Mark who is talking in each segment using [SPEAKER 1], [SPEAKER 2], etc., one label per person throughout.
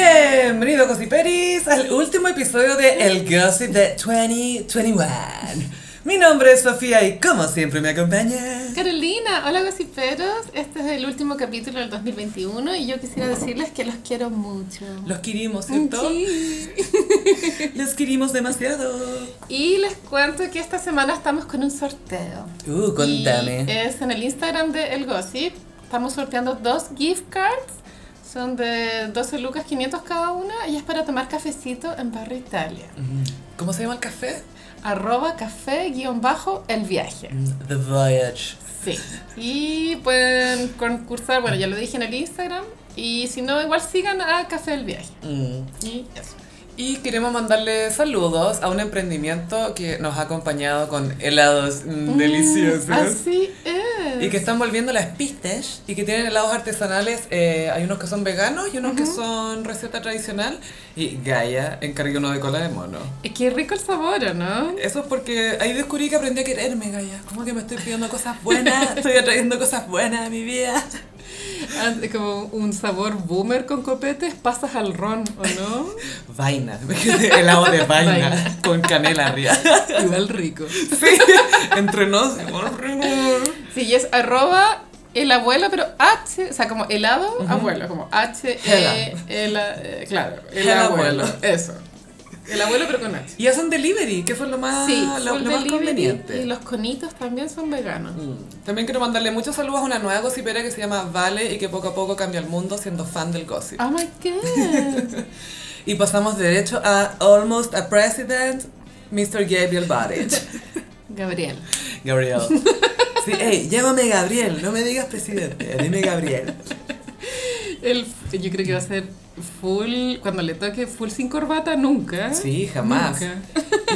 [SPEAKER 1] bienvenidos Gossiperis al último episodio de El Gossip de 2021. Mi nombre es Sofía y como siempre me acompaña.
[SPEAKER 2] Carolina, hola gossiperos, este es el último capítulo del 2021 y yo quisiera decirles que los quiero mucho.
[SPEAKER 1] Los querimos, ¿cierto?
[SPEAKER 2] Sí.
[SPEAKER 1] Los querimos demasiado.
[SPEAKER 2] Y les cuento que esta semana estamos con un sorteo.
[SPEAKER 1] Uh, contame.
[SPEAKER 2] Y es en el Instagram de El Gossip. Estamos sorteando dos gift cards. Son de 12 lucas 500 cada una y es para tomar cafecito en Barrio Italia.
[SPEAKER 1] Mm, ¿Cómo se llama el café?
[SPEAKER 2] Arroba café guión bajo el viaje.
[SPEAKER 1] Mm, The Voyage.
[SPEAKER 2] Sí. Y pueden concursar, bueno, ya lo dije en el Instagram. Y si no, igual sigan a Café del Viaje.
[SPEAKER 1] Mm.
[SPEAKER 2] Y eso.
[SPEAKER 1] Y queremos mandarle saludos a un emprendimiento que nos ha acompañado con helados mm, deliciosos.
[SPEAKER 2] Mm, Así es.
[SPEAKER 1] Y que están volviendo las pistas y que tienen helados artesanales. eh, hay unos que son veganos y unos que son receta tradicional. Y Gaia encargué uno de cola de mono.
[SPEAKER 2] Eh, Qué rico el sabor, ¿o ¿no?
[SPEAKER 1] Eso es porque ahí descubrí que aprendí a quererme, Gaia. Como que me estoy pidiendo cosas buenas, estoy atrayendo cosas buenas a mi vida.
[SPEAKER 2] Ah, es Como un sabor boomer con copetes, pasas al ron, ¿o no?
[SPEAKER 1] Vaina, me quedé helado de vaina,
[SPEAKER 2] Vaina.
[SPEAKER 1] con canela arriba.
[SPEAKER 2] Igual rico.
[SPEAKER 1] Sí, entre nos. por favor.
[SPEAKER 2] Sí, y es arroba el abuelo, pero H, o sea, como helado abuelo, como H, E, el, eh, claro, el,
[SPEAKER 1] El
[SPEAKER 2] abuelo.
[SPEAKER 1] abuelo.
[SPEAKER 2] eso. El abuelo, pero con H.
[SPEAKER 1] Y hacen delivery, que fue lo más,
[SPEAKER 2] Sí,
[SPEAKER 1] Ah, lo,
[SPEAKER 2] full
[SPEAKER 1] lo más
[SPEAKER 2] delivery,
[SPEAKER 1] conveniente.
[SPEAKER 2] Y los conitos también son veganos.
[SPEAKER 1] Mm. También quiero mandarle muchos saludos a una nueva gossipera que se llama Vale y que poco a poco cambia el mundo siendo fan del gossip.
[SPEAKER 2] Oh my god.
[SPEAKER 1] Y pasamos derecho a Almost a President, Mr. Gabriel Boric.
[SPEAKER 2] Gabriel.
[SPEAKER 1] Gabriel. Sí, hey, llámame Gabriel, no me digas presidente, dime Gabriel.
[SPEAKER 2] El, yo creo que va a ser full, cuando le toque full sin corbata, nunca.
[SPEAKER 1] Sí, jamás.
[SPEAKER 2] Nunca.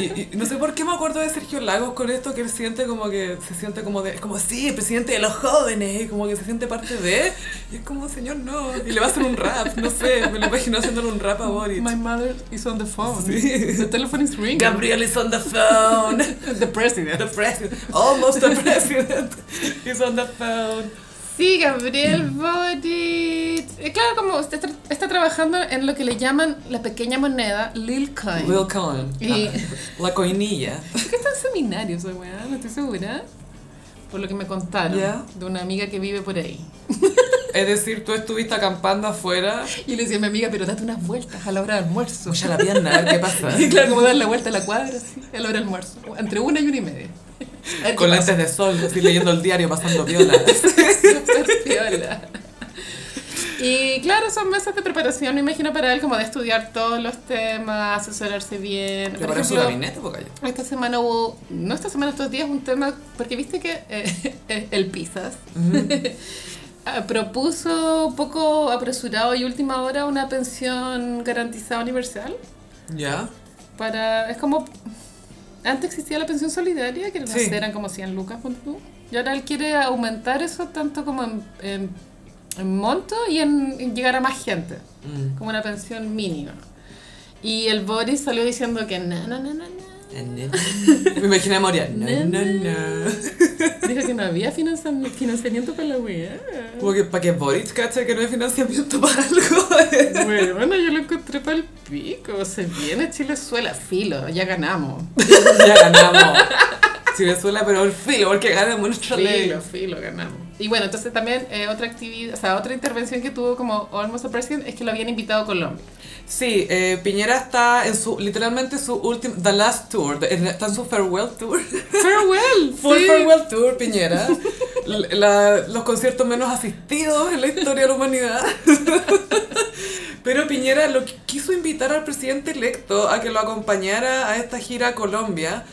[SPEAKER 1] Y, y no sé por qué me acuerdo de Sergio Lagos con esto que él siente como que se siente como de, es como sí, presidente de los jóvenes, y como que se siente parte de, y es como señor no, y le va a hacer un rap, no sé, me lo imagino haciéndole un rap a Boric.
[SPEAKER 2] My mother is on the phone.
[SPEAKER 1] Sí.
[SPEAKER 2] The telephone is ringing.
[SPEAKER 1] Gabriel is on the phone.
[SPEAKER 2] The president.
[SPEAKER 1] The president, almost the president is on the phone.
[SPEAKER 2] Sí, Gabriel Boric. Eh, Claro, como usted tra- está trabajando en lo que le llaman la pequeña moneda, Lil Coin.
[SPEAKER 1] Will Cohen.
[SPEAKER 2] Y-
[SPEAKER 1] Ah, la coinilla.
[SPEAKER 2] Creo que está en seminario esa weá, no estoy segura. Por lo que me contaron
[SPEAKER 1] Ya.
[SPEAKER 2] de una amiga que vive por ahí.
[SPEAKER 1] Es decir, tú estuviste acampando afuera.
[SPEAKER 2] Y yo le decía a mi amiga, pero date unas vueltas a la hora de almuerzo.
[SPEAKER 1] Escucha la pierna, a ver qué pasa.
[SPEAKER 2] Y claro, como dar la vuelta a la cuadra, así, a la hora de almuerzo. Entre una y una y media. A ver
[SPEAKER 1] Con
[SPEAKER 2] qué pasa.
[SPEAKER 1] lentes de sol, así leyendo el diario, pasando viola.
[SPEAKER 2] Súper piola. Y claro, son meses de preparación, me imagino, para él, como de estudiar todos los temas, asesorarse bien. Por
[SPEAKER 1] Preparó su
[SPEAKER 2] ejemplo,
[SPEAKER 1] gabinete, porque yo.
[SPEAKER 2] esta semana hubo, no esta semana, estos días, un tema, porque viste que eh, eh, el Pisas ah, propuso un poco apresurado y última hora una pensión garantizada universal
[SPEAKER 1] ¿Ya?
[SPEAKER 2] para es como antes existía la pensión solidaria que no
[SPEAKER 1] Sí.
[SPEAKER 2] sé, eran como 100 lucas ponte tú. y ahora él quiere aumentar eso tanto como en, en- en monto y en, en llegar a más gente
[SPEAKER 1] Mm.
[SPEAKER 2] como una pensión mínima y el Boris salió diciendo que no no no no no
[SPEAKER 1] Me imaginé a Moria. No, no, no.
[SPEAKER 2] dijo que no había financiam- financiamiento para la weá
[SPEAKER 1] Como que para que Boric cache que no hay financiamiento para algo.
[SPEAKER 2] bueno yo lo encontré para el pico se viene Chilezuela filo ya ganamos
[SPEAKER 1] ya ganamos. Si me suena, pero al filo, porque ganamos nuestra ley.
[SPEAKER 2] Filo, filo, ganamos. Y bueno, entonces también eh, otra actividad, o sea, otra intervención que tuvo como Almost a President es que lo habían invitado a Colombia.
[SPEAKER 1] Sí, eh, Piñera está en su, literalmente su último, The Last Tour, de- en- está en su farewell tour.
[SPEAKER 2] Farewell.
[SPEAKER 1] Full
[SPEAKER 2] sí.
[SPEAKER 1] farewell tour, Piñera. L- la- los conciertos menos asistidos en la historia de la humanidad. Pero Piñera lo qui- quiso invitar al presidente electo a que lo acompañara a esta gira a Colombia.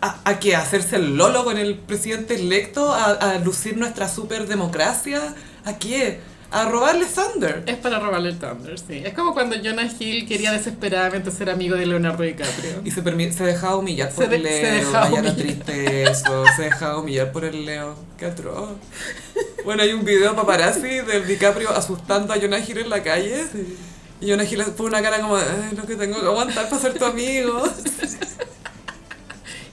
[SPEAKER 1] A, a que hacerse el lolo con el presidente electo, a, a lucir nuestra superdemocracia. ¿A qué? A robarle Thunder.
[SPEAKER 2] Es para robarle el Thunder, sí. Es como cuando Jonah Hill quería desesperadamente ser amigo de Leonardo DiCaprio.
[SPEAKER 1] Y se, permi- se dejaba humillar
[SPEAKER 2] Se
[SPEAKER 1] por
[SPEAKER 2] de-
[SPEAKER 1] el Leo.
[SPEAKER 2] se dejaba
[SPEAKER 1] vaya la
[SPEAKER 2] humillar.
[SPEAKER 1] tristeza, se dejaba humillar por el Leo. Qué atroz. Bueno, hay un video paparazzi del DiCaprio asustando a Jonah Hill en la calle. Y Jonah Hill pone una cara como, "Ay, lo que tengo que aguantar para ser tu amigo.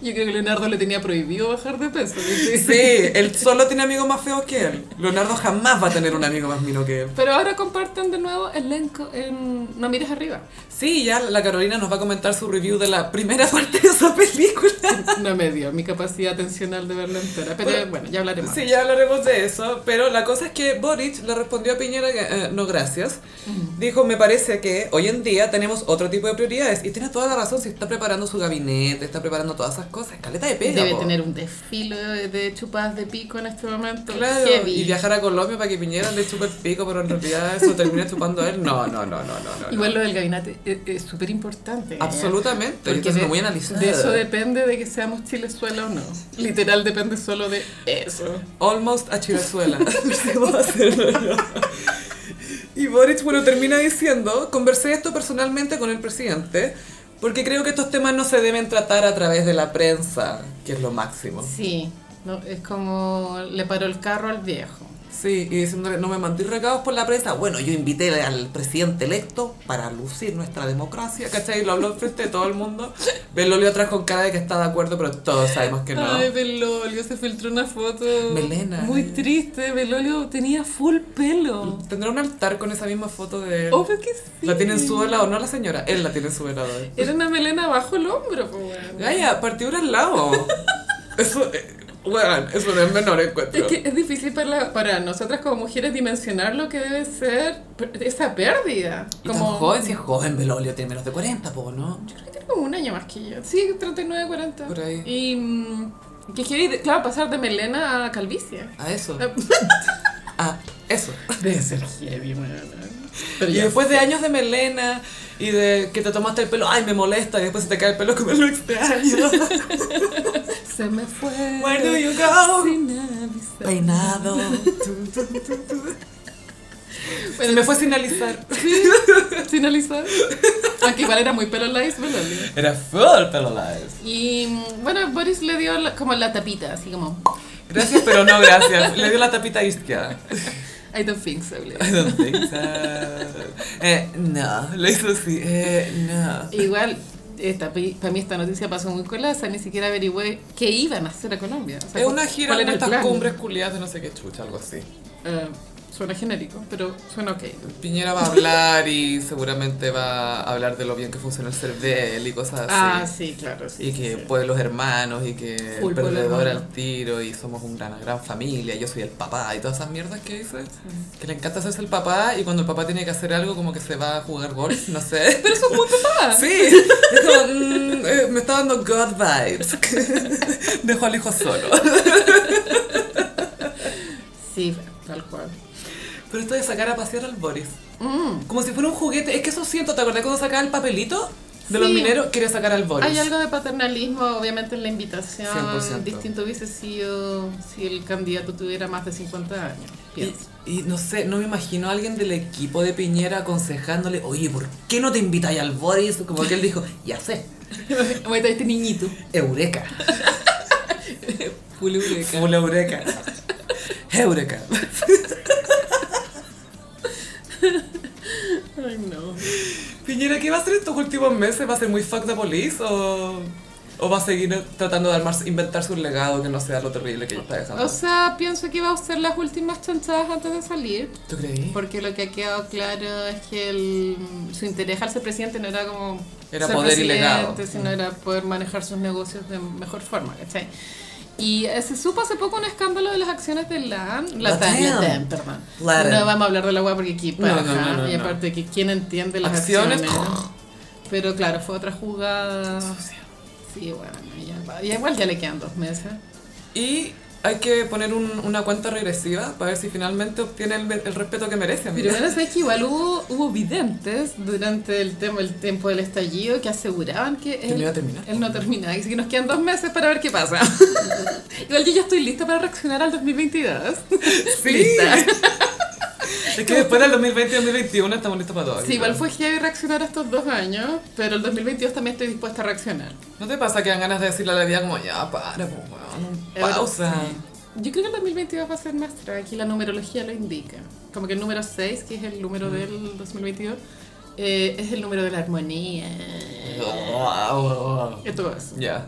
[SPEAKER 2] Yo creo que Leonardo le tenía prohibido bajar de peso. ¿viste?
[SPEAKER 1] Sí, él solo tiene amigos más feos que él. Leonardo jamás va a tener un amigo más mino que él.
[SPEAKER 2] Pero ahora comparten de nuevo elenco en No mires arriba.
[SPEAKER 1] Sí, ya la Carolina nos va a comentar su review de la primera parte de esa película.
[SPEAKER 2] No me dio mi capacidad atencional de verla entera, pero bueno,
[SPEAKER 1] Bueno,
[SPEAKER 2] ya hablaremos.
[SPEAKER 1] Sí, ya hablaremos de eso, pero la cosa es que Boric le respondió a Piñera que eh, no gracias. Dijo, me parece que hoy en día tenemos otro tipo de prioridades. Y tiene toda la razón, si está preparando su gabinete, está preparando todas esas cosas, caleta de pega.
[SPEAKER 2] Debe
[SPEAKER 1] po.
[SPEAKER 2] tener un desfilo de, de chupadas de pico en este momento.
[SPEAKER 1] Claro,
[SPEAKER 2] Heavy.
[SPEAKER 1] y viajar a Colombia para que Piñera le chupe el pico, pero en realidad eso termina chupando a él. No, no, no, no, no. no.
[SPEAKER 2] Igual lo del gabinete es- es súper importante.
[SPEAKER 1] Absolutamente,
[SPEAKER 2] Porque
[SPEAKER 1] está siendo
[SPEAKER 2] de-
[SPEAKER 1] muy analizada.
[SPEAKER 2] De eso depende de que seamos chilezuela o no. Literal depende solo de eso.
[SPEAKER 1] Almost a Chilezuela. y Boric, bueno, termina diciendo, conversé esto personalmente con el presidente, porque creo que estos temas no se deben tratar a través de la prensa, que es lo máximo.
[SPEAKER 2] Sí, no, es como le paró el carro al viejo.
[SPEAKER 1] Sí, y diciéndole, no me mandé recados por la prensa. Bueno, yo invité al presidente electo para lucir nuestra democracia, ¿cachai? Y lo habló frente de todo el mundo. Belolio atrás con cara de que está de acuerdo, pero todos sabemos que no.
[SPEAKER 2] Ay, Belolio, se filtró una foto.
[SPEAKER 1] Melena. eh.
[SPEAKER 2] Muy triste, Belolio tenía full pelo.
[SPEAKER 1] Tendrá un altar con esa misma foto de él.
[SPEAKER 2] Obvio que Oh, sí.
[SPEAKER 1] La tiene en su velador, no la señora, él la tiene en su eh. velador.
[SPEAKER 2] Era una melena bajo el hombro, pues, weón.
[SPEAKER 1] Gaya, partidura al lado. Eso, eh, weón, eso no es menor encuentro.
[SPEAKER 2] Es que es difícil para, la- para nosotras como mujeres dimensionar lo que debe ser per- esa pérdida.
[SPEAKER 1] Y tan
[SPEAKER 2] Como,
[SPEAKER 1] joven, si es joven, Belolio tiene menos de 40, po, ¿no?
[SPEAKER 2] Creo que tiene como un año más que yo. Sí, 39, 40.
[SPEAKER 1] Por ahí.
[SPEAKER 2] Y mm, que quiere, ir, claro, pasar de melena a calvicie.
[SPEAKER 1] A eso. A eso.
[SPEAKER 2] Debe ser heavy, weón. Pero
[SPEAKER 1] Y
[SPEAKER 2] ya.
[SPEAKER 1] después de años de melena y de que te tomaste el pelo, ay, me molesta, y después se te cae el este pelo como lo extraño.
[SPEAKER 2] Se me fue.
[SPEAKER 1] Where do you go?
[SPEAKER 2] Sin avisar.
[SPEAKER 1] Peinado. Tu, tu, tu, tu. Se me fue sin alisar.
[SPEAKER 2] Sin alisar. Aunque igual era muy pelo lice, Belolio.
[SPEAKER 1] Era full pelo live.
[SPEAKER 2] Y mm, bueno, Boris le dio la- como la tapita, así como,
[SPEAKER 1] Gracias, pero no gracias. Le dio la tapita izquierda.
[SPEAKER 2] I don't think so,
[SPEAKER 1] I
[SPEAKER 2] Leo.
[SPEAKER 1] don't think so. Eh, no, lo hizo así. Eh, no.
[SPEAKER 2] Igual, esta, para mí esta noticia pasó muy colaza, ni siquiera averigüé qué iban a hacer a Colombia. O sea,
[SPEAKER 1] Es
[SPEAKER 2] cu-
[SPEAKER 1] una gira
[SPEAKER 2] cuál
[SPEAKER 1] en
[SPEAKER 2] era el
[SPEAKER 1] estas
[SPEAKER 2] plan.
[SPEAKER 1] cumbres culiadas de no sé qué chucha, algo así.
[SPEAKER 2] Eh, suena genérico, pero suena ok.
[SPEAKER 1] Piñera va a hablar y seguramente va a hablar de lo bien que funciona el CERVEL y cosas así.
[SPEAKER 2] Ah, sí, claro, sí.
[SPEAKER 1] y
[SPEAKER 2] sí,
[SPEAKER 1] que
[SPEAKER 2] sí.
[SPEAKER 1] pueblos hermanos y que
[SPEAKER 2] Full
[SPEAKER 1] el perdedor
[SPEAKER 2] pueblo
[SPEAKER 1] al
[SPEAKER 2] hermano.
[SPEAKER 1] tiro y somos una gran, gran familia, yo soy el papá y todas esas mierdas que dices. Que le encanta hacerse el papá y cuando el papá tiene que hacer algo como que se va a jugar golf, no sé.
[SPEAKER 2] Pero eso es muy papá.
[SPEAKER 1] Sí, es como, mm, eh, me está dando God vibes. Dejo al hijo solo.
[SPEAKER 2] Sí, tal cual.
[SPEAKER 1] Pero esto de sacar a pasear al Boris,
[SPEAKER 2] Mm.
[SPEAKER 1] como si fuera un juguete, es que eso siento, ¿te acordás cuando sacaba el papelito de los
[SPEAKER 2] Sí.
[SPEAKER 1] mineros? Quería sacar al Boris.
[SPEAKER 2] Hay algo de paternalismo, obviamente, en la invitación.
[SPEAKER 1] 100%.
[SPEAKER 2] Distinto hubiese sido si el candidato tuviera más de 50 años.
[SPEAKER 1] Y,
[SPEAKER 2] Pienso.
[SPEAKER 1] y no sé, no me imagino a alguien del equipo de Piñera aconsejándole, oye, ¿por qué no te invitáis al Boris? Como que él dijo, ya sé,
[SPEAKER 2] Voy a este niñito.
[SPEAKER 1] Eureka.
[SPEAKER 2] Full eureka.
[SPEAKER 1] Full Eureka. Eureka.
[SPEAKER 2] Ay, no.
[SPEAKER 1] Piñera, ¿qué va a hacer estos últimos meses? ¿Va a ser muy fuck the police o, o va a seguir tratando de armar, inventarse un legado que no sea lo terrible que ya está dejando?
[SPEAKER 2] O sea, pienso que va a ser las últimas chanchadas antes de salir,
[SPEAKER 1] ¿Tú creí?
[SPEAKER 2] porque lo que ha quedado claro es que el- su interés al ser presidente no era como
[SPEAKER 1] Era
[SPEAKER 2] ser
[SPEAKER 1] poder y
[SPEAKER 2] presidente,
[SPEAKER 1] legado.
[SPEAKER 2] sino era poder manejar sus negocios de mejor forma, ¿cachai? Y eh, se supo hace poco un escándalo de las acciones de LAN, LATAM,
[SPEAKER 1] Latam.
[SPEAKER 2] LATAM, perdón.
[SPEAKER 1] Latam.
[SPEAKER 2] No vamos a hablar de la web porque aquí
[SPEAKER 1] No, no,
[SPEAKER 2] paja,
[SPEAKER 1] no, no,
[SPEAKER 2] y
[SPEAKER 1] no.
[SPEAKER 2] aparte que quién entiende las acciones.
[SPEAKER 1] Acciones.
[SPEAKER 2] Pero claro, fue otra jugada. Sí, bueno, ya, ya igual ya le quedan dos meses.
[SPEAKER 1] Y hay que poner un- una cuenta regresiva para ver si finalmente obtiene el, el respeto que merece.
[SPEAKER 2] Pero
[SPEAKER 1] amiga.
[SPEAKER 2] bueno, sabes que igual hubo, hubo videntes durante el, tema, el tiempo del estallido que aseguraban que
[SPEAKER 1] no
[SPEAKER 2] él,
[SPEAKER 1] iba a terminar.
[SPEAKER 2] él no terminaba. Así que nos quedan dos meses para ver qué pasa. igual yo ya estoy lista para reaccionar al 2022.
[SPEAKER 1] sí.
[SPEAKER 2] Lista.
[SPEAKER 1] Es que después del 2020 y 2021 estamos listos para todo.
[SPEAKER 2] Sí, igual fue heavy reaccionar a estos dos años, pero el 2022 también estoy dispuesta a reaccionar.
[SPEAKER 1] ¿No te pasa que dan ganas de decirle a la vida como, ya, para, po, weón,
[SPEAKER 2] Ahora,
[SPEAKER 1] pausa?
[SPEAKER 2] sí. Yo creo que el 2022 va a ser más tranqui, la numerología lo indica. Como que el número 6, que es el número
[SPEAKER 1] Mm.
[SPEAKER 2] del 2022, eh,
[SPEAKER 1] Oh.
[SPEAKER 2] es el número de la armonía.
[SPEAKER 1] Wow.
[SPEAKER 2] Y todo eso.
[SPEAKER 1] Ya.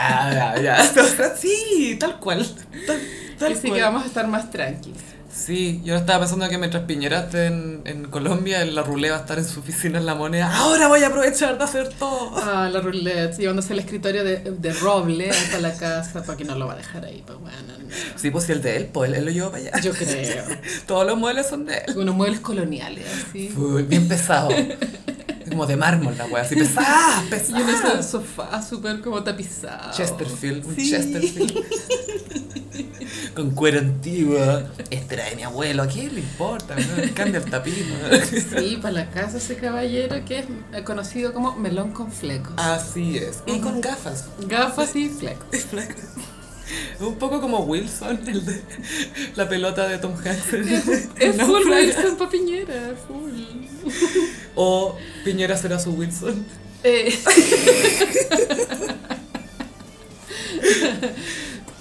[SPEAKER 1] Entonces, sí, tal cual. Tal, tal
[SPEAKER 2] Así
[SPEAKER 1] cual.
[SPEAKER 2] que vamos a estar más tranquilos.
[SPEAKER 1] Sí, yo estaba pensando que mientras Piñera esté en, en Colombia, el la rulé va a estar en su oficina en La Moneda. Ahora voy a aprovechar de hacer todo.
[SPEAKER 2] Ah, la roulette, llevándose el escritorio de, de roble hasta la casa, para que no lo va a dejar ahí, pues bueno, no.
[SPEAKER 1] Sí, pues si el de él, pues él, él lo lleva para allá.
[SPEAKER 2] yo creo.
[SPEAKER 1] Todos los muebles son de él.
[SPEAKER 2] Unos muebles coloniales, así.
[SPEAKER 1] Full, bien pesado. Es Como de mármol la wea, así pesada,
[SPEAKER 2] Y en ese
[SPEAKER 1] pesada.
[SPEAKER 2] sofá súper como tapizado.
[SPEAKER 1] Chesterfield, un
[SPEAKER 2] Sí.
[SPEAKER 1] Chesterfield. Con cuero antigua. Este era de mi abuelo, ¿a quién le importa? weón? Cambia el tapiz. weón.
[SPEAKER 2] Sí, para la casa ese caballero que es eh, conocido como melón con flecos.
[SPEAKER 1] Así es. Y con gafas.
[SPEAKER 2] Gafas y flecos.
[SPEAKER 1] Un poco como Wilson, el de la pelota de Tom Hanks.
[SPEAKER 2] Es
[SPEAKER 1] No,
[SPEAKER 2] full
[SPEAKER 1] fuera.
[SPEAKER 2] Wilson pa' Piñera, full.
[SPEAKER 1] O Piñera será su Wilson.
[SPEAKER 2] Eh.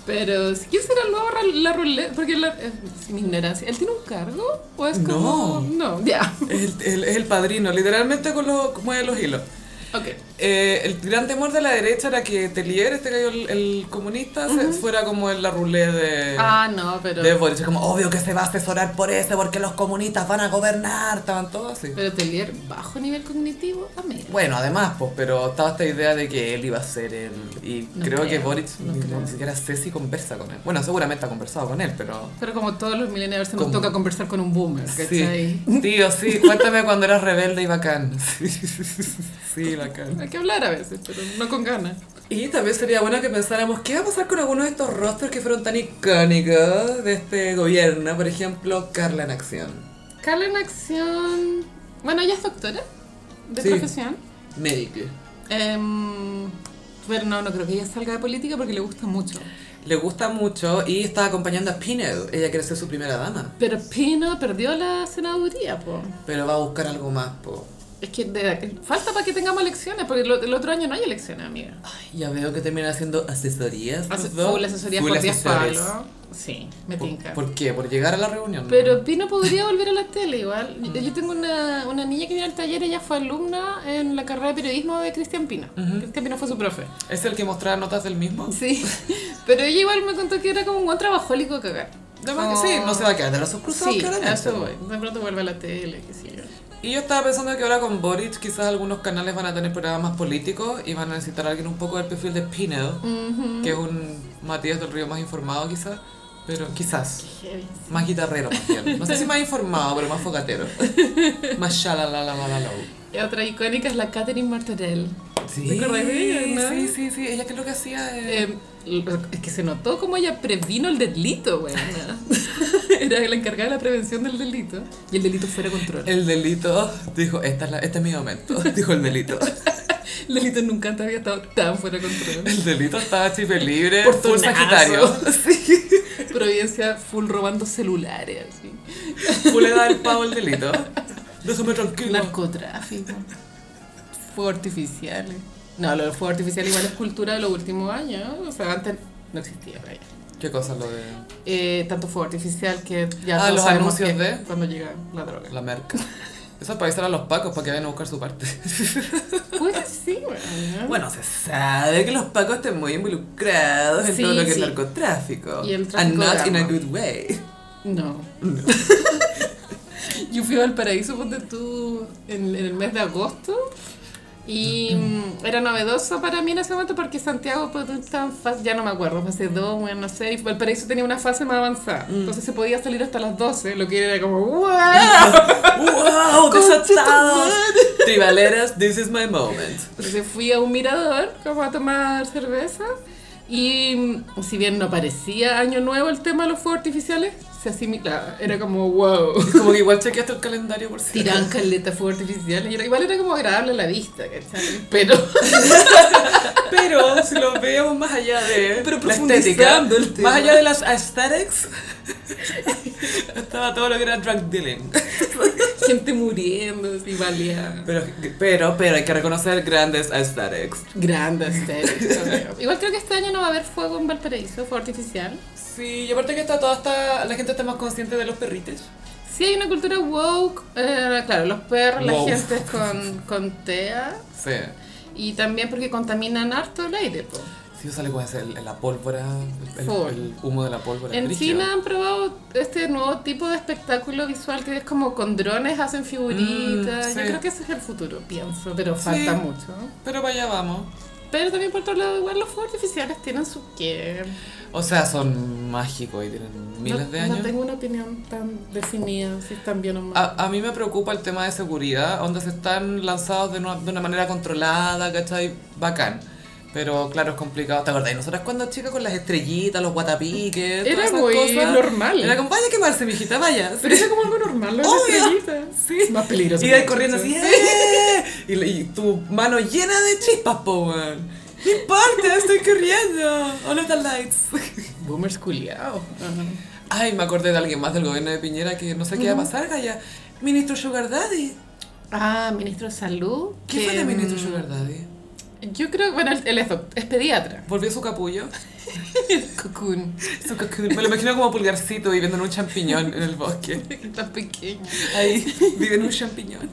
[SPEAKER 2] Pero, ¿quién será el nuevo ra- la ruleta? Porque la, eh, es mi ignorancia. ¿Él tiene un cargo? ¿O es como.? No. ya.
[SPEAKER 1] Es el, el- es el padrino, literalmente con los, mueve los hilos.
[SPEAKER 2] Ok.
[SPEAKER 1] Eh, el gran temor de la derecha era que Telier, este gallo, el, el comunista, se- fuera como el la roulette de,
[SPEAKER 2] Ah, no, pero.
[SPEAKER 1] de Boric. Es Como, obvio que se va a asesorar por ese, porque los comunistas van a gobernar, estaban todos así.
[SPEAKER 2] Pero Telier, bajo nivel cognitivo, a mí.
[SPEAKER 1] Bueno, además, pues, pero estaba esta idea de que él iba a ser el... Y
[SPEAKER 2] No
[SPEAKER 1] creo, que
[SPEAKER 2] creo,
[SPEAKER 1] Boric
[SPEAKER 2] no
[SPEAKER 1] ni,
[SPEAKER 2] creo.
[SPEAKER 1] ni siquiera sé si conversa con él. Bueno, seguramente ha conversado con él, pero...
[SPEAKER 2] Pero como todos los millennials, se nos
[SPEAKER 1] Como-
[SPEAKER 2] toca conversar con un boomer, ¿cachai?
[SPEAKER 1] Sí, tío, sí, cuéntame cuando eras rebelde y bacán. Sí, sí, bacán.
[SPEAKER 2] Hay que hablar a veces, pero no con ganas.
[SPEAKER 1] Y también sería bueno que pensáramos qué va a pasar con algunos de estos rostros que fueron tan icónicos de este gobierno. Por ejemplo, Carla en acción.
[SPEAKER 2] Carla en acción. Bueno, ella es doctora de
[SPEAKER 1] Sí.
[SPEAKER 2] profesión.
[SPEAKER 1] Médica.
[SPEAKER 2] Em, pero no, no creo que ella salga de política porque le gusta mucho.
[SPEAKER 1] Le gusta mucho y está acompañando a Pinel. Ella quiere ser su primera dama.
[SPEAKER 2] Pero Pino perdió la senaduría, po.
[SPEAKER 1] Pero va a buscar algo más, po.
[SPEAKER 2] Es que de- falta para que tengamos elecciones, porque lo- el otro año no hay elecciones, amiga.
[SPEAKER 1] Ay, ya veo que termina haciendo asesorías. los
[SPEAKER 2] Hace
[SPEAKER 1] dos.
[SPEAKER 2] Ah, full asesoría
[SPEAKER 1] Full
[SPEAKER 2] por 10
[SPEAKER 1] asesores.
[SPEAKER 2] palos. Sí, me tinca.
[SPEAKER 1] ¿Por, por qué? ¿Por llegar a la reunión? no?
[SPEAKER 2] Pero Pino podría volver a la tele igual. Yo, yo tengo una, una niña que viene al taller, ella fue alumna en la carrera de periodismo de Cristian Pino. Cristian Pino fue su profe.
[SPEAKER 1] ¿Es el que mostraba notas del mismo?
[SPEAKER 2] Sí, pero ella igual me contó que era como un buen trabajólico a cagar.
[SPEAKER 1] Además que sí, no se va a quedar de brazos cruzados,
[SPEAKER 2] Sí,
[SPEAKER 1] Ah. claramente.
[SPEAKER 2] a eso voy. De pronto vuelve a la tele, qué sé yo.
[SPEAKER 1] Y yo estaba pensando que ahora con Boric quizás algunos canales van a tener programas más políticos y van a necesitar a alguien un poco del perfil de Pinel, que es un Matías del Río más informado quizás, pero quizás más guitarrero más bien. No sé si más informado, pero más fogatero. más shalalalalalalau.
[SPEAKER 2] Y Eh, otra icónica es la Catherine Martorell.
[SPEAKER 1] Sí,
[SPEAKER 2] ¿Te acordás de ella, no?
[SPEAKER 1] sí, sí, sí. Ella que lo que hacía es...
[SPEAKER 2] Eh, lo- es que se notó como ella previno el delito, güey. Era la encargada de la prevención del delito. Y el delito fuera de control.
[SPEAKER 1] El delito dijo, esta es la- este es mi momento, dijo el delito.
[SPEAKER 2] El delito nunca antes había estado tan fuera de control.
[SPEAKER 1] El delito estaba chipe libre,
[SPEAKER 2] Por
[SPEAKER 1] full
[SPEAKER 2] tunazo.
[SPEAKER 1] sagitario. Sí.
[SPEAKER 2] Providencia full robando celulares, así.
[SPEAKER 1] Tú le das el pavo al delito. Déjame tranquilo.
[SPEAKER 2] Narcotráfico. Fuegos artificiales. No, lo del fuego artificial igual es cultura de los últimos años. ¿no? O sea, antes no existía, vaya.
[SPEAKER 1] ¿Qué cosa lo de
[SPEAKER 2] Eh, tanto fuego artificial que ya
[SPEAKER 1] Ah,
[SPEAKER 2] todos
[SPEAKER 1] los
[SPEAKER 2] sabemos
[SPEAKER 1] anuncios
[SPEAKER 2] que
[SPEAKER 1] de-
[SPEAKER 2] cuando llega la droga.
[SPEAKER 1] la merca? Eso es para avisar a los pacos para que vayan a buscar su parte.
[SPEAKER 2] Pues sí, bueno.
[SPEAKER 1] Bueno, se sabe que los pacos están muy involucrados en
[SPEAKER 2] Sí,
[SPEAKER 1] todo lo que
[SPEAKER 2] sí.
[SPEAKER 1] es narcotráfico.
[SPEAKER 2] Y el
[SPEAKER 1] And
[SPEAKER 2] tráfico de
[SPEAKER 1] not in a
[SPEAKER 2] armas.
[SPEAKER 1] good way.
[SPEAKER 2] No. Yo fui al paraíso, ponte tú, en, en el mes de agosto. Y mm, era novedoso para mí en ese momento porque Santiago ponte tú, estaba en fase, ya no me acuerdo, fase 2, bueno, no sé. Y Valparaíso tenía una fase más avanzada.
[SPEAKER 1] Mm.
[SPEAKER 2] Entonces se podía salir hasta las 12, lo que era como ¡Wow!
[SPEAKER 1] ¡Wow!
[SPEAKER 2] Concha tu
[SPEAKER 1] ¡Desatados! Tribaleras, this is my moment.
[SPEAKER 2] Entonces fui a un mirador como a tomar cerveza y mm, si bien no parecía año nuevo el tema de los fuegos artificiales, se asimilaba, era como wow.
[SPEAKER 1] Es como que igual chequeaste el calendario por si
[SPEAKER 2] Tiran caleta fuegos artificiales y era- igual era como agradable a la vista, ¿cachai? Pero,
[SPEAKER 1] Pero si lo vemos más allá de la estética,
[SPEAKER 2] Pero profundizando el tema.
[SPEAKER 1] más allá de las aesthetics, estaba todo lo que era drug dealing.
[SPEAKER 2] gente muriendo, así valía.
[SPEAKER 1] Pero, pero, pero hay que reconocer grandes aesthetics.
[SPEAKER 2] Grandes Igual creo que este año no va a haber fuego en Valparaíso, fuego artificial.
[SPEAKER 1] Sí, y aparte que está toda esta, la gente está más consciente de los perrites.
[SPEAKER 2] Sí hay una cultura woke, eh, claro, los perros,
[SPEAKER 1] Wow.
[SPEAKER 2] la gente es con, con TEA.
[SPEAKER 1] Sí.
[SPEAKER 2] Y también porque contaminan harto el aire. po.
[SPEAKER 1] Si yo sale con ese, el- la pólvora, el,
[SPEAKER 2] Full.
[SPEAKER 1] el humo de la pólvora.
[SPEAKER 2] En
[SPEAKER 1] brígido.
[SPEAKER 2] China han probado este nuevo tipo de espectáculo visual que es como con drones hacen figuritas.
[SPEAKER 1] Mm, sí.
[SPEAKER 2] Yo creo que ese es el futuro, pienso, pero falta
[SPEAKER 1] Sí.
[SPEAKER 2] mucho.
[SPEAKER 1] Pero para allá vamos.
[SPEAKER 2] Pero también por otro lado, igual los fuegos artificiales tienen su qué.
[SPEAKER 1] O sea, son mágicos y tienen miles
[SPEAKER 2] no,
[SPEAKER 1] de
[SPEAKER 2] No
[SPEAKER 1] años. Ah,
[SPEAKER 2] tengo una opinión tan definida, si están bien o mal.
[SPEAKER 1] A, a mí me preocupa el tema de seguridad, donde se están lanzados de una, de una manera controlada, ¿cachai? Bacán. Pero claro, es complicado. ¿Te acordás? Nosotras cuando chicas con las estrellitas, los guatapiques,
[SPEAKER 2] Era
[SPEAKER 1] todas esas
[SPEAKER 2] muy
[SPEAKER 1] cosas.
[SPEAKER 2] normal.
[SPEAKER 1] Era como, vaya a quemarse, mijita, vaya.
[SPEAKER 2] Pero era como algo normal, la
[SPEAKER 1] Obvio.
[SPEAKER 2] estrellita.
[SPEAKER 1] Sí.
[SPEAKER 2] Más peligroso.
[SPEAKER 1] Y
[SPEAKER 2] que
[SPEAKER 1] ahí
[SPEAKER 2] la
[SPEAKER 1] corriendo así,
[SPEAKER 2] chucha.
[SPEAKER 1] ¡eh! y, le- y tu mano llena de chispas, po, weón. No importa, estoy corriendo. All of the lights.
[SPEAKER 2] Boomers culiados.
[SPEAKER 1] Ay, me acordé de alguien más del gobierno de Piñera que no sé qué va a pasar, Gaya. Ministro Sugar Daddy.
[SPEAKER 2] Ah, ministro de salud.
[SPEAKER 1] ¿Qué
[SPEAKER 2] que,
[SPEAKER 1] fue de ministro
[SPEAKER 2] mm,
[SPEAKER 1] Sugar Daddy?
[SPEAKER 2] Yo creo, bueno, él él es, doc- es pediatra.
[SPEAKER 1] Volvió su capullo.
[SPEAKER 2] Cocoon.
[SPEAKER 1] Su cocoon. Me lo imagino como pulgarcito viviendo en un champiñón en el bosque.
[SPEAKER 2] Tan pequeño.
[SPEAKER 1] Ahí, vive en un champiñón.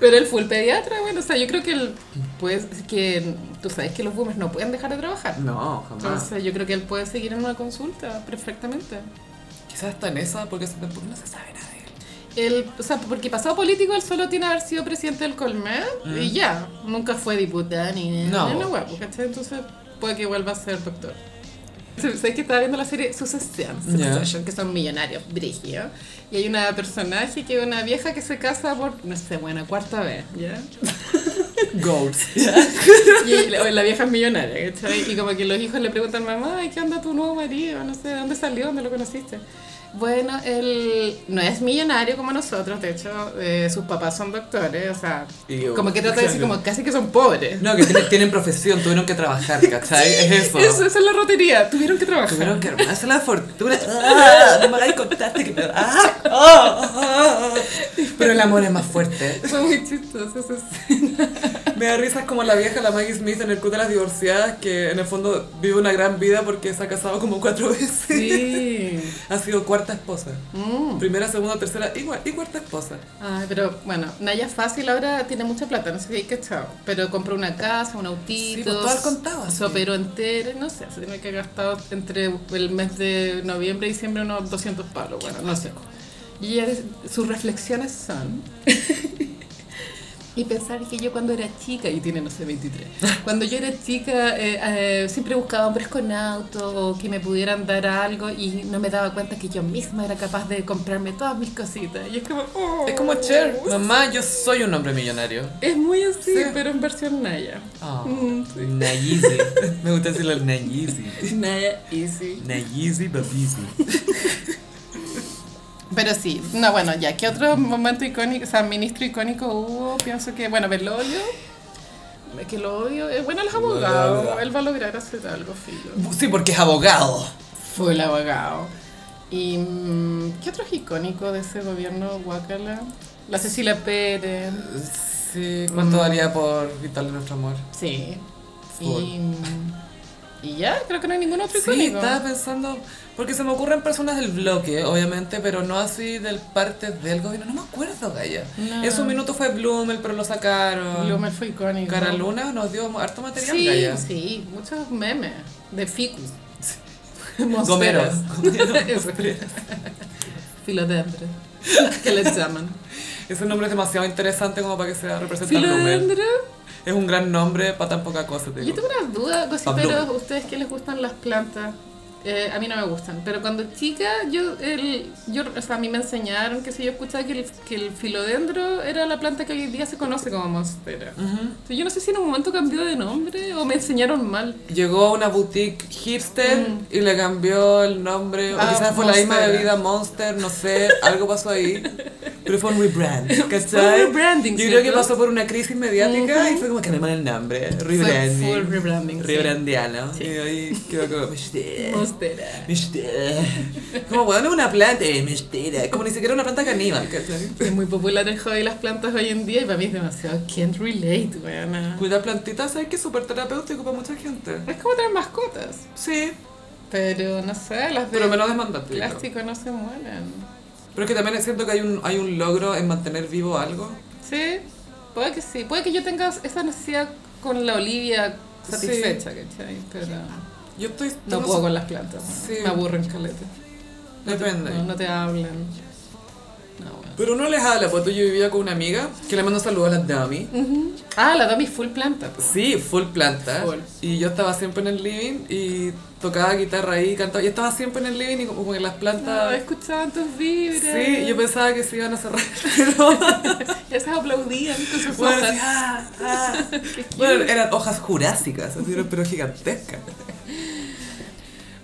[SPEAKER 2] Pero él fue el pediatra, bueno, o sea, yo creo que él, pues, que tú sabes que los boomers no pueden dejar de trabajar.
[SPEAKER 1] No,
[SPEAKER 2] Entonces, yo creo que él puede seguir en una consulta perfectamente.
[SPEAKER 1] Quizás está en esa porque se- porque no se sabe nada de él.
[SPEAKER 2] Él, o sea, porque pasado político él solo tiene haber sido presidente del Colmed y ya. Nunca fue diputado ni
[SPEAKER 1] Mm. No.
[SPEAKER 2] ni una hueá, pues, ¿cachai? Entonces puede que vuelva a ser doctor. Sabes que estaba viendo la serie Succession,
[SPEAKER 1] Ya.
[SPEAKER 2] Succession, que son millonarios, brigio. Y hay una personaje que es una vieja que se casa por, no sé, bueno, cuarta vez, ¿ya?
[SPEAKER 1] Goals.
[SPEAKER 2] Y la, la vieja es millonaria, ¿cachai? Y como que los hijos le preguntan, mamá, ¿y ¿qué onda tu nuevo marido? No sé, ¿de dónde salió? ¿Dónde lo conociste? Bueno, él no es millonario como nosotros, de hecho, eh, sus papás son doctores, o sea,
[SPEAKER 1] Y-
[SPEAKER 2] como que trata de decir
[SPEAKER 1] claro.
[SPEAKER 2] como casi que son pobres.
[SPEAKER 1] No, que tienen, tienen profesión, tuvieron que trabajar, ¿cachai? es eso.
[SPEAKER 2] Eso, esa es la rotería, tuvieron que trabajar.
[SPEAKER 1] Tuvieron que armarse la fortuna. Ah, no me hagáis contarte que me da- ah, ah, ah, ah. Pero el amor es más fuerte.
[SPEAKER 2] Fue muy chistoso esa
[SPEAKER 1] Me da risa como la vieja, la Maggie Smith, en el club de las divorciadas, que en el fondo vive una gran vida porque se ha casado como cuatro veces.
[SPEAKER 2] Sí.
[SPEAKER 1] Ha sido cuarta esposa.
[SPEAKER 2] Mm.
[SPEAKER 1] Primera, segunda, tercera y, cua- y cuarta esposa.
[SPEAKER 2] Ay, pero bueno, Naya Fácil ahora tiene mucha plata, no sé qué hay que echar. Pero compró una casa, un autito.
[SPEAKER 1] Sí, pues, todo al contado, sí.
[SPEAKER 2] Se operó entero, no sé, se tiene que haber gastado entre el mes de noviembre y diciembre unos 200 palos, bueno, no sé. Y ella dice- sus reflexiones son. Y pensar que yo cuando era chica, y tiene, no sé, 23, cuando yo era chica eh, eh, siempre buscaba hombres con auto o que me pudieran dar algo y no me daba cuenta que yo misma era capaz de comprarme todas mis cositas. Y es como, oh.
[SPEAKER 1] Es como Cher. Mamá, yo soy un hombre millonario.
[SPEAKER 2] Es muy así,
[SPEAKER 1] Sí.
[SPEAKER 2] pero en versión Naya.
[SPEAKER 1] Oh,
[SPEAKER 2] Mm, sí.
[SPEAKER 1] Nayizi. Me gusta decirlo Nayizi.
[SPEAKER 2] Naya Easy.
[SPEAKER 1] Nayizi Babizi.
[SPEAKER 2] Pero sí, no, bueno, ya, ¿qué otro momento icónico, o sea, ministro icónico hubo? Pienso que, bueno, Velodio, que lo odio, eh, bueno, él es abogado, él va a lograr hacer algo, filo.
[SPEAKER 1] Sí, porque es abogado.
[SPEAKER 2] Fue el abogado. ¿Y mm, qué otro es icónico de ese gobierno, Guacala? La Cecilia Pérez.
[SPEAKER 1] Sí,
[SPEAKER 2] Mm.
[SPEAKER 1] ¿cuánto daría por quitarle nuestro amor?
[SPEAKER 2] Sí.
[SPEAKER 1] Full.
[SPEAKER 2] Y, mm, y ya, creo que no hay ningún otro
[SPEAKER 1] Sí,
[SPEAKER 2] icónico.
[SPEAKER 1] estaba pensando, porque se me ocurren personas del bloque, obviamente, pero no así del parte del gobierno. No me acuerdo, Gaya.
[SPEAKER 2] No.
[SPEAKER 1] En su minuto fue Blumel, pero lo sacaron.
[SPEAKER 2] Blumer fue icónico.
[SPEAKER 1] Cara Luna nos dio harto material,
[SPEAKER 2] Sí,
[SPEAKER 1] Gaya.
[SPEAKER 2] sí, muchos memes de ficus.
[SPEAKER 1] Gomeros.
[SPEAKER 2] Eso. Filodendro. Que les llaman.
[SPEAKER 1] Ese nombre es demasiado interesante como para que sea representado Blumel.
[SPEAKER 2] Filodendro.
[SPEAKER 1] Es un gran nombre para tan poca cosa, te
[SPEAKER 2] Yo
[SPEAKER 1] digo.
[SPEAKER 2] tengo una duda,
[SPEAKER 1] Pa'
[SPEAKER 2] pero ¿ustedes qué les gustan las plantas? Eh, a mí no me gustan, pero cuando chica, yo, el, yo, o sea, a mí me enseñaron, que sé yo, escuchaba que el, que el filodendro era la planta que hoy día se conoce como monstera.
[SPEAKER 1] Ujú.
[SPEAKER 2] Entonces, yo no sé si en un momento cambió de nombre o me enseñaron mal.
[SPEAKER 1] Llegó a una boutique hipster
[SPEAKER 2] Mm.
[SPEAKER 1] y le cambió el nombre.
[SPEAKER 2] Ah,
[SPEAKER 1] o quizás fue la misma
[SPEAKER 2] Monster.
[SPEAKER 1] bebida Monster, no sé, algo pasó ahí. Pero fue un rebrand,
[SPEAKER 2] Fue
[SPEAKER 1] ¿cachai?
[SPEAKER 2] un rebranding,
[SPEAKER 1] Yo creo que
[SPEAKER 2] ¿cierto?
[SPEAKER 1] pasó por una crisis mediática y fue como que me el nombre.
[SPEAKER 2] Fue full
[SPEAKER 1] Rebranding.
[SPEAKER 2] rebranding. sí.
[SPEAKER 1] Rebrandiano.
[SPEAKER 2] Sí.
[SPEAKER 1] Y ahí quedó como. "Mistera,
[SPEAKER 2] Monstera.
[SPEAKER 1] mistera". Como, bueno, es una planta, eh, mistera. Como ni siquiera una planta caníbal, ¿cachai?
[SPEAKER 2] Es muy popular el hobby de las plantas hoy en día y para mí es demasiado can't relate, weona.
[SPEAKER 1] Cuidar plantitas, ¿sabes que es súper terapéutico para mucha gente?
[SPEAKER 2] Es como tener mascotas,
[SPEAKER 1] Sí,
[SPEAKER 2] pero no sé, las de
[SPEAKER 1] pero menos demandante. yo creo.
[SPEAKER 2] plástico no se mueren.
[SPEAKER 1] Pero es que también siento que hay un, hay un logro en mantener vivo algo.
[SPEAKER 2] Sí, puede que sí, puede que yo tenga esa necesidad con la Olivia
[SPEAKER 1] Sí.
[SPEAKER 2] satisfecha, ¿cachai? Pero
[SPEAKER 1] Yo estoy...
[SPEAKER 2] no
[SPEAKER 1] tengo
[SPEAKER 2] puedo
[SPEAKER 1] su-
[SPEAKER 2] con las plantas.
[SPEAKER 1] Sí.
[SPEAKER 2] Me aburren caleta. No te-
[SPEAKER 1] Depende.
[SPEAKER 2] no, no te hablan. No, bueno.
[SPEAKER 1] Pero no les habla, porque yo vivía con una amiga que le mando saludos a la Dami.
[SPEAKER 2] Ujú. Ah, la Dami es full planta. po.
[SPEAKER 1] Sí, full planta.
[SPEAKER 2] Full.
[SPEAKER 1] Y yo estaba siempre en el living y tocaba guitarra ahí, cantaba. Y estaba siempre en el living y como que las
[SPEAKER 2] Ah,
[SPEAKER 1] plantas...
[SPEAKER 2] escuchaban tus vibras.
[SPEAKER 1] Sí, yo pensaba que se iban a cerrar, pero...
[SPEAKER 2] Ya se aplaudían con sus
[SPEAKER 1] Bueno,
[SPEAKER 2] hojas.
[SPEAKER 1] sí, ah, ah.
[SPEAKER 2] Qué cute.
[SPEAKER 1] Bueno, eran hojas jurásicas, así, eran, pero gigantescas.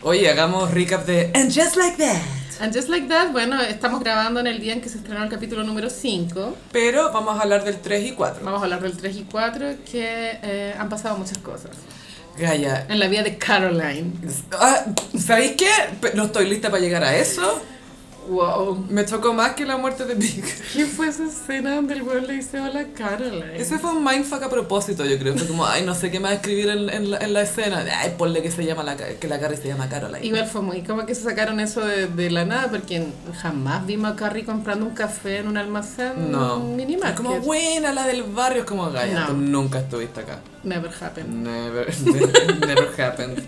[SPEAKER 1] Oye, hagamos recap de And Just Like That.
[SPEAKER 2] And just like that, bueno, estamos grabando en el día en que se estrenó el capítulo número 5.
[SPEAKER 1] Pero vamos a hablar del 3 y 4.
[SPEAKER 2] Vamos a hablar del 3 y 4, que eh, han pasado muchas cosas.
[SPEAKER 1] Gaya.
[SPEAKER 2] En la vida de Caroline.
[SPEAKER 1] ah, ¿Sabéis qué? Pe- No estoy lista para llegar a eso.
[SPEAKER 2] Wow.
[SPEAKER 1] Me chocó más que la muerte de Big.
[SPEAKER 2] ¿Qué fue esa escena donde el weón le dice hola a Caroline?
[SPEAKER 1] Ese fue un mindfuck a propósito, yo creo. Fue como, ay, no sé qué más escribir en, en la, en la escena. Ay, ponle que se llama la, Ca- que la Carrie se llama Caroline.
[SPEAKER 2] Igual fue muy como que se sacaron eso de, de la nada, porque jamás vimos a Carrie comprando un café en un almacén
[SPEAKER 1] No.
[SPEAKER 2] minimal.
[SPEAKER 1] Es como buena la del barrio, es como Gaya.
[SPEAKER 2] No.
[SPEAKER 1] tú nunca estuviste acá.
[SPEAKER 2] Never happened.
[SPEAKER 1] Never, never, never happened.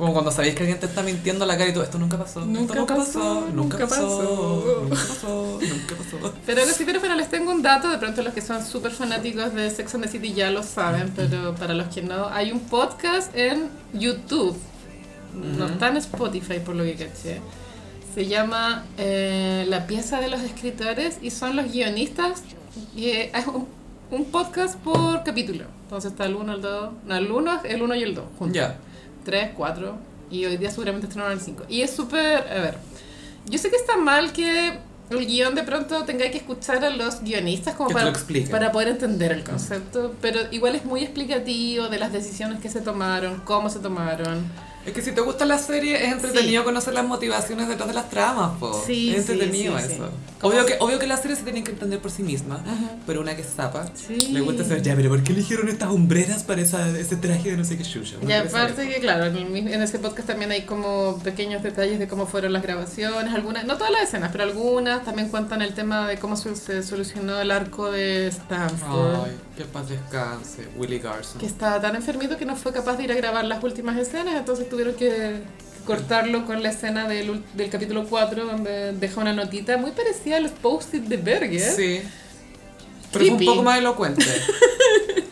[SPEAKER 1] Como cuando sabéis que alguien te está mintiendo en la cara y todo, esto nunca pasó. esto
[SPEAKER 2] Nunca pasó,
[SPEAKER 1] nunca
[SPEAKER 2] nunca
[SPEAKER 1] pasó,
[SPEAKER 2] pasó.
[SPEAKER 1] nunca pasó, nunca pasó.
[SPEAKER 2] Pero sí, pero, pero les tengo un dato, de pronto los que son súper fanáticos de Sex and the City ya lo saben, pero para los que no, hay un podcast en YouTube, no está en Spotify por lo que caché. Se llama eh, La pieza de los escritores y son los guionistas, y eh, es un, un podcast por capítulo. Entonces está el 1, el 2, no, el 1, el 1 y el 2 juntos.
[SPEAKER 1] Ya.
[SPEAKER 2] 3, 4 y hoy día seguramente estrenaron el 5. Y es súper, a ver, yo sé que está mal que el guión de pronto tenga que escuchar a los guionistas como
[SPEAKER 1] Que te
[SPEAKER 2] para,
[SPEAKER 1] lo expliquen. Mm.
[SPEAKER 2] para poder entender el concepto, pero igual es muy explicativo de las decisiones que se tomaron, cómo se tomaron.
[SPEAKER 1] Es que si te gusta la serie, es entretenido conocer las motivaciones detrás de las tramas, po.
[SPEAKER 2] Sí,
[SPEAKER 1] es
[SPEAKER 2] sí,
[SPEAKER 1] entretenido
[SPEAKER 2] sí, sí.
[SPEAKER 1] eso.
[SPEAKER 2] ¿Cómo
[SPEAKER 1] Obvio
[SPEAKER 2] se-
[SPEAKER 1] que, obvio que la serie se tiene que entender por sí misma, pero una que es zapa,
[SPEAKER 2] Sí.
[SPEAKER 1] le gusta saber, ya, pero ¿por qué eligieron estas hombreras para esa, ese traje de no sé qué shusha? No
[SPEAKER 2] Y
[SPEAKER 1] quiero saber
[SPEAKER 2] aparte
[SPEAKER 1] eso.
[SPEAKER 2] que, claro, en, el mis- en ese podcast también hay como pequeños detalles de cómo fueron las grabaciones, algunas, no todas las escenas, pero algunas, también cuentan el tema de cómo se, se solucionó el arco de Stanford.
[SPEAKER 1] Ay, que paz descanse, Willy Garson.
[SPEAKER 2] que estaba tan enfermito que no fue capaz de ir a grabar las últimas escenas, entonces tuvieron que cortarlo con la escena del, ul- del capítulo 4 donde deja una notita muy parecida a los post-it de ¿eh? Berger,
[SPEAKER 1] Sí. Pero fue un
[SPEAKER 2] Creepy.
[SPEAKER 1] poco más elocuente.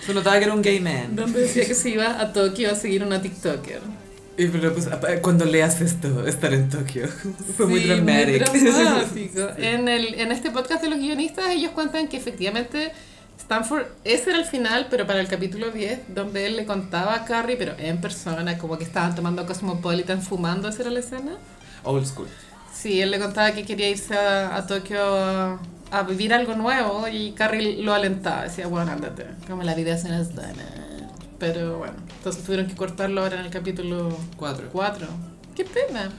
[SPEAKER 1] Se notaba que era un gay man.
[SPEAKER 2] donde decía que se iba a Tokio a seguir una TikToker.
[SPEAKER 1] Y pero pues, apa- cuando leas esto, estar en Tokio. Fue muy
[SPEAKER 2] Sí,
[SPEAKER 1] dramático.
[SPEAKER 2] dramático. En, el, en este podcast de los guionistas ellos cuentan que efectivamente Stanford, ese era el final, pero para el capítulo 10, donde él le contaba a Carrie, pero en persona, como que estaban tomando Cosmopolitan, fumando, esa era la escena.
[SPEAKER 1] Old school.
[SPEAKER 2] Sí, él le contaba que quería irse a, a Tokio a, a vivir algo nuevo y Carrie lo alentaba. Decía, bueno, ándate, como la vida se nos da. na". Pero bueno, entonces tuvieron que cortarlo ahora en el capítulo
[SPEAKER 1] Cuatro.
[SPEAKER 2] 4. ¡Qué pena!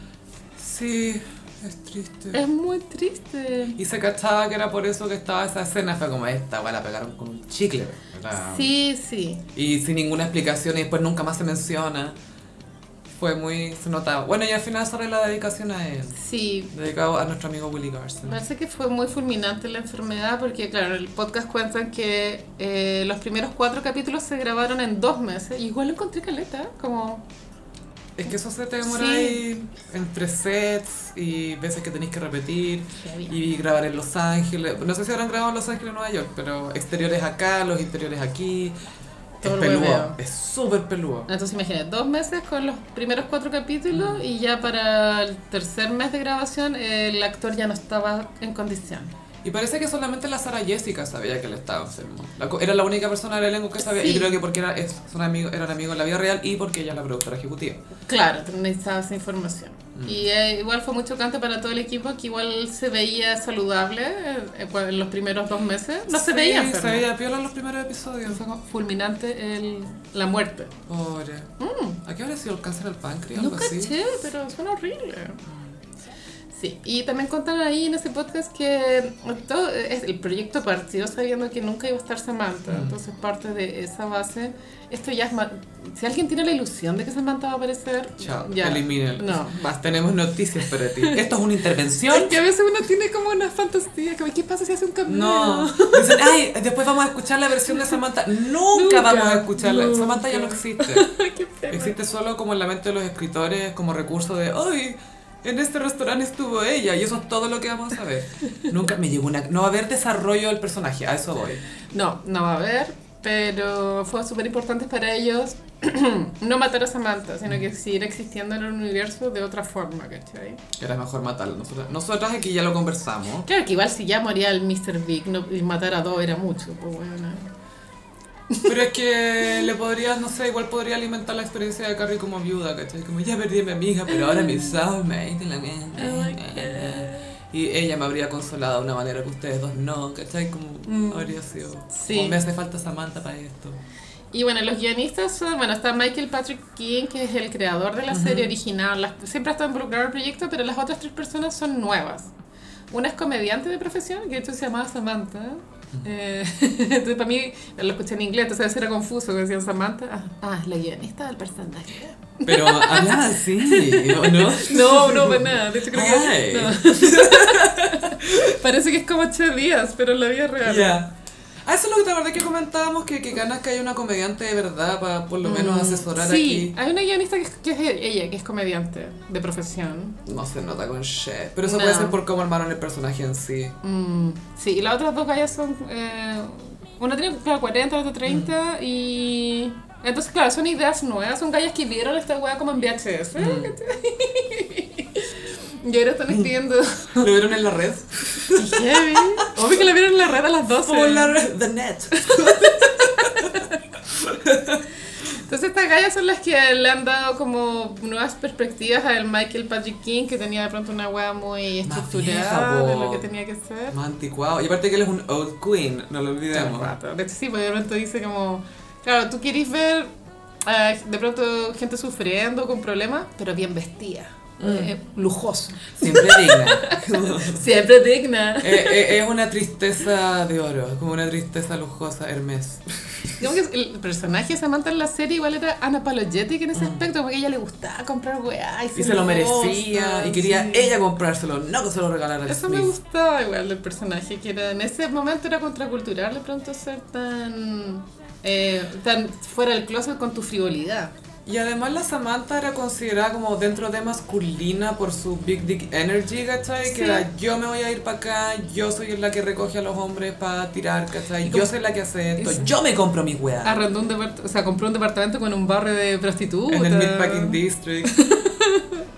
[SPEAKER 1] Sí, es triste.
[SPEAKER 2] Es muy triste.
[SPEAKER 1] Y se cachaba que era por eso que estaba esa escena. Fue como esta, bueno, la pegaron con un chicle. ¿verdad?
[SPEAKER 2] Sí, sí.
[SPEAKER 1] Y sin ninguna explicación y después nunca más se menciona. Fue muy. se notaba. Bueno, y al final sobre la dedicación a él.
[SPEAKER 2] Sí,
[SPEAKER 1] Dedicado a nuestro amigo Willy Garson.
[SPEAKER 2] Me Parece que fue muy fulminante la enfermedad porque, claro, en el podcast cuentan que eh, los primeros cuatro capítulos se grabaron en dos meses. Igual lo encontré caleta, como
[SPEAKER 1] Es que eso se te demora
[SPEAKER 2] Sí.
[SPEAKER 1] ahí entre sets y veces que tenéis que repetir
[SPEAKER 2] Heavy.
[SPEAKER 1] y grabar en Los Ángeles. No sé si habrán grabado en Los Ángeles o Nueva York, pero exteriores acá, los interiores aquí.
[SPEAKER 2] Todo el
[SPEAKER 1] es peludo,
[SPEAKER 2] hueveo.
[SPEAKER 1] es súper peludo.
[SPEAKER 2] Entonces imagínate, dos meses con los primeros cuatro
[SPEAKER 1] Mm.
[SPEAKER 2] capítulos y ya para el tercer mes de grabación el actor ya no estaba en condición.
[SPEAKER 1] Y parece que solamente la Sara Jessica sabía que él estaba enfermo. La co- era la única persona del elenco que sabía. Y
[SPEAKER 2] Sí.
[SPEAKER 1] creo que porque era, es, son amigos, eran amigos en la vida real y porque ella es la productora ejecutiva.
[SPEAKER 2] Claro, necesitaba esa información.
[SPEAKER 1] Mm.
[SPEAKER 2] Y eh, igual fue muy chocante para todo el equipo que igual se veía saludable eh, eh, cu- en los primeros dos meses. No se
[SPEAKER 1] Sí,
[SPEAKER 2] veía
[SPEAKER 1] Se
[SPEAKER 2] enfermo.
[SPEAKER 1] veía piola en los primeros episodios.
[SPEAKER 2] Fue como fulminante el- la muerte.
[SPEAKER 1] Pobre. ¿A qué habrá sido el cáncer al páncreas?
[SPEAKER 2] Mm. No
[SPEAKER 1] algo así?
[SPEAKER 2] caché, pero suena horrible. Sí, y también contaron ahí en ese podcast que todo, es- el proyecto partió sabiendo que nunca iba a estar Samantha. Entonces, parte de esa base, esto ya es. ma- Si alguien tiene la ilusión de que Samantha va a aparecer,
[SPEAKER 1] Chao,
[SPEAKER 2] ya.
[SPEAKER 1] elimínalo.
[SPEAKER 2] No.
[SPEAKER 1] Basta, tenemos noticias para ti. Esto es una intervención.
[SPEAKER 2] Es que a veces uno tiene como una fantasía divertida. Como, ¿Qué pasa si hace un
[SPEAKER 1] No.
[SPEAKER 2] cameo?
[SPEAKER 1] Dicen, ay, después vamos a escuchar la versión de Samantha. Nunca,
[SPEAKER 2] Nunca,
[SPEAKER 1] vamos a escucharla.
[SPEAKER 2] nunca.
[SPEAKER 1] Samantha ya no existe.
[SPEAKER 2] Qué pena.
[SPEAKER 1] Existe solo como en la mente de los escritores, como recurso de, ay, en este restaurante estuvo ella. Y eso es todo lo que vamos a saber. Nunca me llegó una... No va a haber desarrollo del personaje, a eso voy.
[SPEAKER 2] No, no va a haber, pero fue súper importante para ellos no matar a Samantha, sino que seguir existiendo en el universo de otra forma, ¿cachai?
[SPEAKER 1] Era mejor matarlo. Nosotras, nosotras aquí ya lo conversamos.
[SPEAKER 2] Claro que igual si ya moría el Mr. Big, no, y matar a dos era mucho, pues bueno.
[SPEAKER 1] Pero es que le podrías, no sé, igual podría alimentar la experiencia de Carrie como viuda, ¿cachai? Como ya perdí a mi amiga, pero ahora mi soulmate. la- Y ella me habría consolado de una manera que ustedes dos no, ¿cachai? Como
[SPEAKER 2] Mm.
[SPEAKER 1] habría sido.
[SPEAKER 2] Sí.
[SPEAKER 1] como, me hace falta Samantha para esto.
[SPEAKER 2] Y bueno, los guionistas son, bueno, está Michael Patrick King, que es el creador de la serie original, las- siempre ha estado involucrado en el proyecto, pero las otras tres personas son nuevas. Una es comediante de profesión, que de hecho se llamaba Samantha. Eh, entonces para mí lo escuché en inglés, entonces a veces era confuso que decían Samantha. Ah, ah, es la guionista del personaje.
[SPEAKER 1] Pero hablaba así, ¿o no?
[SPEAKER 2] No, no, para nada. De hecho creo
[SPEAKER 1] Ay.
[SPEAKER 2] que... no. Parece que es como Che Díaz, pero en la vida real.
[SPEAKER 1] Ya. Ah, eso es lo que te acordé que comentábamos, que, que ganas que haya una comediante de verdad para por lo menos
[SPEAKER 2] Mm,
[SPEAKER 1] asesorar
[SPEAKER 2] Sí,
[SPEAKER 1] aquí.
[SPEAKER 2] hay una guionista que es, que es ella, que es comediante de profesión.
[SPEAKER 1] No se nota con shit. Pero eso
[SPEAKER 2] No.
[SPEAKER 1] puede ser por cómo armaron el personaje en sí.
[SPEAKER 2] Mm, sí, y las otras dos gallas son. eh, una tiene claro, 40, la otra 30.
[SPEAKER 1] Mm.
[SPEAKER 2] Y. Entonces, claro, son ideas nuevas. Son gallas que vieron esta weá como en VHS.
[SPEAKER 1] Mm.
[SPEAKER 2] Y ahora están escribiendo.
[SPEAKER 1] ¿Lo vieron en la red?
[SPEAKER 2] Heavy. Obvio que la vieron en la red a las 12.
[SPEAKER 1] Como en la red, The Net.
[SPEAKER 2] Entonces, estas gallas son las que le han dado como nuevas perspectivas al Michael Patrick King, que tenía de pronto una weá muy
[SPEAKER 1] Más
[SPEAKER 2] estructurada
[SPEAKER 1] vieja,
[SPEAKER 2] de
[SPEAKER 1] po.
[SPEAKER 2] lo que tenía que ser.
[SPEAKER 1] Más anticuado. Y aparte que él es un old queen, no lo
[SPEAKER 2] Todo el
[SPEAKER 1] olvidemos.
[SPEAKER 2] rato. De hecho, sí, porque de pronto dice como, claro, tú querés ver eh, de pronto gente sufriendo con problemas, pero bien vestida,
[SPEAKER 1] Mm.
[SPEAKER 2] eh, lujoso,
[SPEAKER 1] Siempre digna.
[SPEAKER 2] siempre digna.
[SPEAKER 1] Eh, eh, es una tristeza de oro, como una tristeza lujosa, Hermes.
[SPEAKER 2] Digamos que el personaje de Samantha en la serie igual era unapologetic en ese aspecto, porque a ella le gustaba comprar weá y,
[SPEAKER 1] Mm. Y
[SPEAKER 2] ser
[SPEAKER 1] se lo
[SPEAKER 2] lujosa,
[SPEAKER 1] merecía, y quería
[SPEAKER 2] sí.
[SPEAKER 1] ella comprárselo, no que se lo regalara el
[SPEAKER 2] Eso
[SPEAKER 1] Smith.
[SPEAKER 2] me gustaba igual del personaje, que era, en ese momento era contracultural de pronto ser tan, eh, tan fuera del closet con tu frivolidad.
[SPEAKER 1] Y además la Samantha era considerada como dentro de masculina por su Big Dick Energy, ¿cachai?
[SPEAKER 2] Sí.
[SPEAKER 1] Que era yo me voy a ir para acá, yo soy la que recoge a los hombres para tirar, ¿cachai?
[SPEAKER 2] Y
[SPEAKER 1] yo
[SPEAKER 2] como- Ah,
[SPEAKER 1] soy la que hace esto,
[SPEAKER 2] Es-
[SPEAKER 1] yo me compro mis weas.
[SPEAKER 2] arrendó un departamento, o sea, compró un departamento con un barrio de prostitutas.
[SPEAKER 1] En el Meatpacking District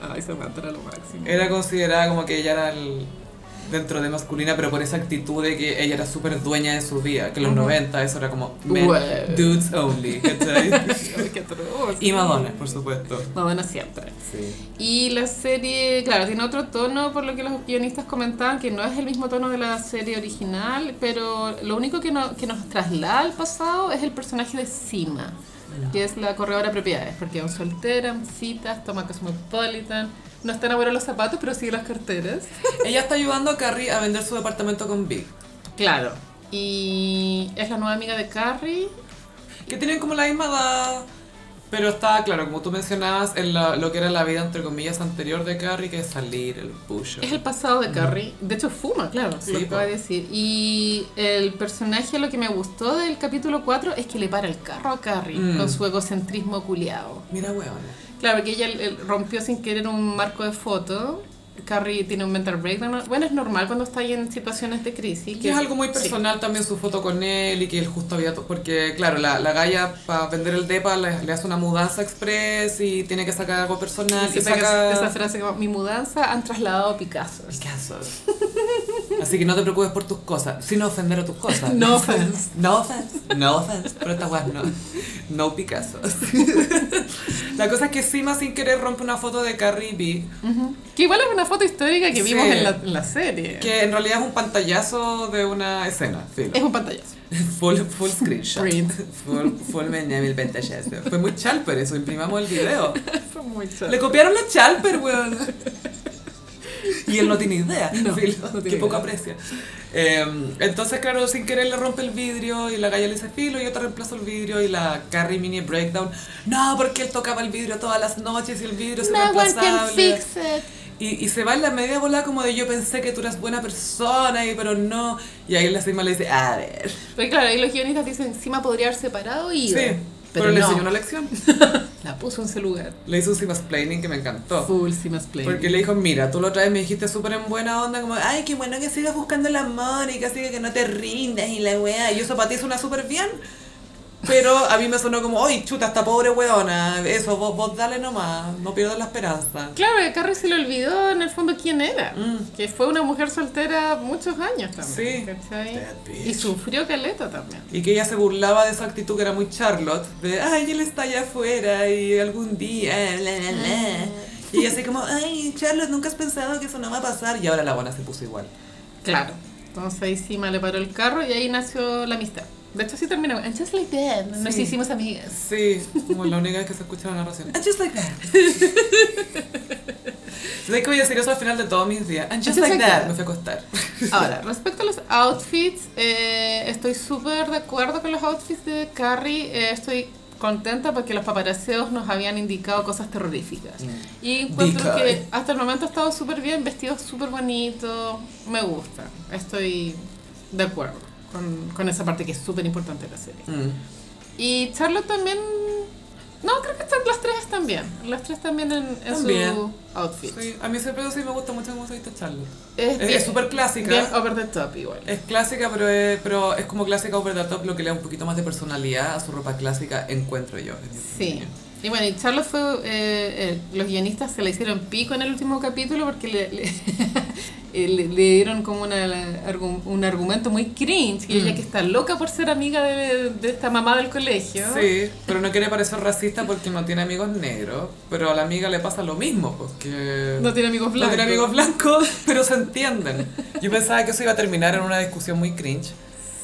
[SPEAKER 2] Ay, Samantha era lo máximo.
[SPEAKER 1] era considerada como que ella era el- dentro de masculina, pero por esa actitud de que ella era súper dueña de su vida, que en los
[SPEAKER 2] Ujú.
[SPEAKER 1] 90 eso era como men,
[SPEAKER 2] Ué.
[SPEAKER 1] dudes only, ¿cachai?
[SPEAKER 2] Ay, qué atroz.
[SPEAKER 1] y Madonna, por supuesto.
[SPEAKER 2] Madonna siempre.
[SPEAKER 1] Sí.
[SPEAKER 2] Y la serie, claro, tiene otro tono, por lo que los guionistas comentaban, que no es el mismo tono de la serie original, pero lo único que, no- que nos traslada al pasado es el personaje de Sima, que es la corredora de propiedades, porque es soltera, citas, toma Cosmopolitan, no están ahora los zapatos, pero sigue las carteras.
[SPEAKER 1] Ella está ayudando a Carrie a vender su departamento con Big.
[SPEAKER 2] Claro. Y es la nueva amiga de Carrie.
[SPEAKER 1] que tienen como la misma edad. Pero está, claro, como tú mencionabas, en la- lo que era la vida, entre comillas, anterior de Carrie, que es salir, el pucho.
[SPEAKER 2] Es el pasado de Carrie. De hecho, fuma, claro.
[SPEAKER 1] Sí,
[SPEAKER 2] lo que
[SPEAKER 1] po.
[SPEAKER 2] acaba de decir. Y el personaje, lo que me gustó del capítulo 4 es que le para el carro a Carrie
[SPEAKER 1] Mm.
[SPEAKER 2] con su egocentrismo culiado.
[SPEAKER 1] Mira, weón.
[SPEAKER 2] Claro, porque ella eh, rompió sin querer un marco de foto. Carrie tiene un mental breakdown. Bueno, es normal cuando está ahí en situaciones de crisis.
[SPEAKER 1] Que es algo muy
[SPEAKER 2] Sí.
[SPEAKER 1] personal también su foto con él y que él justo había... to- Porque, claro, la, la Gaia para vender el depa le, le hace una mudanza express y tiene que sacar algo personal.
[SPEAKER 2] Y
[SPEAKER 1] Y
[SPEAKER 2] siempre que esa
[SPEAKER 1] saca...
[SPEAKER 2] frase como, mi mudanza han trasladado Picasso.
[SPEAKER 1] Picasso. Así que no te preocupes por tus cosas, sin ofender a tus cosas.
[SPEAKER 2] No pues, offense.
[SPEAKER 1] No offense, no offense, pero estas weas no. No Picasso. La cosa es que Sima sin querer rompe una foto de Carrie B,
[SPEAKER 2] Que igual es una foto histórica que vimos
[SPEAKER 1] Sí.
[SPEAKER 2] en la, en la serie.
[SPEAKER 1] que en realidad es un pantallazo de una escena. filo.
[SPEAKER 2] Es un pantallazo.
[SPEAKER 1] Full, full screenshot.
[SPEAKER 2] Print.
[SPEAKER 1] Full, full meñame el pantallazo. Fue muy chalper eso, imprimamos el video.
[SPEAKER 2] Fue muy
[SPEAKER 1] Le copiaron la chalper, weón. Y él no tiene idea,
[SPEAKER 2] No,
[SPEAKER 1] filo,
[SPEAKER 2] no tiene
[SPEAKER 1] que poco
[SPEAKER 2] idea.
[SPEAKER 1] aprecia. Em, entonces, claro, sin querer le rompe el vidrio y la galla le dice, filo, yo te reemplazo el vidrio y la Carrie mini breakdown. No, porque él tocaba el vidrio todas las noches y el vidrio es
[SPEAKER 2] No one can
[SPEAKER 1] reemplazable.
[SPEAKER 2] fix it.
[SPEAKER 1] Y, y se va en la media bola como de yo pensé que tú eras buena persona, y, pero no. Y ahí la cima le dice, a ver.
[SPEAKER 2] Porque Pues claro, ahí los guionistas dicen, encima podría haber separado y...
[SPEAKER 1] Sí, pero,
[SPEAKER 2] pero
[SPEAKER 1] le
[SPEAKER 2] no.
[SPEAKER 1] enseñó una lección.
[SPEAKER 2] La puso en su lugar.
[SPEAKER 1] Le hizo un cimasplaining que me encantó.
[SPEAKER 2] Full Simas Play.
[SPEAKER 1] Porque le dijo, mira, tú la otra vez me dijiste súper en buena onda, como, ay, qué bueno que sigas buscando el amor y que siga que no te rindas y la weá. Y eso para ti suena súper bien. Pero a mí me sonó como, ay, chuta, esta pobre weona. Eso, vos, vos dale nomás, no pierdas la esperanza.
[SPEAKER 2] Claro, que Carrie se le olvidó en el fondo quién era.
[SPEAKER 1] Mm.
[SPEAKER 2] Que fue una mujer soltera muchos años
[SPEAKER 1] Sí.
[SPEAKER 2] también. ¿cachai?
[SPEAKER 1] That bitch.
[SPEAKER 2] Y sufrió caleta también.
[SPEAKER 1] Y que ella se burlaba de esa actitud que era muy Charlotte, de, ay, él está allá afuera y algún día, la, la, la. Y ella así como, ay, Charlotte, nunca has pensado que eso no va a pasar. Y ahora la buena se puso igual.
[SPEAKER 2] Claro. Entonces ahí Sima le paró el carro y ahí nació la amistad. De hecho, sí terminó. And just like that, nos
[SPEAKER 1] Sí.
[SPEAKER 2] hicimos amigas.
[SPEAKER 1] Sí, como la única vez que se escucha la narración. And just like that. Sé que voy a decir eso al final de todos mis días. And just, like, that. Me fui a acostar.
[SPEAKER 2] Ahora, respecto a los outfits, eh, estoy súper de acuerdo con los outfits de Carrie. Eh, estoy contenta porque los paparaceos nos habían indicado cosas terroríficas. Y encuentro
[SPEAKER 1] Because.
[SPEAKER 2] que hasta el momento ha estado súper bien, vestido súper bonito. Me gusta. Estoy de acuerdo con, con esa parte que es súper importante de la serie.
[SPEAKER 1] Mm.
[SPEAKER 2] Y Charlotte también... No, creo que están las tres también. Las tres también en, en su
[SPEAKER 1] También.
[SPEAKER 2] outfit.
[SPEAKER 1] Sí, a mí siempre sí me gusta mucho cómo se viste Charlotte.
[SPEAKER 2] Es
[SPEAKER 1] Es-
[SPEAKER 2] bien-
[SPEAKER 1] Es súper clásica.
[SPEAKER 2] Bien over the top igual.
[SPEAKER 1] Es clásica, pero es, pero es como clásica over the top, lo que le da un poquito más de personalidad a su ropa clásica, encuentro yo. en mi
[SPEAKER 2] Sí.
[SPEAKER 1] opinión.
[SPEAKER 2] Y bueno, y Charlotte fue. eh, eh, los guionistas se la hicieron pico en el último capítulo porque le, le, eh, le- le dieron como una, argu- un argumento muy cringe. Y
[SPEAKER 1] Mm.
[SPEAKER 2] ella que está loca por ser amiga de, de esta mamá del colegio.
[SPEAKER 1] Sí, pero no quiere parecer racista porque no tiene amigos negros, pero a la amiga le pasa lo mismo, porque...
[SPEAKER 2] No tiene amigos
[SPEAKER 1] No
[SPEAKER 2] blancos.
[SPEAKER 1] tiene amigos blancos, pero se entienden. Yo pensaba que eso iba a terminar en una discusión muy cringe,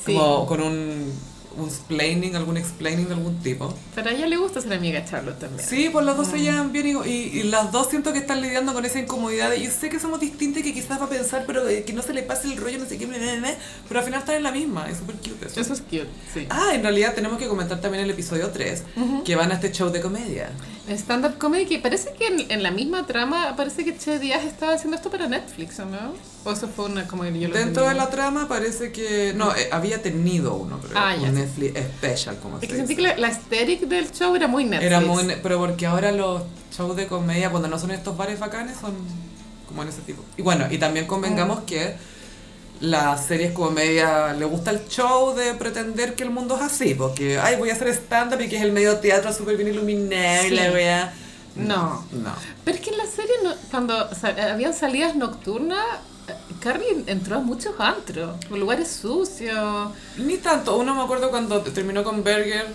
[SPEAKER 2] Sí.
[SPEAKER 1] como con un, un explaining, algún explaining de algún tipo.
[SPEAKER 2] Pero a ella le gusta ser amiga de Charlotte también.
[SPEAKER 1] Sí, pues las dos
[SPEAKER 2] Mm.
[SPEAKER 1] se llevan bien y, y- y las dos siento que están lidiando con esa incomodidad. de, Yo sé que somos distintas y que quizás va a pensar, pero eh, que no se le pase el rollo, no sé qué, bla, bla, bla", pero al final están en la misma. Es súper cute eso.
[SPEAKER 2] Eso es cute, sí.
[SPEAKER 1] Ah, en realidad tenemos que comentar también el episodio 3, que van a este show de comedia.
[SPEAKER 2] Stand-up comedy que parece que en, en la misma trama, parece que Che Díaz estaba haciendo esto para Netflix, ¿o no? O eso fue una como yo lo
[SPEAKER 1] Dentro de
[SPEAKER 2] entendí.
[SPEAKER 1] la trama parece que... No, eh, había tenido uno, creo.
[SPEAKER 2] Ah, ya.
[SPEAKER 1] un Netflix special, como
[SPEAKER 2] Es que
[SPEAKER 1] se
[SPEAKER 2] sentí
[SPEAKER 1] dice.
[SPEAKER 2] que la, la aesthetic del show era muy Netflix.
[SPEAKER 1] Era muy... ne- Pero porque ahora los shows de comedia, cuando no son estos bares bacanes, son como en ese tipo. Y bueno, y también
[SPEAKER 2] Mm.
[SPEAKER 1] convengamos que las series comedia le gusta el show de pretender que el mundo es así, porque, ay, voy a hacer stand-up y que es el medio teatro súper bien iluminado y
[SPEAKER 2] Sí.
[SPEAKER 1] la wea.
[SPEAKER 2] No.
[SPEAKER 1] No.
[SPEAKER 2] Pero es que en la serie, no- cuando sal- habían salidas nocturnas, eh, Carrie entró a muchos antros, lugares sucios.
[SPEAKER 1] Ni tanto. Uno me acuerdo cuando te- terminó con Berger,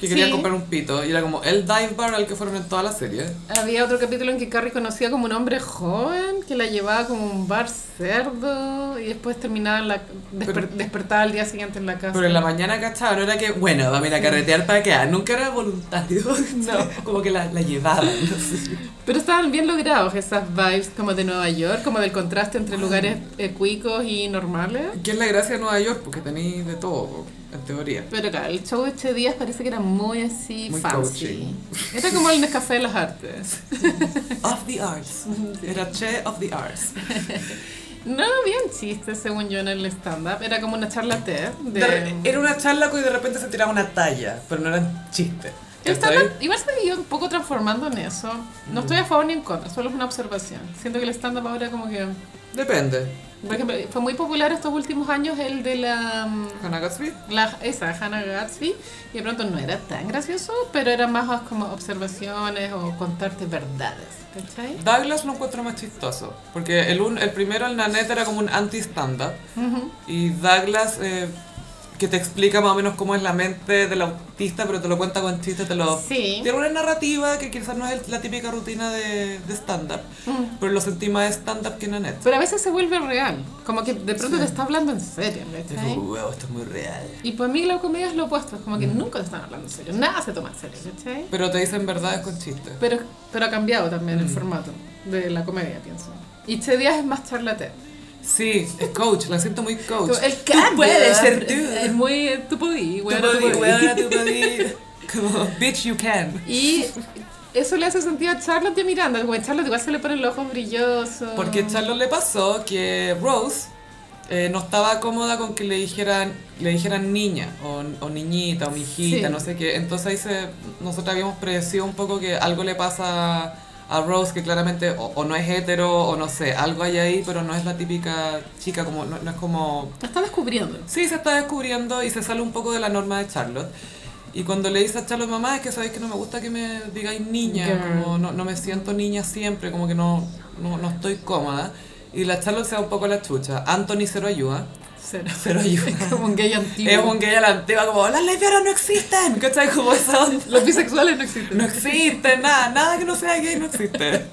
[SPEAKER 1] que
[SPEAKER 2] Sí.
[SPEAKER 1] quería comprar un pito, y era como el dive bar al que fueron en toda la serie.
[SPEAKER 2] Había otro capítulo en que Carrie conocía como un hombre joven que la llevaba como a un bar cerdo y después terminaba en la, desper-
[SPEAKER 1] Pero-
[SPEAKER 2] despertaba al día siguiente en la casa.
[SPEAKER 1] Pero en la mañana, ¿cachai? No era que, bueno, vamos a ir a carretear para quedar. Nunca era voluntario. No. Como que la, la llevaban.
[SPEAKER 2] Pero estaban bien logrados esas vibes como de Nueva York, como del contraste entre lugares eh, cuicos y normales.
[SPEAKER 1] Que es la gracia de Nueva York, porque tenéis de todo, po, en teoría.
[SPEAKER 2] Pero claro, el show de Che Díaz parece que era muy así
[SPEAKER 1] Muy
[SPEAKER 2] fancy. Era como el Nescafé de las Artes.
[SPEAKER 1] Of the arts. Era Che of the arts.
[SPEAKER 2] No habían chistes, según yo, en el stand-up. Era como una charla TED. De...
[SPEAKER 1] De re- Era una charla y de repente se tiraba una talla, pero no eran chistes.
[SPEAKER 2] El
[SPEAKER 1] ¿cachai?
[SPEAKER 2] stand-up igual se ha ido un poco transformando en eso.
[SPEAKER 1] Mm.
[SPEAKER 2] No estoy a favor ni en contra, solo es una observación. Siento que el stand-up ahora como que...
[SPEAKER 1] Depende.
[SPEAKER 2] Por ejemplo, fue muy popular estos últimos años el de la... mm,
[SPEAKER 1] Hannah Gatsby.
[SPEAKER 2] la- esa, Hannah Gatsby, y de pronto no era tan gracioso, pero era más como observaciones o contarte verdades, ¿cachai?
[SPEAKER 1] Douglas lo encuentro más chistoso, porque el, un- el primero, el Nanette, era como un anti-stand-up,
[SPEAKER 2] Ujú.
[SPEAKER 1] y Douglas, eh, que te explica más o menos cómo es la mente del autista, pero te lo cuenta con chistes, te lo...
[SPEAKER 2] Sí.
[SPEAKER 1] Tiene una narrativa que quizás no es el- la típica rutina de, de stand-up,
[SPEAKER 2] Mm.
[SPEAKER 1] pero lo sentí más stand-up que Nanette.
[SPEAKER 2] Pero a veces se vuelve real, como que de pronto te está hablando en serio,
[SPEAKER 1] Es
[SPEAKER 2] ¿cachai?
[SPEAKER 1] como, "Wow, esto es muy real.
[SPEAKER 2] Y para mí la comedia es lo opuesto, es como que nunca te están hablando en serio, nada se toma en serio, ¿cachai?
[SPEAKER 1] Pero te dicen verdades con chistes.
[SPEAKER 2] Pero, pero ha cambiado también el formato de la comedia, pienso. Y Che Díaz es más charlatán.
[SPEAKER 1] Sí, es coach, la siento muy coach.
[SPEAKER 2] Como,
[SPEAKER 1] Oh, Tú puedes ser tú.
[SPEAKER 2] Es muy, eh, tú podí,
[SPEAKER 1] Tú
[SPEAKER 2] weona, tú
[SPEAKER 1] podí,
[SPEAKER 2] podí.
[SPEAKER 1] weona, tú podí. Como, bitch, you can.
[SPEAKER 2] Y Eso le hace sentido a Charlotte y a Miranda. Como a Charlotte igual se le ponen los ojos brillosos.
[SPEAKER 1] Porque a Charlotte le pasó que Rose eh, no estaba cómoda con que le dijeran, le dijeran niña o, o niñita o mijita,
[SPEAKER 2] Sí.
[SPEAKER 1] no sé qué. Entonces ahí se, nosotros habíamos predecido un poco que algo le pasa a Rose que claramente o, o no es hetero o no sé, algo hay ahí, pero no es la típica chica, como no, no es como...
[SPEAKER 2] La está descubriendo.
[SPEAKER 1] Sí, se está descubriendo y se sale un poco de la norma de Charlotte. Y cuando le dice a Charlotte, mamá, es que sabéis que no me gusta que me digáis niña,
[SPEAKER 2] Girl.
[SPEAKER 1] como no, no me siento niña siempre, como que no, no, no estoy cómoda. Y la Charlotte se da un poco la chucha. Anthony se lo ayuda.
[SPEAKER 2] Cero.
[SPEAKER 1] Se lo ayuda.
[SPEAKER 2] Es como un gay antiguo.
[SPEAKER 1] Es un gay a la antigua, como, las lesbianas no existen, ¿cachai? Como esa onda.
[SPEAKER 2] Los bisexuales no existen.
[SPEAKER 1] No existe, nada, nada que no sea gay no existe.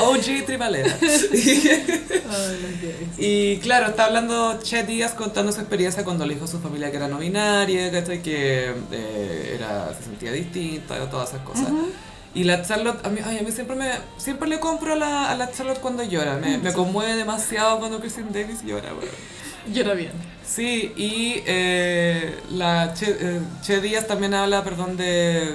[SPEAKER 1] OG tribalera.
[SPEAKER 2] Ay, los gays.
[SPEAKER 1] Y claro, está hablando Che Díaz contando su experiencia cuando le dijo a su familia que era no binaria, ¿cachai? que eh, era, se sentía distinta, todas esas cosas. Y la Charlotte, a mí, ay, a mí siempre, me, siempre le compro a la, a la Charlotte cuando llora, me, me conmueve demasiado cuando Kristen Davis llora. weón.
[SPEAKER 2] Llora bien.
[SPEAKER 1] Sí, y eh, la che, eh, Che Díaz también habla, perdón, de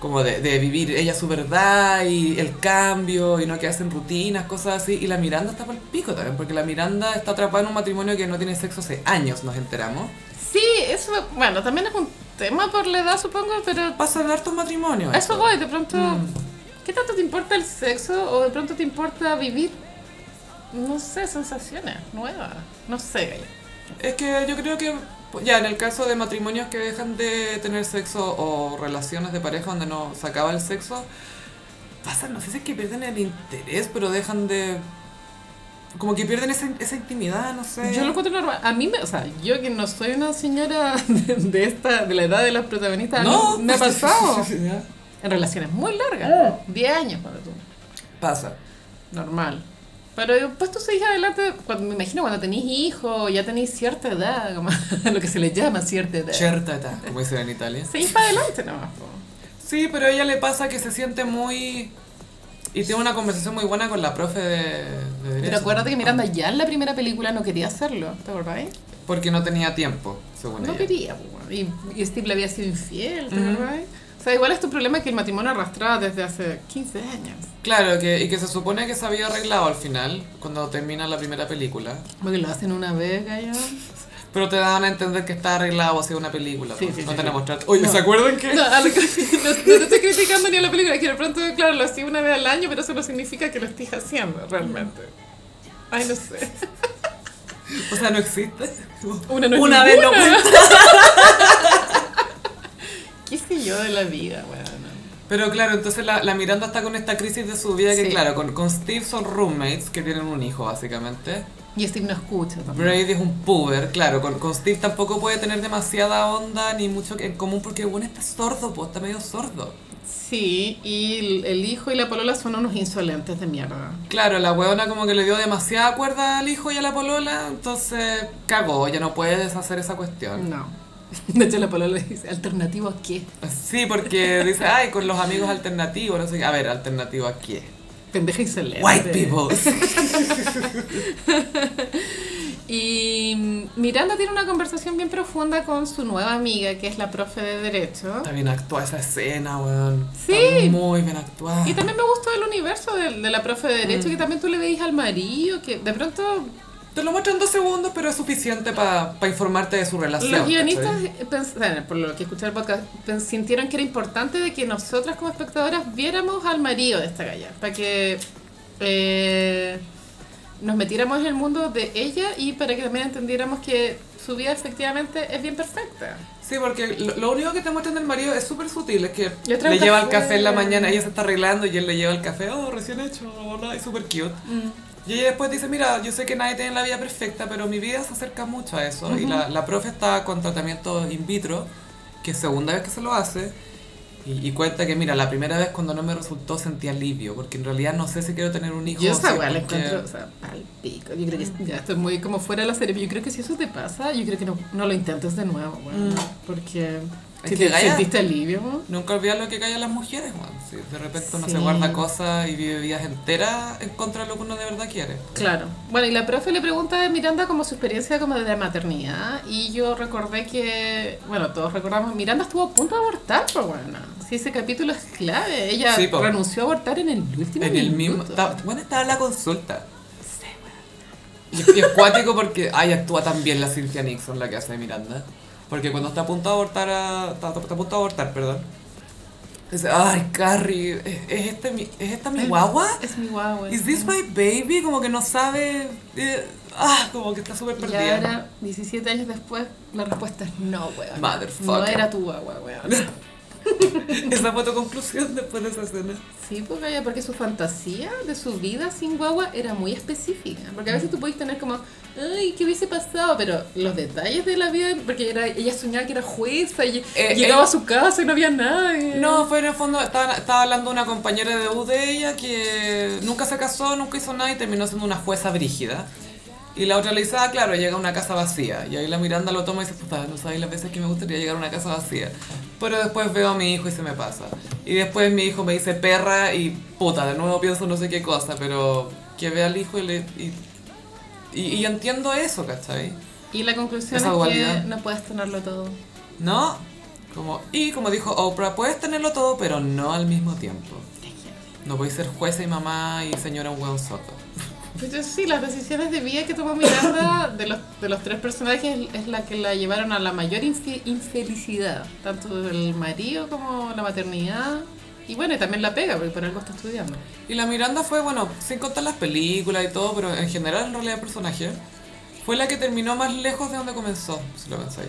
[SPEAKER 1] como de, de vivir ella su verdad y el cambio y no que hacen rutinas, cosas así. Y la Miranda está por el pico también, porque la Miranda está atrapada en un matrimonio que no tiene sexo hace años, nos enteramos.
[SPEAKER 2] Sí, eso, bueno, también es un tema por la edad, supongo, pero
[SPEAKER 1] Pasa en hartos matrimonios.
[SPEAKER 2] a eso voy, de pronto,
[SPEAKER 1] Mm.
[SPEAKER 2] ¿qué tanto te importa el sexo o de pronto te importa vivir, no sé, sensaciones nuevas? No sé,
[SPEAKER 1] Es que yo creo que, pues, ya, en el caso de matrimonios que dejan de tener sexo o relaciones de pareja donde no se acaba el sexo, pasa, no sé si es que pierden el interés, pero dejan de... Como que pierden esa, esa intimidad, no sé.
[SPEAKER 2] yo lo encuentro normal. A mí, me, o sea, yo que no soy una señora de, de esta, de la edad de las protagonistas, a mí
[SPEAKER 1] No,
[SPEAKER 2] me ha pasado
[SPEAKER 1] Ya.
[SPEAKER 2] en relaciones muy largas, 10 años cuando tú.
[SPEAKER 1] Pasa.
[SPEAKER 2] Normal. Pero después tú seguís adelante, cuando, me imagino cuando tenéis hijos, ya tenéis cierta edad, como, lo que se le llama cierta edad.
[SPEAKER 1] Chertata, como dicen en Italia.
[SPEAKER 2] Seguís para adelante nomás. po.
[SPEAKER 1] Sí, pero a ella le pasa que se siente muy... Y tiene una conversación muy buena con la profe de, de
[SPEAKER 2] Pero
[SPEAKER 1] Derecho. Ah.
[SPEAKER 2] acuérdate que Miranda ya en la primera película no quería hacerlo, ¿te acordáis?
[SPEAKER 1] Porque no tenía tiempo, según
[SPEAKER 2] No
[SPEAKER 1] ella.
[SPEAKER 2] quería, po, weón. y, y Steve le había sido infiel, ¿te
[SPEAKER 1] Ujú.
[SPEAKER 2] acordáis? O sea, igual es tu problema que el matrimonio arrastraba desde hace 15 años.
[SPEAKER 1] Claro, que, y que se supone que se había arreglado al final, cuando termina la primera película.
[SPEAKER 2] Como que lo hacen una vez, gallo.
[SPEAKER 1] Pero te daban a entender que está arreglado hacia una película.
[SPEAKER 2] Sí,
[SPEAKER 1] pues,
[SPEAKER 2] sí,
[SPEAKER 1] no
[SPEAKER 2] sí,
[SPEAKER 1] te
[SPEAKER 2] sí.
[SPEAKER 1] la mostraste. Oye, ¿se acuerdan que?
[SPEAKER 2] No, a lo que- no, no te estoy criticando ni a la película, que de pronto, claro, lo hacía una vez al año, pero eso no significa que lo estés haciendo realmente. Ay, no sé.
[SPEAKER 1] O sea, no existe.
[SPEAKER 2] Una, no es
[SPEAKER 1] Una vez lo
[SPEAKER 2] ninguna.
[SPEAKER 1] muestra.
[SPEAKER 2] ¿Qué sé yo de la vida, weón?
[SPEAKER 1] Pero claro, entonces la, la Miranda está con esta crisis de su vida que,
[SPEAKER 2] Sí.
[SPEAKER 1] claro, con, con Steve son roommates que tienen un hijo, básicamente.
[SPEAKER 2] Y Steve no escucha también.
[SPEAKER 1] Brady es un puber, claro, con, con Steve tampoco puede tener demasiada onda ni mucho en común porque bueno está sordo, pues está medio sordo.
[SPEAKER 2] Sí, y el, el hijo y la polola son unos insolentes de mierda.
[SPEAKER 1] Claro, la huevona como que le dio demasiada cuerda al hijo y a la polola, entonces cagó, ya no puede deshacer esa cuestión.
[SPEAKER 2] No. De hecho, la polola dice, ¿alternativo a qué?
[SPEAKER 1] Sí, porque dice, ay, con los amigos alternativos, no sé qué. A ver, ¿alternativo a qué?
[SPEAKER 2] Pendeja insolente.
[SPEAKER 1] White people.
[SPEAKER 2] Y mm, Miranda tiene una conversación bien profunda con su nueva amiga, que es la profe de Derecho.
[SPEAKER 1] Está bien actuada esa escena, weón.
[SPEAKER 2] Sí.
[SPEAKER 1] Está muy bien actuada.
[SPEAKER 2] Y también me gustó el universo de, de la profe de
[SPEAKER 1] Mm.
[SPEAKER 2] Derecho, que también tú le veis al marido, que de pronto
[SPEAKER 1] Te lo muestran dos segundos, pero es suficiente para informarte de su relación.
[SPEAKER 2] Los guionistas, eh,
[SPEAKER 1] ¿cachai?
[SPEAKER 2] pens- bueno, por lo que escuché el podcast, pens- sintieron que era importante de que nosotras como espectadoras viéramos al marido de esta galla, para que eh, nos metiéramos en el mundo de ella y para que también entendiéramos que su vida efectivamente es bien perfecta.
[SPEAKER 1] Sí, porque lo, lo único que te muestran del marido es súper sutil, es que
[SPEAKER 2] Le trae
[SPEAKER 1] le
[SPEAKER 2] un
[SPEAKER 1] lleva el
[SPEAKER 2] café.
[SPEAKER 1] café en la mañana, ella se está arreglando y él le lleva el café, oh, recién hecho, hola, y súper cute.
[SPEAKER 2] Mm.
[SPEAKER 1] Y ella después dice, mira, yo sé que nadie tiene la vida perfecta, pero mi vida se acerca mucho a eso. Y la, la profe está con tratamiento in vitro, que es segunda vez que se lo hace, y, y cuenta que, mira, la primera vez cuando no me resultó sentí alivio, porque en realidad no sé si quiero tener un hijo.
[SPEAKER 2] Yo
[SPEAKER 1] o
[SPEAKER 2] esa
[SPEAKER 1] si-
[SPEAKER 2] weá la
[SPEAKER 1] porque-
[SPEAKER 2] encuentro, o sea, pal pico. Yo creo que
[SPEAKER 1] Mm.
[SPEAKER 2] es- ya estoy muy como fuera de la serie, pero yo creo que si eso te pasa, yo creo que no, no lo intentes de nuevo, weón,
[SPEAKER 1] Mm.
[SPEAKER 2] porque
[SPEAKER 1] Es
[SPEAKER 2] si
[SPEAKER 1] que
[SPEAKER 2] te
[SPEAKER 1] galla-
[SPEAKER 2] sentiste alivio, weón.
[SPEAKER 1] Nunca olvidar lo que callan las mujeres, Juan. Si de repente uno
[SPEAKER 2] Sí.
[SPEAKER 1] se guarda cosas y vive vidas enteras en contra de lo que uno de verdad quiere.
[SPEAKER 2] Claro. Bueno, y la profe le pregunta a Miranda como su experiencia como de la maternidad y yo recordé que, bueno, todos recordamos, Miranda estuvo a punto de abortar, pero bueno. O Sí, ese capítulo es clave. Ella
[SPEAKER 1] Sí, po.
[SPEAKER 2] renunció a abortar en el último
[SPEAKER 1] En el mismo.
[SPEAKER 2] minuto.
[SPEAKER 1] ta- bueno, estaba en la consulta.
[SPEAKER 2] Sí, weón.
[SPEAKER 1] Y es, y es cuático porque ay, actúa también la Cynthia Nixon, la que hace de Miranda. Porque cuando está a punto de abortar, a, está, está a punto de abortar, perdón. Dice, ay, Carrie, ¿es, es este mi, ¿es esta mi guagua?
[SPEAKER 2] Es mi guagua.
[SPEAKER 1] ¿Is this my baby? Como que no sabe. eh, ah, como que está súper
[SPEAKER 2] Y
[SPEAKER 1] perdida.
[SPEAKER 2] ahora, 17 años después, la respuesta es no, weón.
[SPEAKER 1] Motherfucker.
[SPEAKER 2] No era tu guagua, weón.
[SPEAKER 1] Esa fue tu conclusión después de esa escena.
[SPEAKER 2] Sí, porque, ella- porque su fantasía de su vida sin guagua era muy específica. Porque a veces tú podías tener como, ay, ¿qué hubiese pasado? Pero los detalles de la vida, porque era, ella soñaba que era jueza y
[SPEAKER 1] Eh,
[SPEAKER 2] llegaba
[SPEAKER 1] eh.
[SPEAKER 2] a su casa y no había nadie.
[SPEAKER 1] No, fue en el fondo, estaba, estaba hablando una compañera de U de ella que nunca se casó, nunca hizo nada y terminó siendo una jueza brígida. Y la otra le dice, ah, claro, llega a una casa vacía. Y ahí la Miranda lo toma y dice, puta, no sabéis las veces que me gustaría llegar a una casa vacía. Pero después veo a mi hijo y se me pasa. Y después mi hijo me dice perra y puta, de nuevo pienso no sé qué cosa, pero que vea al hijo y le... Y, y- y entiendo eso, ¿cachai?
[SPEAKER 2] Y la conclusión
[SPEAKER 1] Esa
[SPEAKER 2] es
[SPEAKER 1] dualidad.
[SPEAKER 2] que no puedes tenerlo todo.
[SPEAKER 1] ¿No? Como, y como dijo Oprah, puedes tenerlo todo, pero no al mismo tiempo. No voy a ser jueza y mamá y señora un hueón soto.
[SPEAKER 2] Pues yo sí, las decisiones de vida que tomó Miranda de los, de los tres personajes es, es la que la llevaron a la mayor infi- infelicidad, tanto del marido como la maternidad. Y bueno, y también la pega, porque por algo está estudiando.
[SPEAKER 1] Y la Miranda fue, bueno, sin contar las películas y todo, pero en general en realidad el personaje fue la que terminó más lejos de donde comenzó, si lo pensáis.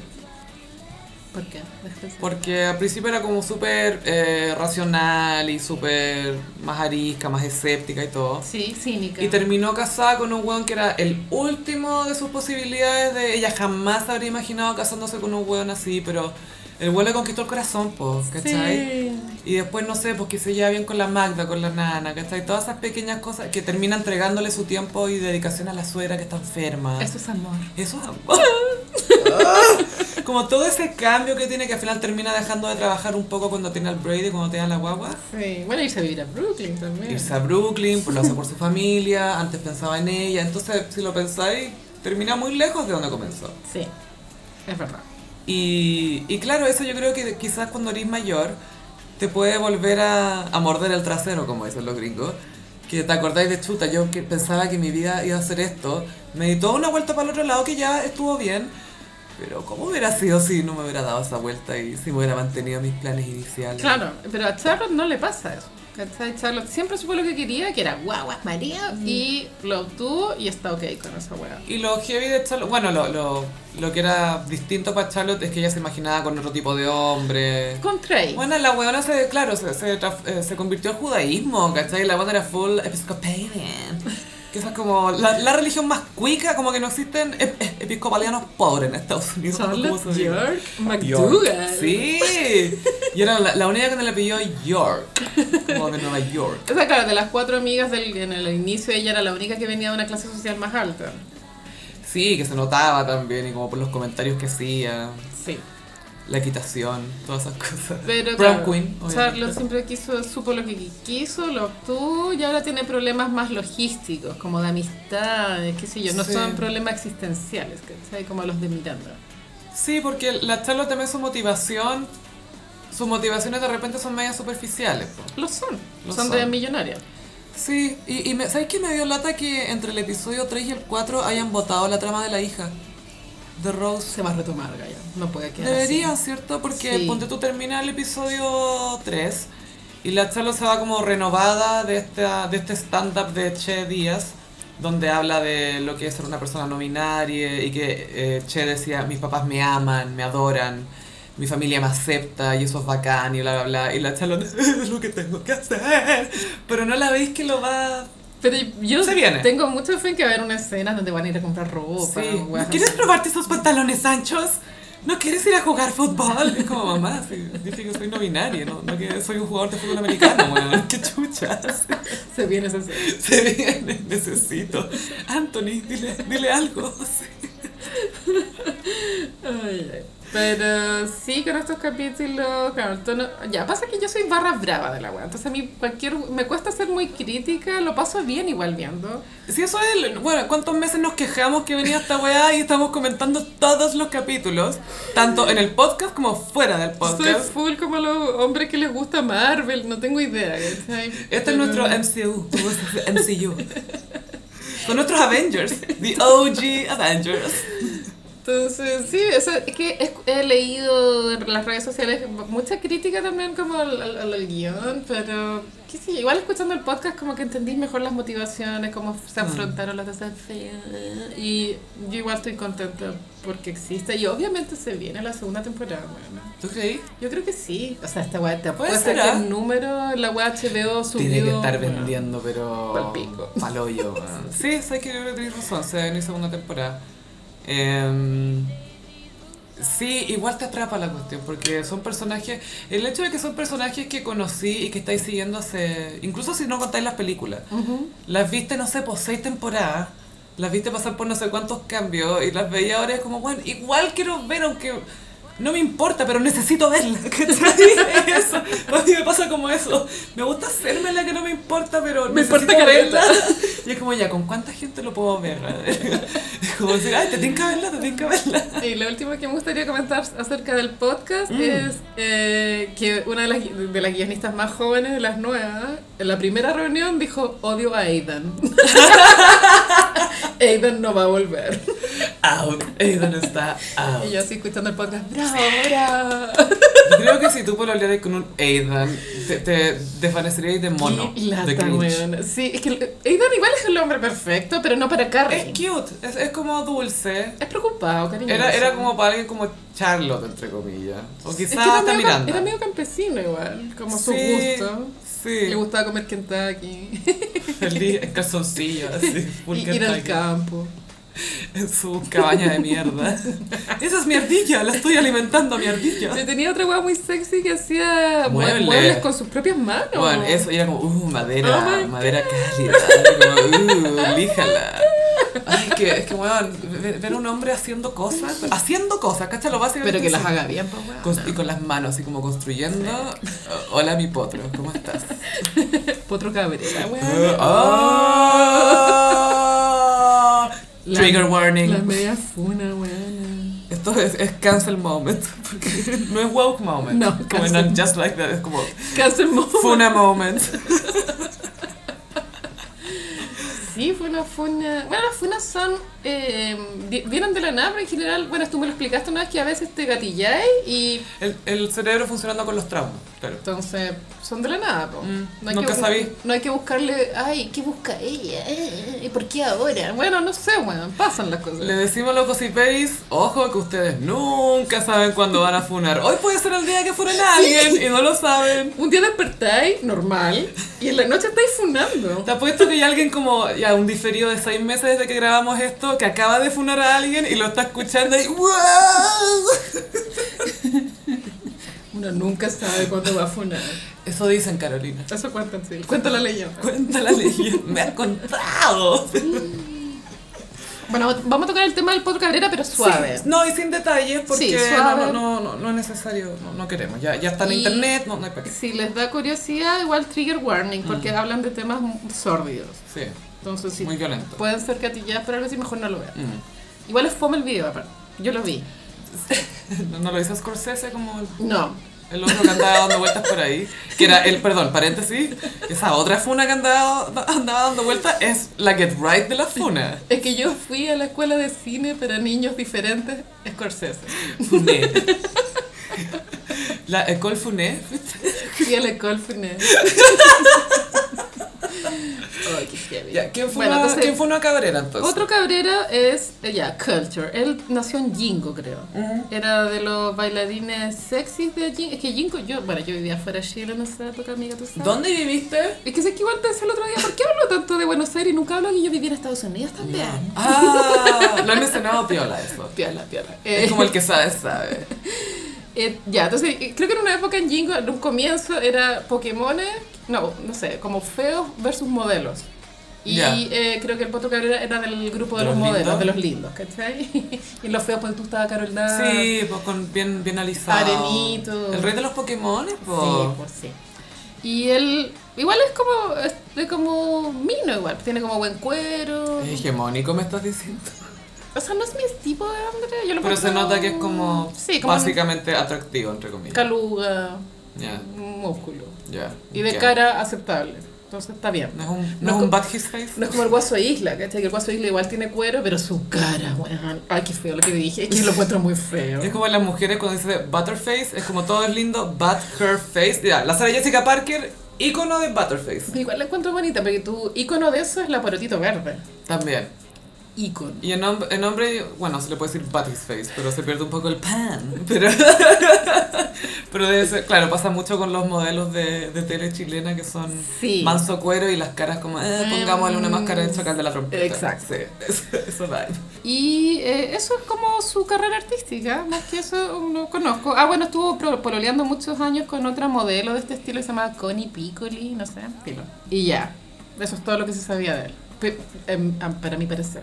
[SPEAKER 2] ¿Por qué? Después-
[SPEAKER 1] Porque al principio era como súper eh, racional y súper más arisca, más escéptica y todo.
[SPEAKER 2] Sí, cínica.
[SPEAKER 1] Y terminó casada con un weón que era el último de sus posibilidades. De, ella jamás habría imaginado casándose con un weón así, pero el weón le conquistó el corazón, po, ¿cachai?
[SPEAKER 2] Sí.
[SPEAKER 1] Y después, no sé, pues que se lleva bien con la Magda, con la nana, ¿cachai? Todas esas pequeñas cosas que termina entregándole su tiempo y dedicación a la suegra que está enferma.
[SPEAKER 2] Eso es amor.
[SPEAKER 1] Eso es amor. Como todo ese cambio que tiene que al final termina dejando de trabajar un poco cuando tiene al Brady, cuando tiene a la guagua.
[SPEAKER 2] Sí. Bueno, irse a vivir a Brooklyn también.
[SPEAKER 1] Irse a Brooklyn, pues lo hace por su familia, antes pensaba en ella, entonces si lo pensáis, termina muy lejos de donde comenzó.
[SPEAKER 2] Sí, es verdad.
[SPEAKER 1] Y, y claro, eso yo creo que quizás cuando eres mayor te puede volver a, a morder el trasero, como dicen los gringos. Que te acordáis de chuta, yo que pensaba que mi vida iba a ser esto, me di toda una vuelta para el otro lado que ya estuvo bien, pero ¿cómo hubiera sido si no me hubiera dado esa vuelta y si me hubiera mantenido mis planes iniciales?
[SPEAKER 2] Claro, pero a Charlotte no le pasa eso. ¿cachai? Charlotte siempre supo lo que quería, que era guaguas María, y lo obtuvo y está ok con esa hueá.
[SPEAKER 1] Y lo heavy de Charlotte, bueno, lo, lo, lo que era distinto para Charlotte es que ella se imaginaba con otro tipo de hombre.
[SPEAKER 2] Con Trey.
[SPEAKER 1] Bueno, la weona se, claro, se, se, traf- eh, se convirtió al judaísmo, ¿cachai? La weona era full episcopalian. Que esa es como la, la religión más cuica, como que no existen ep- ep- episcopalianos pobres en Estados Unidos. no sé cómo
[SPEAKER 2] Charlotte
[SPEAKER 1] se diga.
[SPEAKER 2] York McDougal.
[SPEAKER 1] Sí. Y era la, la única que le pidió York, como de Nueva York.
[SPEAKER 2] O sea, claro, de las cuatro amigas del, en el inicio ella era la única que venía de una clase social más alta.
[SPEAKER 1] Sí, que se notaba también y como por los comentarios que hacía.
[SPEAKER 2] Sí.
[SPEAKER 1] la equitación, todas esas cosas.
[SPEAKER 2] Pero
[SPEAKER 1] Prom
[SPEAKER 2] claro,
[SPEAKER 1] Queen, obviamente.
[SPEAKER 2] Charlotte siempre quiso, supo lo que quiso, lo obtuvo y ahora tiene problemas más logísticos, como de amistades, qué sé yo, no
[SPEAKER 1] Sí.
[SPEAKER 2] son problemas existenciales, ¿cachai? Como los de Miranda.
[SPEAKER 1] Sí, porque la Charlotte también su motivación, sus motivaciones de repente son medias superficiales. po.
[SPEAKER 2] Lo son,
[SPEAKER 1] Lo
[SPEAKER 2] son,
[SPEAKER 1] son.
[SPEAKER 2] de millonaria.
[SPEAKER 1] Sí, y, y me, ¿sabes qué me dio lata que entre el episodio 3 y el 4 hayan votado la trama de la hija? De Rose.
[SPEAKER 2] Se va a retomar, Gaya, no puede quedar
[SPEAKER 1] Deberían, ¿cierto? Porque
[SPEAKER 2] Sí.
[SPEAKER 1] ponte tú termina el episodio 3 y la Charlotte se va como renovada de, esta, de este stand-up de Che Díaz, donde habla de lo que es ser una persona no binaria y que eh, Che decía, mis papás me aman, me adoran, mi familia me acepta y eso es bacán y bla, bla, bla. Y la Charlotte es lo que tengo que hacer, pero no la veis que lo va...
[SPEAKER 2] así. Pero yo
[SPEAKER 1] Se viene.
[SPEAKER 2] tengo mucha fe en que va a haber una escena donde van a ir a comprar ropa.
[SPEAKER 1] Sí.
[SPEAKER 2] weas
[SPEAKER 1] ¿No quieres
[SPEAKER 2] así.
[SPEAKER 1] probarte esos pantalones anchos? ¿No quieres ir a jugar fútbol? Es como mamá, sí, dije que soy no binaria, no, no que soy un jugador de fútbol americano, weón. Qué chuchas.
[SPEAKER 2] Se viene esa escena.
[SPEAKER 1] Se viene, necesito. Anthony, dile, dile algo. sí.
[SPEAKER 2] Ay, ay. Pero sí, con estos capítulos, claro, el tono- ya pasa que yo soy barra brava de la wea, entonces a mí cualquier, me cuesta ser muy crítica, lo paso bien igual viendo.
[SPEAKER 1] Si eso es, el- bueno, ¿cuántos meses nos quejamos que venía esta weá y estamos comentando todos los capítulos? Tanto en el podcast como fuera del
[SPEAKER 2] Soy
[SPEAKER 1] podcast.
[SPEAKER 2] full como los hombres que les gusta Marvel, no tengo idea. ¿cachai?
[SPEAKER 1] Este
[SPEAKER 2] Pero-
[SPEAKER 1] es nuestro MCU, MCU. Son nuestros Avengers, the OG Avengers.
[SPEAKER 2] Entonces, sí, o sea, es que he- he leído en las redes sociales mucha crítica también como al, al- al guión, pero qué sé yo, igual escuchando el podcast como que entendí mejor las motivaciones, cómo se afrontaron los desafíos y yo igual estoy contenta porque existe y obviamente se viene la segunda temporada, bueno.
[SPEAKER 1] ¿Tú creí?
[SPEAKER 2] Yo creo que sí, o sea, esta weá te
[SPEAKER 1] Puede
[SPEAKER 2] apuesta
[SPEAKER 1] ser,
[SPEAKER 2] que
[SPEAKER 1] ¿ah?
[SPEAKER 2] el número, la weá HBO subió.
[SPEAKER 3] Tiene que estar
[SPEAKER 2] bueno.
[SPEAKER 3] vendiendo, pero.
[SPEAKER 2] Pa'l pico.
[SPEAKER 3] Palollo, weón.
[SPEAKER 1] Sí, sabes que yo creo que tenés razón, se va a venir segunda temporada. Em, sí, igual te atrapa la cuestión, porque son personajes, el hecho de que son personajes que conocí y que estáis siguiendo hace, incluso si no contáis las películas,
[SPEAKER 2] Ujú.
[SPEAKER 1] las viste, no sé, por seis temporadas, las viste pasar por no sé cuántos cambios y las veía ahora y es como, bueno, igual quiero ver, aunque no me importa, pero necesito verla, ¿cachai? Eso, a mí me pasa como eso, me gusta hacerme la que no me importa, pero
[SPEAKER 2] Me importa
[SPEAKER 1] necesito
[SPEAKER 2] caleta.
[SPEAKER 1] Y es como, ya, ¿con cuánta gente lo puedo ver? Es como decir, ay, te tienes que verla, te tienes que verla.
[SPEAKER 2] Y lo último que me gustaría comentar acerca del podcast
[SPEAKER 1] Mm.
[SPEAKER 2] es eh, que una de las, de las guionistas más jóvenes, de las nuevas, en la primera reunión dijo, odio a Aidan. Aidan no va a volver.
[SPEAKER 1] Out, Aidan está out.
[SPEAKER 2] Y yo así escuchando el podcast, bravo, bravo.
[SPEAKER 1] Creo que si tú pololearas con un Aidan, te, te desvanecerías de mono,
[SPEAKER 2] Y lata,
[SPEAKER 1] de cringe.
[SPEAKER 2] weón. Sí, es que Aidan igual es el hombre perfecto, pero no para Carrie.
[SPEAKER 1] Es
[SPEAKER 2] Es,
[SPEAKER 1] cute, es, es como dulce.
[SPEAKER 2] preocupado, cariño.
[SPEAKER 1] Era, era como para alguien como Charlotte, entre comillas. O
[SPEAKER 2] Es que
[SPEAKER 1] quizás
[SPEAKER 2] era
[SPEAKER 1] hasta
[SPEAKER 2] medio,
[SPEAKER 1] Miranda.
[SPEAKER 2] era medio campesino igual, como su
[SPEAKER 1] Sí,
[SPEAKER 2] gusto.
[SPEAKER 1] Sí,
[SPEAKER 2] Le gustaba comer Kentucky.
[SPEAKER 1] feliz, en calzoncillo, así, full
[SPEAKER 2] Y ir al
[SPEAKER 1] Kentucky,
[SPEAKER 2] campo.
[SPEAKER 1] en su cabaña de mierda. Esa es mi ardilla, la estoy alimentando a mi ardilla.
[SPEAKER 2] Yo tenía otra weá muy sexy que hacía mue-
[SPEAKER 1] Muebles.
[SPEAKER 2] muebles con sus propias manos.
[SPEAKER 1] Bueno, eso, y era como, uh,
[SPEAKER 2] Oh
[SPEAKER 1] madera,
[SPEAKER 2] my
[SPEAKER 1] madera cálida, como, uh, líjala. Ay, que, es que, weón, ve- ver a un hombre haciendo cosas, haciendo cosas, ¿cachai? Lo básico
[SPEAKER 2] Pero que las
[SPEAKER 1] sí.
[SPEAKER 2] haga bien, pues weá.
[SPEAKER 1] Cons- y con las manos, así como construyendo. Oh, Hola, mi potro, ¿cómo estás?
[SPEAKER 2] Potro cabrera,
[SPEAKER 1] Eh,
[SPEAKER 2] weá.
[SPEAKER 1] ah.
[SPEAKER 2] La-
[SPEAKER 1] Trigger warning.
[SPEAKER 2] Las medias funa, weá.
[SPEAKER 1] Esto es, es cancel moment. Porque no es woke moment.
[SPEAKER 2] No,
[SPEAKER 1] como
[SPEAKER 2] cancel.
[SPEAKER 1] not just like that. Es como
[SPEAKER 2] Cancel moment.
[SPEAKER 1] funa moment.
[SPEAKER 2] Sí, fue una funa. Bueno, las funas son. eh, vi- vienen de la nada, pero en general, bueno, tú me lo explicaste una vez que a veces te gatilláis y
[SPEAKER 1] El, el cerebro funcionando con los traumas, claro.
[SPEAKER 2] Entonces, son de la nada, po.
[SPEAKER 1] Mm,
[SPEAKER 2] hay
[SPEAKER 1] nunca
[SPEAKER 2] que, bu-
[SPEAKER 1] sabí.
[SPEAKER 2] No hay que buscarle, ay, ¿qué busca ella? Eh, ¿Y por qué ahora? Bueno, no sé, weón, pasan las cosas.
[SPEAKER 1] Le decimos a los gossiperis, ojo que ustedes nunca saben cuándo van a funar. Hoy puede ser el día que funen a alguien y no lo saben.
[SPEAKER 2] Un día despertáis, normal, y en la noche estáis funando.
[SPEAKER 1] Te apuesto que hay alguien como, ya, un diferido de seis meses desde que grabamos esto, que acaba de funar a alguien y lo está escuchando y ¡Wow!
[SPEAKER 2] Uno nunca sabe cuándo va a funar.
[SPEAKER 1] Eso dicen, Carolina.
[SPEAKER 2] Eso cuentan, sí. Cuenta la leyenda.
[SPEAKER 1] Cuenta la leyenda, me ha contado.
[SPEAKER 2] Bueno, vamos a tocar el tema del potro cabrera, pero suave.
[SPEAKER 1] Sí, no, y sin detalles, porque
[SPEAKER 2] Sí,
[SPEAKER 1] no,
[SPEAKER 2] suave.
[SPEAKER 1] no, no, no, no es necesario, no, no queremos. Ya, ya está en
[SPEAKER 2] Y-
[SPEAKER 1] internet, no, no hay para qué.
[SPEAKER 2] Si les da curiosidad, igual trigger warning, porque hablan de temas sórdidos.
[SPEAKER 1] Sí,
[SPEAKER 2] Entonces, si
[SPEAKER 1] muy violento.
[SPEAKER 2] pueden ser catilladas pero algo así, mejor no lo vean.
[SPEAKER 1] Mm.
[SPEAKER 2] Igual es fome el video, aparte. Yo lo vi.
[SPEAKER 1] No, no lo hizo Scorsese como el
[SPEAKER 2] No,
[SPEAKER 1] El otro que andaba dando vueltas por ahí, que era el, perdón, paréntesis, esa otra funa que andaba, andaba dando vueltas es la Get Right de la funa.
[SPEAKER 2] Es que yo fui a la escuela de cine para niños diferentes, Scorsese.
[SPEAKER 1] Funé. La Ecole Funé.
[SPEAKER 2] Fui a la escuela Funé. Ay, qué heavy.
[SPEAKER 1] Ya, ¿quién, fue
[SPEAKER 2] Bueno,
[SPEAKER 1] una,
[SPEAKER 2] entonces,
[SPEAKER 1] ¿Quién fue una cabrera entonces?
[SPEAKER 2] Otro Cabrera es, eh, ya, Culture. Él nació en Jingo, creo.
[SPEAKER 1] Ujú.
[SPEAKER 2] Era de los bailarines sexys de Jingo. Es que Jingo, yo, bueno, yo vivía fuera de Chile en esa época, amiga, tú sabes.
[SPEAKER 1] ¿Dónde viviste?
[SPEAKER 2] Es que sé que igual pensé el otro día, ¿por qué hablo tanto de Buenos Aires y nunca hablo que yo vivía en Estados Unidos también?
[SPEAKER 1] Ah, lo han mencionado piola eso.
[SPEAKER 2] Piola, piola. Eh,
[SPEAKER 1] Es como el que sabe, sabe.
[SPEAKER 2] Eh, ya, entonces eh, creo que en una época en Jingo, en un comienzo era Pokémones, no, no sé, como feos versus modelos. Y
[SPEAKER 1] Ya.
[SPEAKER 2] eh, creo que el Poto Cabrera era del grupo de,
[SPEAKER 1] ¿De
[SPEAKER 2] los,
[SPEAKER 1] los
[SPEAKER 2] modelos,
[SPEAKER 1] lindos?
[SPEAKER 2] de los lindos, ¿cachai? y en los feos, pues tú estaba Carol Daz.
[SPEAKER 1] Sí, pues con bien, bien alisado.
[SPEAKER 2] Arenito.
[SPEAKER 1] El rey de los Pokémon, pues.
[SPEAKER 2] Sí, pues sí. Y él, igual es como, es de como mino igual, tiene como buen cuero.
[SPEAKER 1] Eh, Hegemónico me estás diciendo.
[SPEAKER 2] O sea, no es mi tipo de hombre, yo lo
[SPEAKER 1] Pero se
[SPEAKER 2] encuentro-
[SPEAKER 1] nota que es como,
[SPEAKER 2] Sí, como
[SPEAKER 1] básicamente atractivo, entre
[SPEAKER 2] un
[SPEAKER 1] comillas.
[SPEAKER 2] caluga,
[SPEAKER 1] Ya,
[SPEAKER 2] músculo.
[SPEAKER 1] ya.
[SPEAKER 2] Y de
[SPEAKER 1] ya.
[SPEAKER 2] cara aceptable, entonces está bien.
[SPEAKER 1] No es un,
[SPEAKER 2] No
[SPEAKER 1] no es
[SPEAKER 2] co-
[SPEAKER 1] un bad his face.
[SPEAKER 2] No es como el guaso isla, ¿cachai? Que el guaso isla igual tiene cuero, pero su cara, weón. Ay, qué feo lo que dije, es que lo encuentro muy feo.
[SPEAKER 1] Es como las mujeres cuando dice butterface, es como todo es lindo, but her face. Ya, la Sara Jessica Parker, ícono de butterface.
[SPEAKER 2] Igual la encuentro bonita, porque tu icono de eso es la parotito verde.
[SPEAKER 1] También.
[SPEAKER 2] Icono.
[SPEAKER 1] Y en, hom- en hombre, bueno, se le puede decir butt his face, pero se pierde un poco el pan. Pero, pero debe ser- claro, pasa mucho con los modelos de, de tele chilena que son
[SPEAKER 2] Sí. Mm.
[SPEAKER 1] manso cuero y las caras como, eh, pongámosle una máscara de chacal de la trompeta.
[SPEAKER 2] Exacto.
[SPEAKER 1] Sí, eso, eso da.
[SPEAKER 2] Y eh, eso es como su carrera artística, más que eso no conozco. Ah, bueno, estuvo pro- pololeando muchos años con otra modelo de este estilo que se llama Connie Piccoli, no sé, filo. Y ya, eso es todo lo que se sabía de él. Pe- em, am- para mi parecer.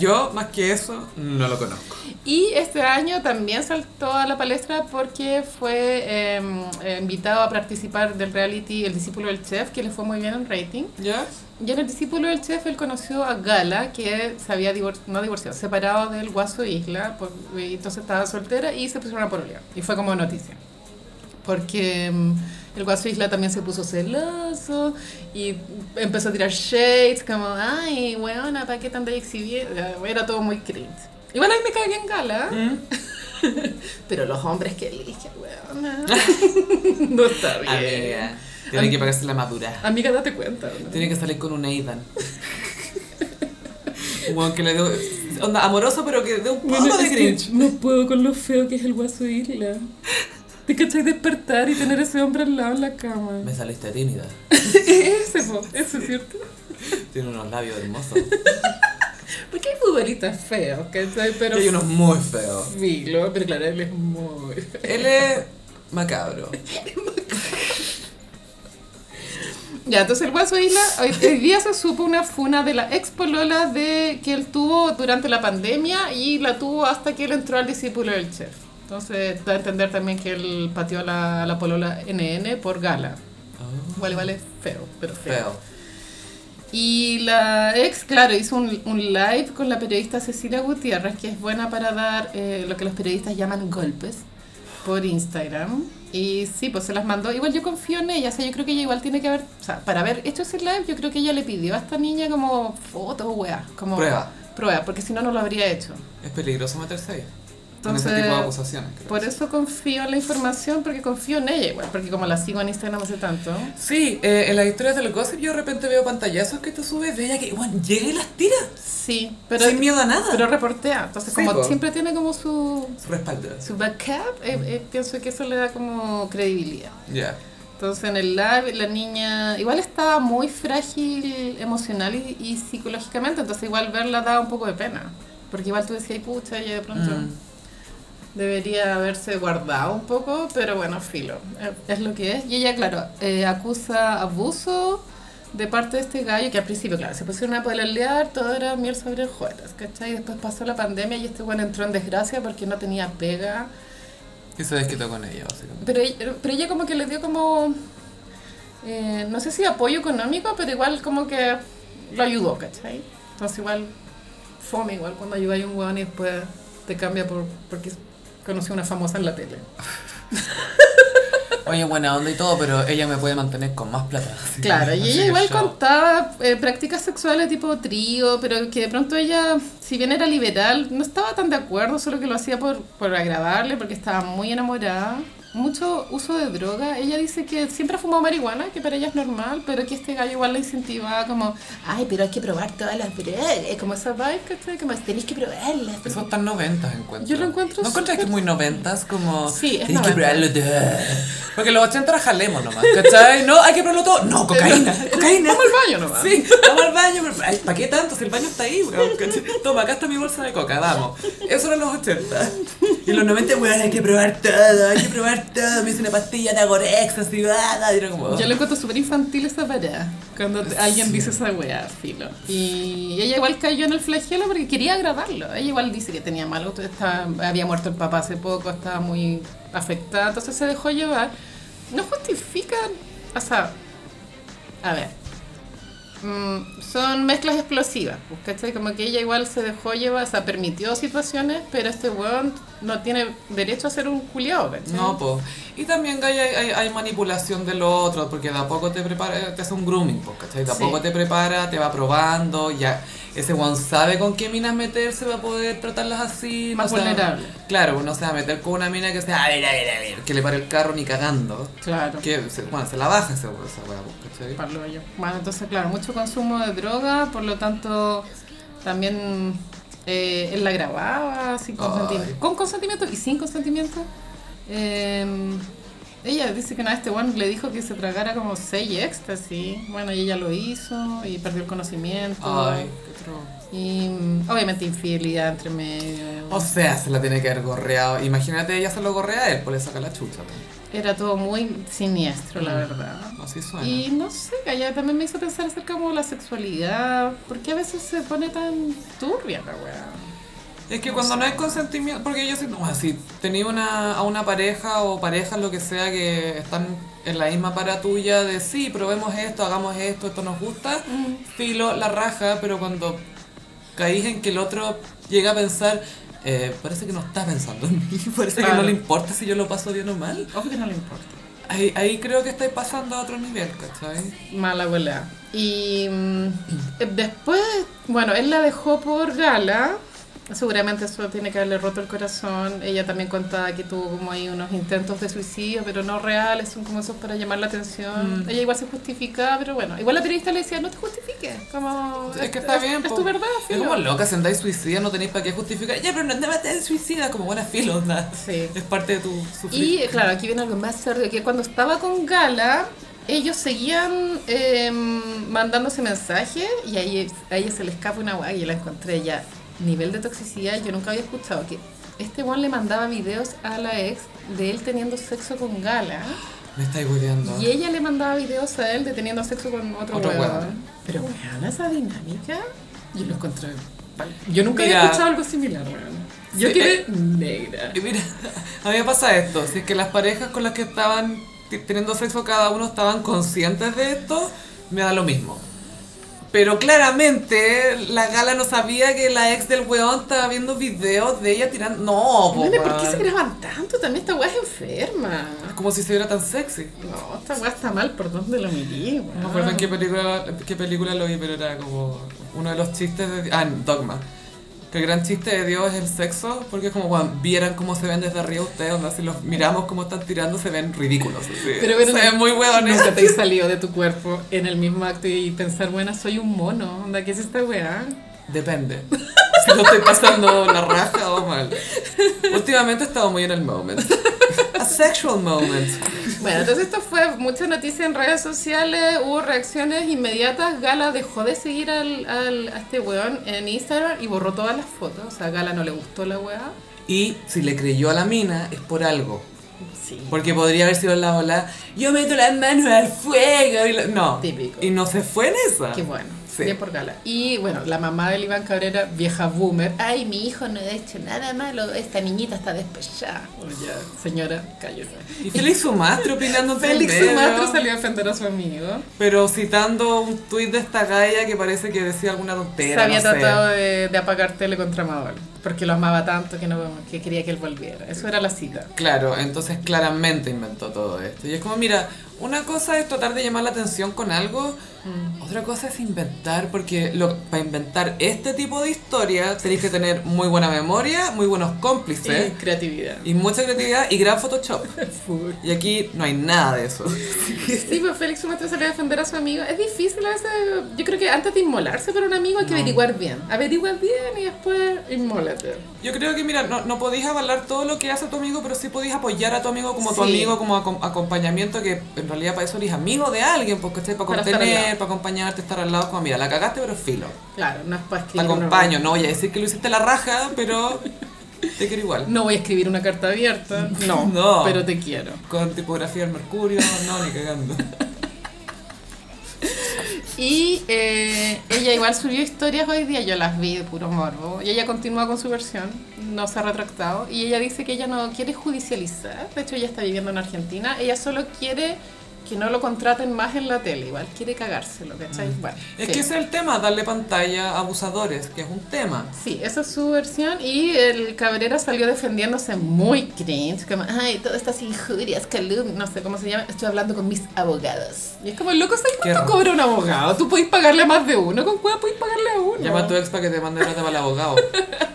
[SPEAKER 1] Yo, más que eso, no lo conozco.
[SPEAKER 2] Y este año también saltó a la palestra porque fue em, eh, invitado a participar del reality El discípulo del chef, que le fue muy bien en rating.
[SPEAKER 1] ¿Ya?
[SPEAKER 2] Y en El discípulo del chef él conoció a Gala, que se había divor- no divorciado, separado del Guaso Isla, por- y entonces estaba soltera y se pusieron a pololear. Y fue como noticia. Porque mm, el Guaso Isla también se puso celoso y empezó a tirar shades, como, ay, weona, ¿para qué te andáis exhibiendo? Era todo muy cringe. Igual a mí me cae bien Gala, ¿eh? pero los hombres que eligen, weona, no está bien.
[SPEAKER 1] Amiga, tiene que pagarse la madura.
[SPEAKER 2] Amiga, date cuenta. ¿no?
[SPEAKER 1] Tiene que salir con un Aidan. Un weón que le dé. Onda, amoroso, pero que dé un poco
[SPEAKER 2] Bueno,
[SPEAKER 1] de
[SPEAKER 2] es que
[SPEAKER 1] cringe.
[SPEAKER 2] no puedo con lo feo que es el guaso isla. Te cachai despertar y tener ese hombre al lado en la cama.
[SPEAKER 1] Me saliste tímida.
[SPEAKER 2] ese, po, ese, ¿cierto?
[SPEAKER 1] Tiene unos labios hermosos.
[SPEAKER 2] Porque hay futbolistas feos, ¿cachai? Pero.
[SPEAKER 1] Hay unos muy feos.
[SPEAKER 2] filo, pero claro, él es muy. feo.
[SPEAKER 1] Él es macabro.
[SPEAKER 2] Ya, entonces el guaso isla. Hoy, hoy día se supo una funa de la ex polola de, que él tuvo durante la pandemia y la tuvo hasta que él entró al discípulo del chef. Entonces da a entender también que él pateó a la, a la polola NN por gala. Igual, igual es feo, pero feo.
[SPEAKER 1] Feo.
[SPEAKER 2] Y la ex, claro, hizo un, un live con la periodista Cecilia Gutiérrez, que es buena para dar eh, lo que los periodistas llaman golpes por Instagram. Y sí, pues se las mandó. Igual yo confío en ella, o sea, yo creo que ella igual tiene que haber, o sea, para haber hecho ese live, yo creo que ella le pidió a esta niña como fotos, weá, como
[SPEAKER 1] Prueba.
[SPEAKER 2] Prueba, porque si no, no lo habría hecho.
[SPEAKER 1] Es peligroso meterse ahí. Con
[SPEAKER 2] Entonces,
[SPEAKER 1] ese tipo de acusaciones. creo.
[SPEAKER 2] Por eso confío en la información, porque confío en ella igual, porque como la sigo en Instagram hace tanto.
[SPEAKER 1] Sí, eh, en las historias de los gossip yo de repente veo pantallazos que tú subes de ella que, bueno, llega y las tira.
[SPEAKER 2] Sí, pero,
[SPEAKER 1] sin miedo a nada.
[SPEAKER 2] pero reportea. Entonces,
[SPEAKER 1] Sí,
[SPEAKER 2] como
[SPEAKER 1] po.
[SPEAKER 2] siempre tiene como su,
[SPEAKER 1] Su respaldo.
[SPEAKER 2] su backup, eh, eh, pienso que eso le da como credibilidad.
[SPEAKER 1] Ya.
[SPEAKER 2] Entonces en el live la niña igual estaba muy frágil emocional y, y psicológicamente, entonces igual verla daba un poco de pena, porque igual tú decías, pucha, ella de pronto
[SPEAKER 1] Mm.
[SPEAKER 2] debería haberse guardado un poco, pero bueno, filo, eh, es lo que es. Y ella, claro, eh, acusa abuso de parte de este gallo, que al principio, claro, se pusieron a pelear, todo era miel sobre hojuelas, ¿cachai? Y después pasó la pandemia y este bueno entró en desgracia porque no tenía pega.
[SPEAKER 1] Y se desquitó con ella, básicamente.
[SPEAKER 2] Pero, ella- pero ella como que le dio como, eh, no sé si apoyo económico, pero igual como que lo ayudó, ¿cachai? Entonces igual fome, igual cuando ayudáis a un weón y después te cambia por, porque conoció una famosa en la tele.
[SPEAKER 1] Oye, buena onda y todo, pero ella me puede mantener con más plata. así que-
[SPEAKER 2] Claro, y
[SPEAKER 1] así
[SPEAKER 2] ella
[SPEAKER 1] que
[SPEAKER 2] igual
[SPEAKER 1] yo-
[SPEAKER 2] contaba eh, prácticas sexuales tipo trío, pero que de pronto ella, si bien era liberal, no estaba tan de acuerdo, solo que lo hacía por, por agradarle, porque estaba muy enamorada. Mucho uso de droga. Ella dice que siempre ha fumado marihuana, que para ella es normal, pero que este gallo igual la incentivaba como, ay, pero hay que probar todas las drogas, como esa vibe, ¿cachai? Como tenéis que probarlas.
[SPEAKER 1] Eso está en noventas, encuentro.
[SPEAKER 2] Yo lo encuentro
[SPEAKER 1] ¿No encuentras que es muy noventas? Como...
[SPEAKER 2] Sí,
[SPEAKER 1] Tienes
[SPEAKER 2] es
[SPEAKER 1] que probarlo
[SPEAKER 2] noventa.
[SPEAKER 1] todo. Porque los 80 era jalemos nomás, ¿cachai? No, hay que probarlo todo. No, cocaína, cocaína.
[SPEAKER 2] Vamos al baño nomás.
[SPEAKER 1] Sí, vamos al baño. pero, ay, ¿Para qué tanto? Si el baño está ahí, weón. ¿cachai? Toma, acá está mi bolsa de coca, vamos. Eso eran los 80. Y los 90, weón, hay que probar todo, hay que probar todo, me hice una pastilla de agorex, así, ah, y era como...
[SPEAKER 2] Yo lo encuentro súper infantil esa parada. Cuando te- alguien dice esa weá, filo. Y ella igual cayó en el flagelo porque quería grabarlo. Ella igual dice que tenía mal, auto- estaba- había muerto el papá hace poco, estaba muy afectada, entonces se dejó llevar. No justifican, o sea, a ver. Mm, son mezclas explosivas, pues, ¿cachai? Como que ella igual se dejó llevar, o sea, permitió situaciones, pero este weón no tiene derecho a ser un culiao, ¿cachai?
[SPEAKER 1] No, pues. Y también hay, hay, hay manipulación de lo otro, porque de a poco te prepara, te hace un grooming, po, ¿cachai? De a
[SPEAKER 2] Sí.
[SPEAKER 1] poco te prepara, te va probando, ya. Ese one sabe con qué minas meterse para poder tratarlas así.
[SPEAKER 2] Más
[SPEAKER 1] no se va-
[SPEAKER 2] vulnerable.
[SPEAKER 1] claro, uno se va a meter con una mina que sea, a ver, a ver, a ver, que le pare el carro ni cagando.
[SPEAKER 2] Claro.
[SPEAKER 1] Que, se- bueno, se la baja ese, esa wea, po, ¿cachai?
[SPEAKER 2] Parlo yo. Bueno, entonces, claro, mucho consumo de droga, por lo tanto, también eh, él la grababa sin consentimiento.
[SPEAKER 1] Ay.
[SPEAKER 2] Con consentimiento y sin consentimiento. Eh, ella dice que una vez este one le dijo que se tragara como seis éxtasis. Bueno, y ella lo hizo y perdió el conocimiento.
[SPEAKER 1] Ay, qué tro-
[SPEAKER 2] Y mm, obviamente infidelidad entre medio.
[SPEAKER 1] O sea, se la tiene que haber gorreado. Imagínate, ella se lo gorrea a él, pues le saca la chucha. po.
[SPEAKER 2] Era todo muy siniestro, la
[SPEAKER 1] Mm.
[SPEAKER 2] verdad.
[SPEAKER 1] Así suena.
[SPEAKER 2] Y no sé, Gaya, también me hizo pensar acerca como la sexualidad, porque a veces se pone tan turbia la weá.
[SPEAKER 1] Es que cuando no hay consentimiento, porque yo siento, bueno, si tenía una, a una pareja o parejas, lo que sea, que están en la misma para tuya de sí, probemos esto, hagamos esto, esto nos gusta, filo, la raja, pero cuando caís en que el otro llega a pensar, eh, parece que no está pensando en mí, parece que no
[SPEAKER 2] Claro.
[SPEAKER 1] le importa si yo lo paso bien o mal,
[SPEAKER 2] Ojo que no le importa.
[SPEAKER 1] ahí, ahí creo que estáis pasando a otro nivel, ¿cachai?
[SPEAKER 2] Mala abuela. Y mm, eh, después, bueno, él la dejó por gala. Seguramente eso tiene que haberle roto el corazón. Ella también contaba que tuvo como ahí unos intentos de suicidio, pero no reales, son como esos para llamar la
[SPEAKER 1] Mm.
[SPEAKER 2] atención. Ella igual se justificaba, pero bueno. Igual la periodista le decía, no te justifiques. Como,
[SPEAKER 1] Es que está
[SPEAKER 2] es-
[SPEAKER 1] bien,
[SPEAKER 2] Es,
[SPEAKER 1] po.
[SPEAKER 2] tu verdad,
[SPEAKER 1] Es
[SPEAKER 2] filo.
[SPEAKER 1] como loca, si andáis suicida, no tenéis para qué justificar. Ya, pero no andáis suicida, como buena filo, onda.
[SPEAKER 2] Sí.
[SPEAKER 1] Es parte de tu sufrir.
[SPEAKER 2] Y eh, claro, aquí viene algo más serio, que cuando estaba con Gala, ellos seguían eh, mandándose mensajes y ahí, a ella se le escapa una guay y la encontré ya. Nivel de toxicidad, yo nunca había escuchado que este one le mandaba videos a la ex de él teniendo sexo con Gala
[SPEAKER 1] Me estáis hueveando.
[SPEAKER 2] y ella le mandaba videos a él de teniendo sexo con otro,
[SPEAKER 1] Otro
[SPEAKER 2] weón.
[SPEAKER 1] weón.
[SPEAKER 2] Pero weón, esa dinámica, yo lo encontré. pal- Yo nunca
[SPEAKER 1] Mira.
[SPEAKER 2] había escuchado algo similar, weón. Yo
[SPEAKER 1] Sí,
[SPEAKER 2] quedé
[SPEAKER 1] eh.
[SPEAKER 2] negra.
[SPEAKER 1] Y mira, a mí me pasa esto, si es que las parejas con las que estaban t- teniendo sexo cada uno estaban conscientes de esto, me da lo mismo. Pero claramente la gala no sabía que la ex del weón estaba viendo videos de ella tirando... No, po,
[SPEAKER 2] Nene, ¿por qué
[SPEAKER 1] weón.
[SPEAKER 2] se graban tanto? También esta weá es enferma.
[SPEAKER 1] Es como si se viera tan sexy.
[SPEAKER 2] No, esta weá está mal por donde lo miré,
[SPEAKER 1] No
[SPEAKER 2] weón.
[SPEAKER 1] me acuerdo en qué película, qué película lo vi, pero era como uno de los chistes de... Ah, en Dogma. Que el gran chiste de Dios es el sexo, porque es como cuando vieran cómo se ven desde arriba ustedes, onda, si los miramos cómo están tirando, se ven ridículos. así.
[SPEAKER 2] Pero bueno,
[SPEAKER 1] se ven muy huevones.
[SPEAKER 2] Nunca te he salido de tu cuerpo en el mismo acto y pensar, bueno, soy un mono. Onda, ¿qué es esta weá?
[SPEAKER 1] Depende. Si lo estoy pasando la raja o mal. Últimamente he estado muy en el moment. A sexual moment.
[SPEAKER 2] Bueno, entonces esto fue mucha noticia en redes sociales, hubo reacciones inmediatas. Gala dejó de seguir al, al- a este weón en Instagram y borró todas las fotos. O sea, a Gala no le gustó la weá.
[SPEAKER 1] Y si le creyó a la mina, es por algo.
[SPEAKER 2] Sí.
[SPEAKER 1] Porque podría haber sido la ola, yo meto las manos al fuego. Y la- No.
[SPEAKER 2] Típico.
[SPEAKER 1] Y no se fue en esa.
[SPEAKER 2] Qué bueno,
[SPEAKER 1] Sí.
[SPEAKER 2] bien por gala. Y bueno, la mamá del Iván Cabrera, vieja boomer. Ay, mi hijo no ha hecho nada malo, esta niñita está despechada.
[SPEAKER 1] Oh,
[SPEAKER 2] Señora, cállese.
[SPEAKER 1] Y Félix Sumastro opinando
[SPEAKER 2] Félix
[SPEAKER 1] también,
[SPEAKER 2] Sumatra
[SPEAKER 1] ¿no?
[SPEAKER 2] salió a defender a su amigo.
[SPEAKER 1] Pero citando un tuit de esta galla que parece que decía alguna
[SPEAKER 2] Se
[SPEAKER 1] tontera.
[SPEAKER 2] había
[SPEAKER 1] no sé.
[SPEAKER 2] tratado de, de apagar tele contra Amador, porque lo amaba tanto que, no, que quería que él volviera. Eso era la cita.
[SPEAKER 1] Claro, entonces claramente inventó todo esto. Y es como, mira, una cosa es tratar de llamar la atención con algo,
[SPEAKER 2] Mm.
[SPEAKER 1] otra cosa es inventar, porque lo, para inventar este tipo de historia tenéis que tener muy buena memoria, muy buenos
[SPEAKER 2] Y
[SPEAKER 1] cómplices,
[SPEAKER 2] Eh, creatividad.
[SPEAKER 1] y mucha creatividad y gran Photoshop.
[SPEAKER 2] Full.
[SPEAKER 1] Y aquí no hay nada de eso.
[SPEAKER 2] Sí, pues Félix Sumatra salió a defender a su amigo. Es difícil a veces. Yo creo que antes de inmolarse para un amigo hay que averiguar bien. Averigua bien y después inmólate.
[SPEAKER 1] Yo creo que, mira, no, no podéis avalar todo lo que hace tu amigo, pero sí podéis apoyar a tu amigo como tu
[SPEAKER 2] Sí.
[SPEAKER 1] amigo, como acom- acompañamiento, que en realidad para eso eres amigo de alguien, porque estés para
[SPEAKER 2] Para estar al
[SPEAKER 1] contener,
[SPEAKER 2] lado.
[SPEAKER 1] para acompañarte, estar al lado, como, mira, la cagaste, pero filo.
[SPEAKER 2] Claro, no es para
[SPEAKER 1] Te
[SPEAKER 2] escribir.
[SPEAKER 1] acompaño, no voy a decir que lo hiciste la raja, pero Te quiero igual.
[SPEAKER 2] No voy a escribir una carta abierta. No.
[SPEAKER 1] No.
[SPEAKER 2] Pero te quiero.
[SPEAKER 1] Con tipografía del Mercurio, no, ni cagando.
[SPEAKER 2] Y eh, ella igual subió historias hoy día, yo las vi de puro morbo. Y ella continúa con su versión, no se ha retractado. Y ella dice que ella no quiere judicializar, de hecho ella está viviendo en Argentina, ella solo quiere que no lo contraten más en la tele, igual quiere cagárselo, ¿cachai? Bueno,
[SPEAKER 1] Mm. Es
[SPEAKER 2] sí.
[SPEAKER 1] que ese es el tema, darle pantalla a abusadores, que es un tema.
[SPEAKER 2] Sí, esa es su versión y el Cabrera salió defendiéndose muy cringe, como, ay, todas estas injurias, calumnias, no sé cómo se llama, estoy hablando con mis abogados. Y es como, loco, ¿sabes
[SPEAKER 1] Qué
[SPEAKER 2] cuánto
[SPEAKER 1] raro.
[SPEAKER 2] cobra un abogado? Tú podés pagarle a más de uno, ¿con cuál podés pagarle a uno?
[SPEAKER 1] Llama a tu ex para que te mande plata para el abogado.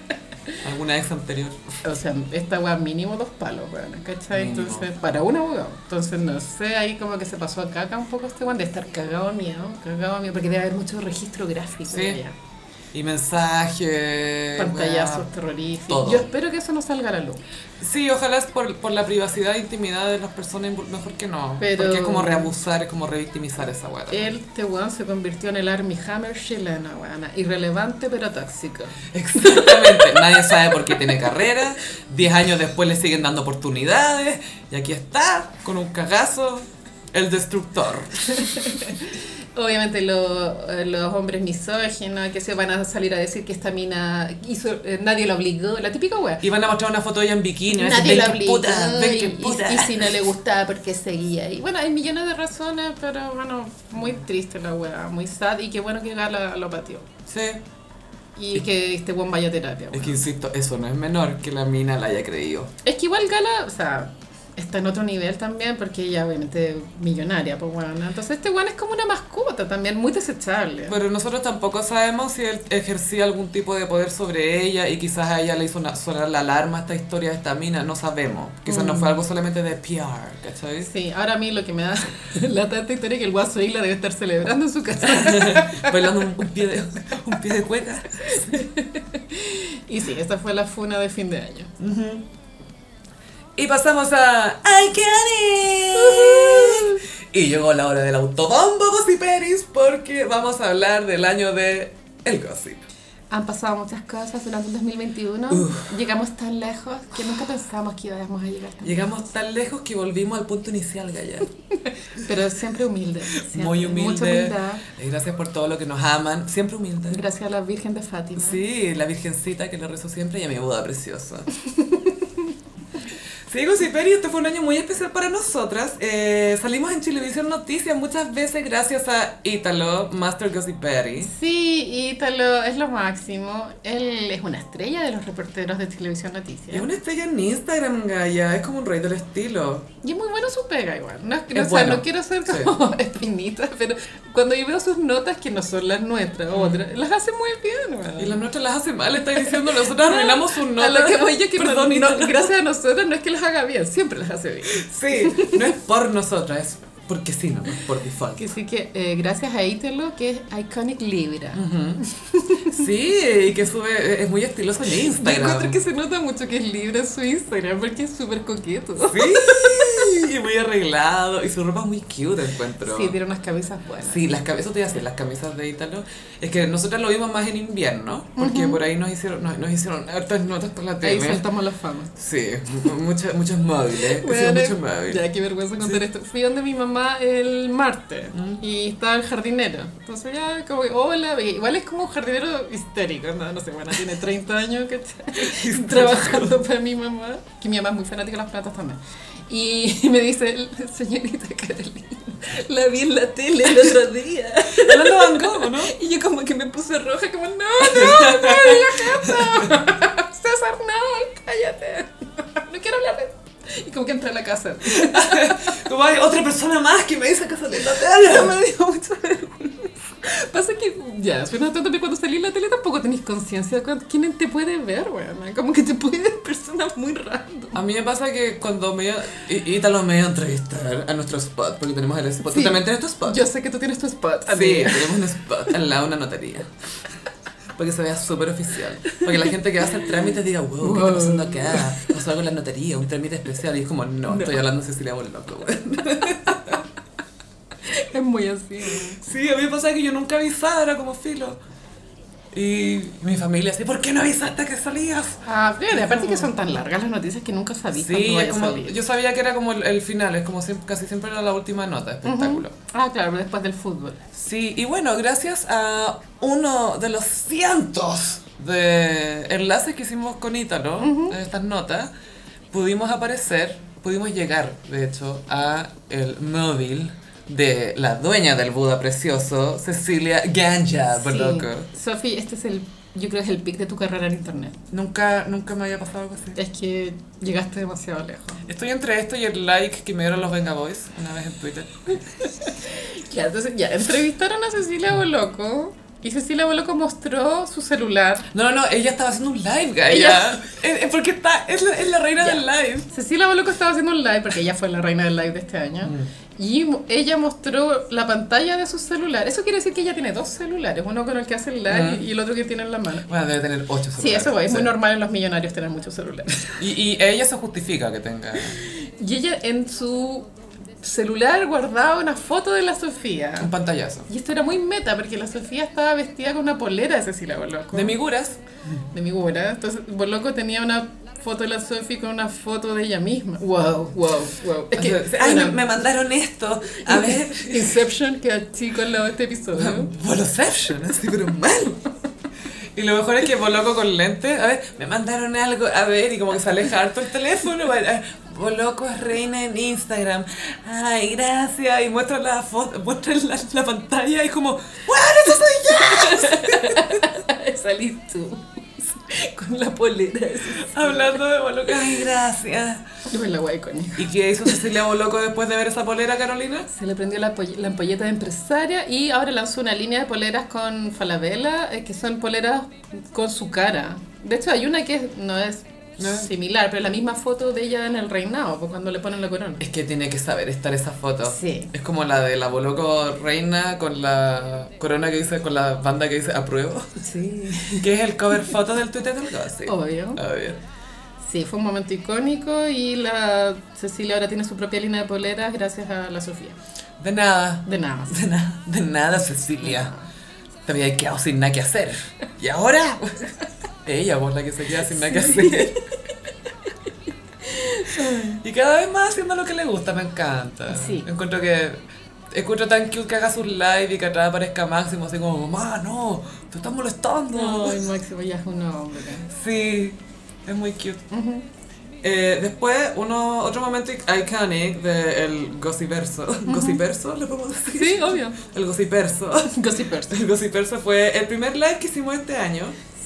[SPEAKER 1] Alguna ex anterior.
[SPEAKER 2] O sea, esta weá mínimo dos palos, weón, ¿cachai?
[SPEAKER 1] Mínimo.
[SPEAKER 2] Entonces, para un abogado. Entonces, no sé, ahí como que se pasó a caca un poco este weón de estar cagado a miedo, cagado a miedo, porque debe haber mucho registro gráfico.
[SPEAKER 1] Sí.
[SPEAKER 2] allá.
[SPEAKER 1] Y mensajes.
[SPEAKER 2] Pantallazos
[SPEAKER 1] weá.
[SPEAKER 2] terroríficos.
[SPEAKER 1] todo.
[SPEAKER 2] Yo espero que eso no salga a la luz.
[SPEAKER 1] Sí, ojalá es por, por la privacidad e intimidad de las personas, invol- mejor que no.
[SPEAKER 2] Pero-
[SPEAKER 1] Porque es como reabusar, es como revictimizar esa weá.
[SPEAKER 2] Él, este weón, se convirtió en el Army Hammer chileno, weón. Irrelevante pero tóxico.
[SPEAKER 1] Exactamente, nadie sabe por qué tiene carrera, 10 años después le siguen dando oportunidades y aquí está, con un cagazo, el destructor.
[SPEAKER 2] Obviamente lo- eh, los hombres misóginos que se van a salir a decir que esta mina hizo, eh, nadie lo obligó, la típica weá.
[SPEAKER 1] Y van a mostrar una foto de ella en bikini, van a decir,
[SPEAKER 2] Nadie lo
[SPEAKER 1] "Ven qué
[SPEAKER 2] obligó
[SPEAKER 1] puta, ven
[SPEAKER 2] y,
[SPEAKER 1] qué
[SPEAKER 2] y-
[SPEAKER 1] puta".
[SPEAKER 2] y si no le gustaba porque seguía y bueno hay millones de razones pero bueno muy triste la weá muy sad y qué bueno que Gala lo pateó
[SPEAKER 1] Sí,
[SPEAKER 2] y que este buen vaya a terapia
[SPEAKER 1] es
[SPEAKER 2] weón.
[SPEAKER 1] que insisto, eso no es menor que la mina la haya creído.
[SPEAKER 2] es que igual Gala o sea está en otro nivel también porque ella obviamente es millonaria pues bueno entonces este weón es como una mascota también muy desechable
[SPEAKER 1] Pero nosotros tampoco sabemos si él ejercía algún tipo de poder sobre ella y quizás a ella le hizo una- sonar la alarma esta historia de esta mina, no sabemos. Quizás no fue algo solamente de PR, ¿cachai?
[SPEAKER 2] Sí, ahora a mí lo que me da la tanta historia es que el guaso Isla debe estar celebrando en su casa.
[SPEAKER 1] Bailando un, un pie de, un pie de cueca.
[SPEAKER 2] Y sí, esta fue la funa de fin de año.
[SPEAKER 1] Y pasamos a I Can It. Y llegó la hora del autobombo gossiperis porque vamos a hablar del año de el gossip.
[SPEAKER 2] Han pasado muchas cosas durante el 2021. Llegamos tan lejos que nunca pensábamos que íbamos a llegar tan
[SPEAKER 1] Llegamos tan lejos que volvimos al punto inicial, Gaya.
[SPEAKER 2] lejos. Pero siempre humilde. siempre.
[SPEAKER 1] Muy
[SPEAKER 2] Mucha
[SPEAKER 1] humilde.
[SPEAKER 2] humildad.
[SPEAKER 1] Y Gracias por todo lo que nos aman. Siempre humilde.
[SPEAKER 2] Gracias a la Virgen de Fátima.
[SPEAKER 1] Sí, la virgencita que le rezo siempre y a mi boda preciosa. Sí, Gossiperi, este fue un año muy especial para nosotras. Eh, salimos en Chilevisión Noticias muchas veces gracias a Ítalo, Master Gossiperi.
[SPEAKER 2] Sí, Ítalo es lo máximo. Él es una estrella de los reporteros de Televisión Noticias.
[SPEAKER 1] Es una estrella en Instagram, Gaia. Es como un rey del estilo.
[SPEAKER 2] Y es muy bueno su pega igual. No, es que-
[SPEAKER 1] Es
[SPEAKER 2] o sea,
[SPEAKER 1] bueno.
[SPEAKER 2] no quiero ser
[SPEAKER 1] Sí.
[SPEAKER 2] como espinita, pero cuando yo veo sus notas, que no son las nuestras, otras, las hace muy bien. weón.
[SPEAKER 1] Mm. Y las nuestras las hace mal, está diciendo. Nosotras arruinamos un
[SPEAKER 2] Ah. A
[SPEAKER 1] nota.
[SPEAKER 2] lo que voy yo que no-
[SPEAKER 1] Perdón,
[SPEAKER 2] no-
[SPEAKER 1] Ítalo.
[SPEAKER 2] gracias a nosotros no es que las haga bien, siempre las hace bien.
[SPEAKER 1] Sí, no es por nosotras, es porque sí, no, es por default.
[SPEAKER 2] Que sí que eh, gracias a Italo, que es Iconic Libra.
[SPEAKER 1] Mm. Sí, y que sube, es muy estiloso en
[SPEAKER 2] Yo
[SPEAKER 1] Instagram.
[SPEAKER 2] encuentro que se nota mucho que es Libra en su Instagram, porque es súper coqueto.
[SPEAKER 1] Sí, y muy arreglado. Y su ropa es muy cute, encuentro.
[SPEAKER 2] Sí, tiene unas cabezas buenas.
[SPEAKER 1] Sí, las cabezas, te iba a decir, las camisas de Ítalo. Es que nosotras lo vimos más en invierno, porque por ahí nos hicieron, nos, nos hicieron hartas notas por la
[SPEAKER 2] Ahí
[SPEAKER 1] tele.
[SPEAKER 2] soltamos la fama.
[SPEAKER 1] Sí, mu- muchas, muchas móviles. eh,
[SPEAKER 2] Bueno,
[SPEAKER 1] sí, muchas móviles.
[SPEAKER 2] ya, qué vergüenza contar esto. Fui donde mi mamá el martes y estaba el jardinero. Entonces ya como que, hola, y igual es como un jardinero histérico, no, no sé, bueno, tiene 30 años, ¿cachai? Trabajando para mi mamá, que mi mamá es muy fanática de las plantas también. Y me dice, señorita Carolina, la vi en la tele el otro día.
[SPEAKER 1] Hablando de Van Gogh, ¿no?
[SPEAKER 2] Y yo como que me puse roja, como, no, no, no, no, no, César, no, cállate. No quiero hablar de... Y como que entré a la casa.
[SPEAKER 1] Como hay otra persona más que me dice que sale en la tele.
[SPEAKER 2] me dio mucha vergüenza. Pasa que, ya, suena tanto que cuando salís en la tele tampoco tenés conciencia de cuán- quién te puede ver, weón. Como que te pueden ver personas muy random.
[SPEAKER 1] A mí me pasa que cuando me... y- Ítalo me iba a entrevistar a nuestro spot, porque tenemos el spot.
[SPEAKER 2] Sí.
[SPEAKER 1] ¿Tú también tienes tu spot?
[SPEAKER 2] Yo sé que tú tienes tu spot.
[SPEAKER 1] Sí,
[SPEAKER 2] amiga.
[SPEAKER 1] tenemos un spot al lado de una notaría. Para que se vea súper oficial. Para que la gente que va a hacer trámites diga, wow, ¿qué está pasando acá? Pasó algo en la notaría, un trámite especial. Y es como, no, estoy hablando de Cecilia Boloco.
[SPEAKER 2] Es muy así. weón.
[SPEAKER 1] Sí, a mí me pasa que yo nunca avisaba, era como filo. Y mi familia así, ¿por qué no avisaste que salías?
[SPEAKER 2] Ah, pero aparte que son tan largas las noticias que nunca sabía cuándo
[SPEAKER 1] Sí,
[SPEAKER 2] vaya
[SPEAKER 1] es
[SPEAKER 2] a
[SPEAKER 1] como,
[SPEAKER 2] salir.
[SPEAKER 1] yo sabía que era como el, el final, es como siempre- casi siempre era la última nota, espectáculo.
[SPEAKER 2] Ah, claro, pero después del fútbol.
[SPEAKER 1] Sí, y bueno, gracias a uno de los cientos de enlaces que hicimos con Ítalo, en estas notas, pudimos aparecer, pudimos llegar, de hecho, a el móvil de la dueña del Buda precioso, Cecilia Ganja, por
[SPEAKER 2] Sí.
[SPEAKER 1] loco.
[SPEAKER 2] Sofi, este es el, yo creo que es el pic de tu carrera en internet.
[SPEAKER 1] Nunca, nunca me había pasado algo así.
[SPEAKER 2] Es que llegaste demasiado lejos.
[SPEAKER 1] Estoy entre esto y el like que me dieron los Venga Boys una vez en Twitter.
[SPEAKER 2] Ya, entonces ya entrevistaron a Cecilia Boloco y Cecilia Boloco mostró su celular.
[SPEAKER 1] No, no, no, ella estaba haciendo un live, Gaia.
[SPEAKER 2] Ella-
[SPEAKER 1] Es- es porque está, es la, es la reina
[SPEAKER 2] Ya.
[SPEAKER 1] del live.
[SPEAKER 2] Cecilia Boloco estaba haciendo un live, porque ella fue la reina del live de este año, y mo- ella mostró la pantalla de su celular. Eso quiere decir que ella tiene dos celulares, uno con el que hace el live
[SPEAKER 1] Ujú.
[SPEAKER 2] y el otro que tiene en la mano.
[SPEAKER 1] Ah. Bueno, debe tener ocho
[SPEAKER 2] Sí,
[SPEAKER 1] celulares.
[SPEAKER 2] eso güey, es muy
[SPEAKER 1] Sí.
[SPEAKER 2] normal en los millonarios tener muchos celulares.
[SPEAKER 1] Y, y ella se justifica que tenga.
[SPEAKER 2] Y ella en su celular guardaba una foto de la Sofía.
[SPEAKER 1] Un pantallazo.
[SPEAKER 2] Y esto era muy meta, porque la Sofía estaba vestida con una polera de Cecilia Boloco.
[SPEAKER 1] De miguras.
[SPEAKER 2] de mi güera. Entonces, Boloco tenía una foto de la Sophie con una foto de ella misma. Wow, wow, wow. Es que,
[SPEAKER 1] ay, me,
[SPEAKER 2] bueno,
[SPEAKER 1] me mandaron esto. A ver.
[SPEAKER 2] Inception queda chico al lado de este episodio.
[SPEAKER 1] Boloception, así, pero mal. Y lo mejor es que Boloco con lente, a ver, me mandaron algo, a ver, y como que se aleja harto el teléfono. para- Boloco es reina en Instagram. Ay, gracias. Y muestra la foto, muestra la, la pantalla y como, ¡Bueno, eso soy
[SPEAKER 2] Salí tú con la polera. de Cecilia.
[SPEAKER 1] yo! Hablando de Boloco. Ay, gracias.
[SPEAKER 2] Yo me la guay con ella.
[SPEAKER 1] ¿Y qué hizo Cecilia Boloco después de ver esa polera, Carolina?
[SPEAKER 2] Se le prendió la, poll- la ampolleta de empresaria y ahora lanzó una línea de poleras con falabella, eh, que son poleras con su cara. De hecho, hay una que es- no es
[SPEAKER 1] No.
[SPEAKER 2] similar, pero es la misma foto de ella en el reinado, pues, cuando le ponen la corona.
[SPEAKER 1] Es que tiene que saber estar esa foto.
[SPEAKER 2] Sí.
[SPEAKER 1] Es como la de la Boloco Reina con la corona que dice, con la banda que dice apruebo,
[SPEAKER 2] Sí.
[SPEAKER 1] que es el cover foto del Twitter del Gossip.
[SPEAKER 2] Obvio.
[SPEAKER 1] Obvio.
[SPEAKER 2] Sí, fue un momento icónico y la Cecilia ahora tiene su propia línea de poleras gracias a la Sofía.
[SPEAKER 1] De nada.
[SPEAKER 2] De nada.
[SPEAKER 1] De nada. De nada, Cecilia. Te había quedado sin nada que hacer. ¿Y ahora? Ella, vos la que se queda sin nada que hacer. Y cada vez más haciendo lo que le gusta, me encanta.
[SPEAKER 2] Sí.
[SPEAKER 1] Encuentro que. Encuentro tan cute que haga sus live y que atrás aparezca Máximo así como, mamá, no, te estás molestando.
[SPEAKER 2] Ay, Máximo ya es un hombre.
[SPEAKER 1] Sí, es muy cute. Eh, después, uno, otro momento iconic del Gossiperso. ¿Gossiperso le podemos decir?
[SPEAKER 2] Sí, obvio.
[SPEAKER 1] El Gossiperso.
[SPEAKER 2] Gossipers.
[SPEAKER 1] El Gossiperso fue el primer live que hicimos este año.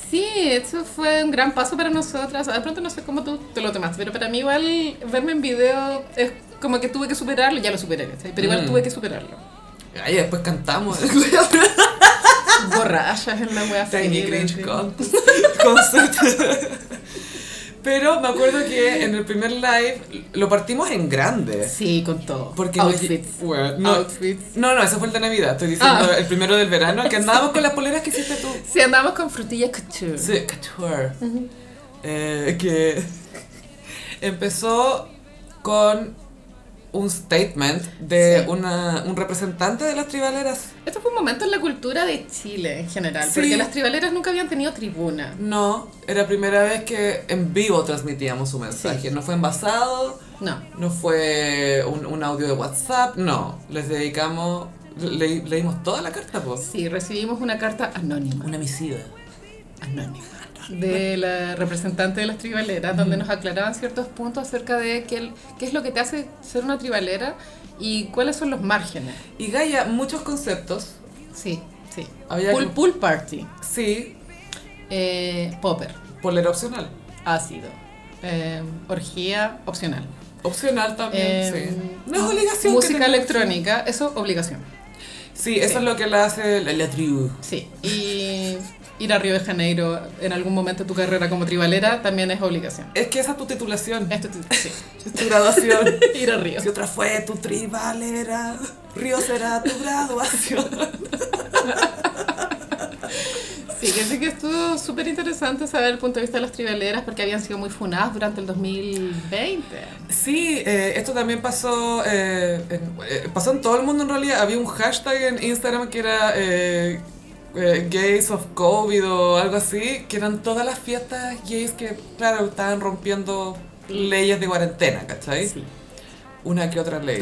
[SPEAKER 2] Sí, eso fue un gran paso para nosotras. De pronto no sé cómo tú te lo tomaste, pero para mí igual verme en video es como que tuve que superarlo. Ya lo superé, ¿cachai? pero igual
[SPEAKER 1] Mm.
[SPEAKER 2] tuve que superarlo.
[SPEAKER 1] Ay, después cantamos.
[SPEAKER 2] Borrachas en la wea
[SPEAKER 1] Tiny
[SPEAKER 2] febril,
[SPEAKER 1] Cringe
[SPEAKER 2] así.
[SPEAKER 1] Contest. Concert. Pero me acuerdo que en el primer live lo partimos en grande.
[SPEAKER 2] Sí, con todo.
[SPEAKER 1] Porque no-
[SPEAKER 2] Outfits.
[SPEAKER 1] Bueno, no,
[SPEAKER 2] Outfits.
[SPEAKER 1] no, no, eso fue el de Navidad. Estoy diciendo
[SPEAKER 2] Ah.
[SPEAKER 1] el primero del verano, que andábamos con las poleras que hiciste tú.
[SPEAKER 2] Sí, andamos con frutillas couture.
[SPEAKER 1] Sí, Couture. Eh, que empezó con un statement de
[SPEAKER 2] Sí.
[SPEAKER 1] una, un representante de las tribaleras.
[SPEAKER 2] Esto fue un momento en la cultura de Chile en general,
[SPEAKER 1] Sí.
[SPEAKER 2] porque las tribaleras nunca habían tenido tribuna.
[SPEAKER 1] No, era la primera vez que en vivo transmitíamos su mensaje. No fue envasado,
[SPEAKER 2] No.
[SPEAKER 1] no fue un, un audio de WhatsApp, no. Les dedicamos, le- leímos toda la carta, pues.
[SPEAKER 2] Sí, recibimos una carta anónima,
[SPEAKER 1] Una homicida.
[SPEAKER 2] anónima, de la representante de las tribaleras, donde nos aclaraban ciertos puntos acerca de qué, el- qué es lo que te hace ser una tribalera y cuáles son los márgenes.
[SPEAKER 1] Y Gaia, muchos conceptos.
[SPEAKER 2] Sí, sí.
[SPEAKER 1] Había
[SPEAKER 2] pool,
[SPEAKER 1] que-
[SPEAKER 2] pool party,
[SPEAKER 1] Sí,
[SPEAKER 2] eh, popper,
[SPEAKER 1] polera opcional.
[SPEAKER 2] ácido, eh, orgía opcional,
[SPEAKER 1] Opcional también,
[SPEAKER 2] eh,
[SPEAKER 1] sí. No es obligación. que
[SPEAKER 2] música
[SPEAKER 1] tengamos-
[SPEAKER 2] electrónica, eso obligación.
[SPEAKER 1] Sí, eso
[SPEAKER 2] Sí.
[SPEAKER 1] es lo que la hace la, la tribu.
[SPEAKER 2] Sí, y ir a Río de Janeiro en algún momento de tu carrera como tribalera también es obligación.
[SPEAKER 1] Es que esa es tu titulación,
[SPEAKER 2] Esto te- sí,
[SPEAKER 1] es tu graduación.
[SPEAKER 2] ir a Río.
[SPEAKER 1] si otra fue tu tribalera, Río será tu graduación.
[SPEAKER 2] Sí, que sí que estuvo súper interesante saber el punto de vista de las tribaleras porque habían sido muy funadas durante el 2020.
[SPEAKER 1] Sí, eh, esto también pasó, eh, en, eh, pasó en todo el mundo en realidad. Había un hashtag en Instagram que era eh, eh, Gays of COVID o algo así, que eran todas las fiestas gays que, claro, estaban rompiendo leyes de cuarentena, ¿cachai?
[SPEAKER 2] Sí.
[SPEAKER 1] Una que otra ley.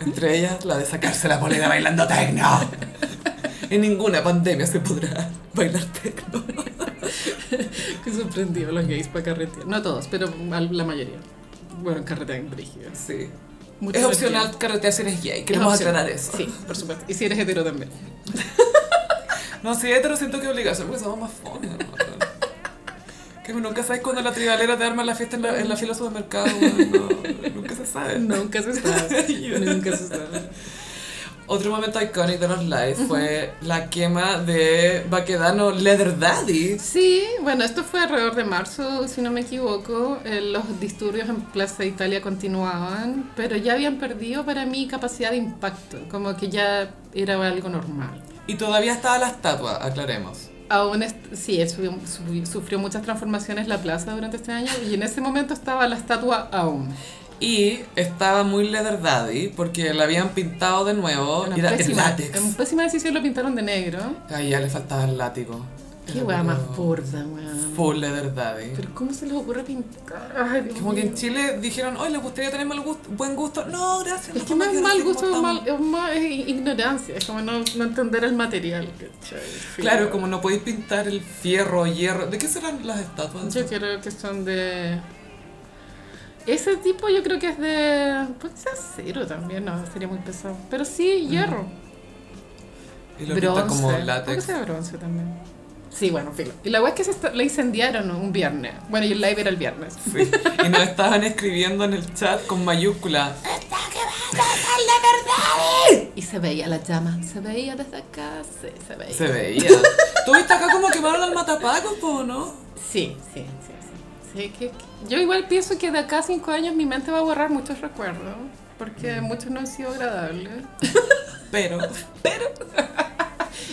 [SPEAKER 1] Entre ellas la de sacarse la polera bailando tecno. En ninguna pandemia se podrá bailar tecno.
[SPEAKER 2] Que sorprendió a los gays para carretear. No todos, pero a la mayoría. Bueno, carretean brígidos.
[SPEAKER 1] Sí. es opcional carretear si eres gay, queremos aclarar eso.
[SPEAKER 2] Sí, por supuesto. Y si eres hetero también.
[SPEAKER 1] No, si hetero siento que obligación porque somos más fome. ¿no? que nunca sabes cuando la tribalera te arma la fiesta en la, en la fila del supermercado. weón, no, nunca se sabe.
[SPEAKER 2] Nunca se sabe. Nunca se sabe.
[SPEAKER 1] Otro momento icónico de los live fue la quema de Baquedano Leather Daddy.
[SPEAKER 2] Sí, bueno, esto fue alrededor de marzo, si no me equivoco. Eh, los disturbios en Plaza Italia continuaban, pero ya habían perdido para mí capacidad de impacto, como que ya era algo normal.
[SPEAKER 1] Y todavía estaba la estatua, aclaremos.
[SPEAKER 2] Aún es- sí, él subió- subió- sufrió muchas transformaciones la plaza durante este año y en ese momento estaba la estatua aún.
[SPEAKER 1] Y estaba muy Leather Daddy porque la habían pintado de nuevo.
[SPEAKER 2] Una
[SPEAKER 1] Y Oh, era el
[SPEAKER 2] pésima,
[SPEAKER 1] látex.
[SPEAKER 2] en pésima decisión lo pintaron de negro.
[SPEAKER 1] Ahí ya le faltaba el látigo.
[SPEAKER 2] Qué
[SPEAKER 1] Era
[SPEAKER 2] weá
[SPEAKER 1] como
[SPEAKER 2] más burda, weón.
[SPEAKER 1] Full Leather Daddy.
[SPEAKER 2] Pero ¿cómo se les ocurre pintar? Ay, Dios
[SPEAKER 1] Como que en
[SPEAKER 2] mío.
[SPEAKER 1] Chile dijeron, hoy les gustaría tener mal gusto, buen gusto. No, gracias.
[SPEAKER 2] Es que
[SPEAKER 1] mejor
[SPEAKER 2] no
[SPEAKER 1] me
[SPEAKER 2] es
[SPEAKER 1] quedo
[SPEAKER 2] mal
[SPEAKER 1] así como
[SPEAKER 2] gusto, es,
[SPEAKER 1] estamos.
[SPEAKER 2] mal- es más es ignorancia, es como no, no entender el material. ¿cachai? Sí.
[SPEAKER 1] Claro, como no podéis pintar el fierro, hierro. ¿De qué serán las estatuas?
[SPEAKER 2] Yo creo que son de... Ese tipo yo creo que es de... Puede ser acero también, no, sería muy pesado. Pero sí, hierro.
[SPEAKER 1] Y lo pintan
[SPEAKER 2] Bronce.
[SPEAKER 1] como
[SPEAKER 2] Creo que
[SPEAKER 1] látex.
[SPEAKER 2] sea bronce también. Sí, bueno, filo. Y la weá es que se esta- la incendiaron un viernes. Bueno, y el live era el viernes.
[SPEAKER 1] Sí. Y nos estaban escribiendo en el chat con mayúscula.
[SPEAKER 2] Y se veía la llama. Se veía desde acá, sí, se veía.
[SPEAKER 1] Se veía. Tú viste acá como quemaron al matapaco, po, ¿no?
[SPEAKER 2] Sí, sí, sí. sí. Sí, que, que- yo igual pienso que de acá a cinco años mi mente va a borrar muchos recuerdos,
[SPEAKER 1] Mm.
[SPEAKER 2] porque muchos no han sido agradables.
[SPEAKER 1] Pero.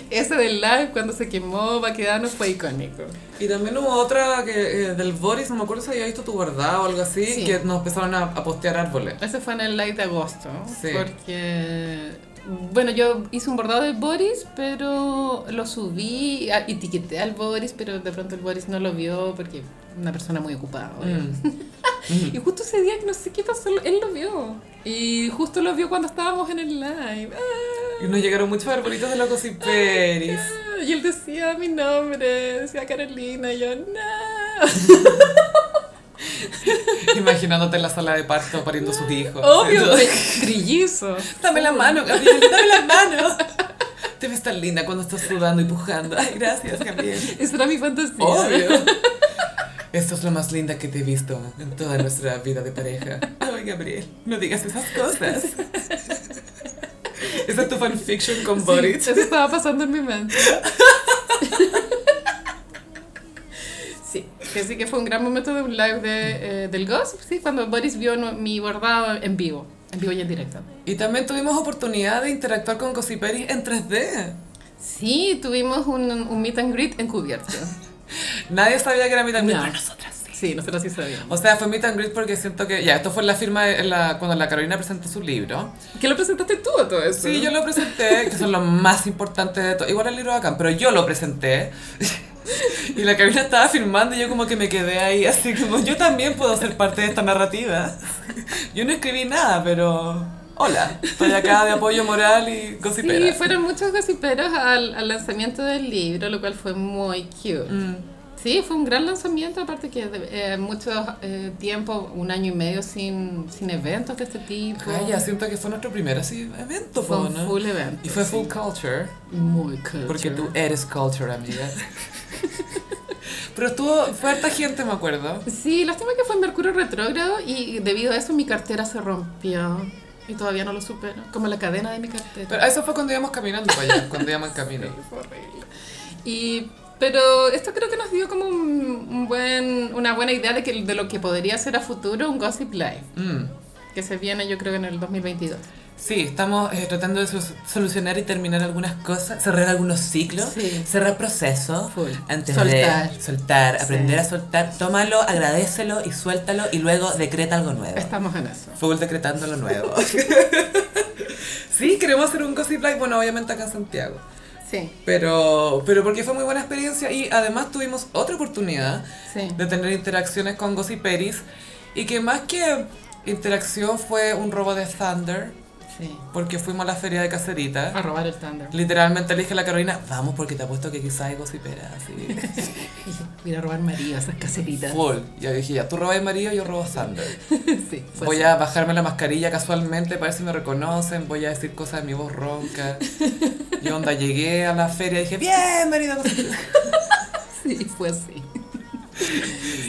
[SPEAKER 2] Ese del live cuando se quemó Baquedano fue icónico.
[SPEAKER 1] Y también hubo otra que eh, del Boris, no me acuerdo si había visto tu guardado o algo así,
[SPEAKER 2] Sí.
[SPEAKER 1] que nos empezaron a, a postear árboles.
[SPEAKER 2] Ese fue en el live de agosto,
[SPEAKER 1] Sí.
[SPEAKER 2] porque... Bueno, yo hice un bordado del Boris, pero lo subí, a- etiqueté al Boris, pero de pronto el Boris no lo vio porque una persona muy ocupada. obvio.
[SPEAKER 1] Mm.
[SPEAKER 2] Y justo ese día, que no sé qué pasó, él lo vio. Y justo lo vio cuando estábamos en el live. ¡Ah!
[SPEAKER 1] Y nos llegaron muchos arbolitos de los cosiperis.
[SPEAKER 2] Ah, Y él decía mi nombre, decía Carolina, y yo, no.
[SPEAKER 1] Imaginándote en la sala de parto pariendo sus hijos.
[SPEAKER 2] Obvio,
[SPEAKER 1] Oh, Entonces,
[SPEAKER 2] bri- brillizo.
[SPEAKER 1] Dame la mano, Gabriel, dame la mano. Te ves tan linda cuando estás sudando y pujando. Ay, gracias, Gabriel.
[SPEAKER 2] Esa era mi fantasía.
[SPEAKER 1] Obvio. Esto es lo más linda que te he visto en toda nuestra vida de pareja. Ay, Gabriel, no digas esas cosas. Esa es tu fanfiction con
[SPEAKER 2] Sí,
[SPEAKER 1] Boris.
[SPEAKER 2] eso estaba pasando en mi mente. Sí, que sí que fue un gran momento de un live de, eh, del Gossip, sí, cuando Boris vio no- mi bordado en vivo, en vivo y en directo.
[SPEAKER 1] Y también tuvimos oportunidad de interactuar con Cosiperis en 3D.
[SPEAKER 2] Sí, tuvimos un, un meet and greet encubierto.
[SPEAKER 1] Nadie sabía que era meet and greet,
[SPEAKER 2] No.
[SPEAKER 1] pero nosotras sí.
[SPEAKER 2] Sí, nosotros sí sabíamos.
[SPEAKER 1] O sea, fue meet and greet porque siento que... Ya, esto fue en la firma de- en la- cuando la Carolina presentó su libro.
[SPEAKER 2] ¿Qué lo presentaste tú a todo eso?
[SPEAKER 1] Sí, yo lo presenté, que son lo más importante de todo. Igual el libro bacán, pero yo lo presenté. Y la Carolina estaba firmando y yo como que me quedé ahí, así como yo también puedo ser parte de esta narrativa. Yo no escribí nada, pero... Hola, estoy acá de apoyo moral y gossipera.
[SPEAKER 2] Sí, fueron muchos gossiperos al, al lanzamiento del libro, lo cual fue muy cute.
[SPEAKER 1] Mm.
[SPEAKER 2] Sí, fue un gran lanzamiento, aparte que de- eh, mucho eh, tiempo, un año y medio sin, sin eventos de este tipo.
[SPEAKER 1] Calla, siento que fue nuestro primer así evento,
[SPEAKER 2] fue
[SPEAKER 1] po,
[SPEAKER 2] un
[SPEAKER 1] ¿no?
[SPEAKER 2] full evento.
[SPEAKER 1] Y fue
[SPEAKER 2] sí.
[SPEAKER 1] full culture,
[SPEAKER 2] Muy culture.
[SPEAKER 1] porque tú eres culture, amiga. Pero estuvo, fue harta gente, me acuerdo.
[SPEAKER 2] Sí, lástima que fue en Mercurio retrógrado y debido a eso mi cartera se rompió y todavía no lo supero. Como la cadena de mi cartera.
[SPEAKER 1] Pero eso fue cuando íbamos caminando para allá, cuando íbamos en camino.
[SPEAKER 2] Sí, fue horrible. Y, pero esto creo que nos dio como un, un buen, una buena idea de, que, de lo que podría ser a futuro un Gossip Live,
[SPEAKER 1] Mm.
[SPEAKER 2] que se viene yo creo que en el 2022.
[SPEAKER 1] Sí, estamos eh, tratando de su- solucionar y terminar algunas cosas, cerrar algunos ciclos,
[SPEAKER 2] Sí.
[SPEAKER 1] cerrar procesos,
[SPEAKER 2] Full.
[SPEAKER 1] antes de
[SPEAKER 2] Soltar.
[SPEAKER 1] soltar,
[SPEAKER 2] Sí.
[SPEAKER 1] aprender a soltar, tómalo, agradecelo y suéltalo y luego decreta algo nuevo.
[SPEAKER 2] Estamos en eso.
[SPEAKER 1] Full decretando lo nuevo. sí, queremos hacer un Gossip Live, bueno, obviamente acá en Santiago.
[SPEAKER 2] Sí,
[SPEAKER 1] Pero, pero porque fue muy buena experiencia y además tuvimos otra oportunidad
[SPEAKER 2] sí.
[SPEAKER 1] de tener interacciones con Gossip Peris y que más que interacción fue un robo de Thunder
[SPEAKER 2] Sí.
[SPEAKER 1] porque fuimos a la feria de caserita.
[SPEAKER 2] A robar el Thunder.
[SPEAKER 1] Literalmente le dije a la Carolina, vamos porque te apuesto que quizás hay gocipera así.
[SPEAKER 2] Y yo, voy a ir a robar María esas caseritas.
[SPEAKER 1] Full. Ya dije, ya tú robas marido, yo robo Thunder.
[SPEAKER 2] sí, fue
[SPEAKER 1] Voy
[SPEAKER 2] así.
[SPEAKER 1] a bajarme la mascarilla casualmente para ver si me reconocen, voy a decir cosas de mi voz ronca. Y onda, llegué a la feria y dije, bien, marido.
[SPEAKER 2] Sí, fue así.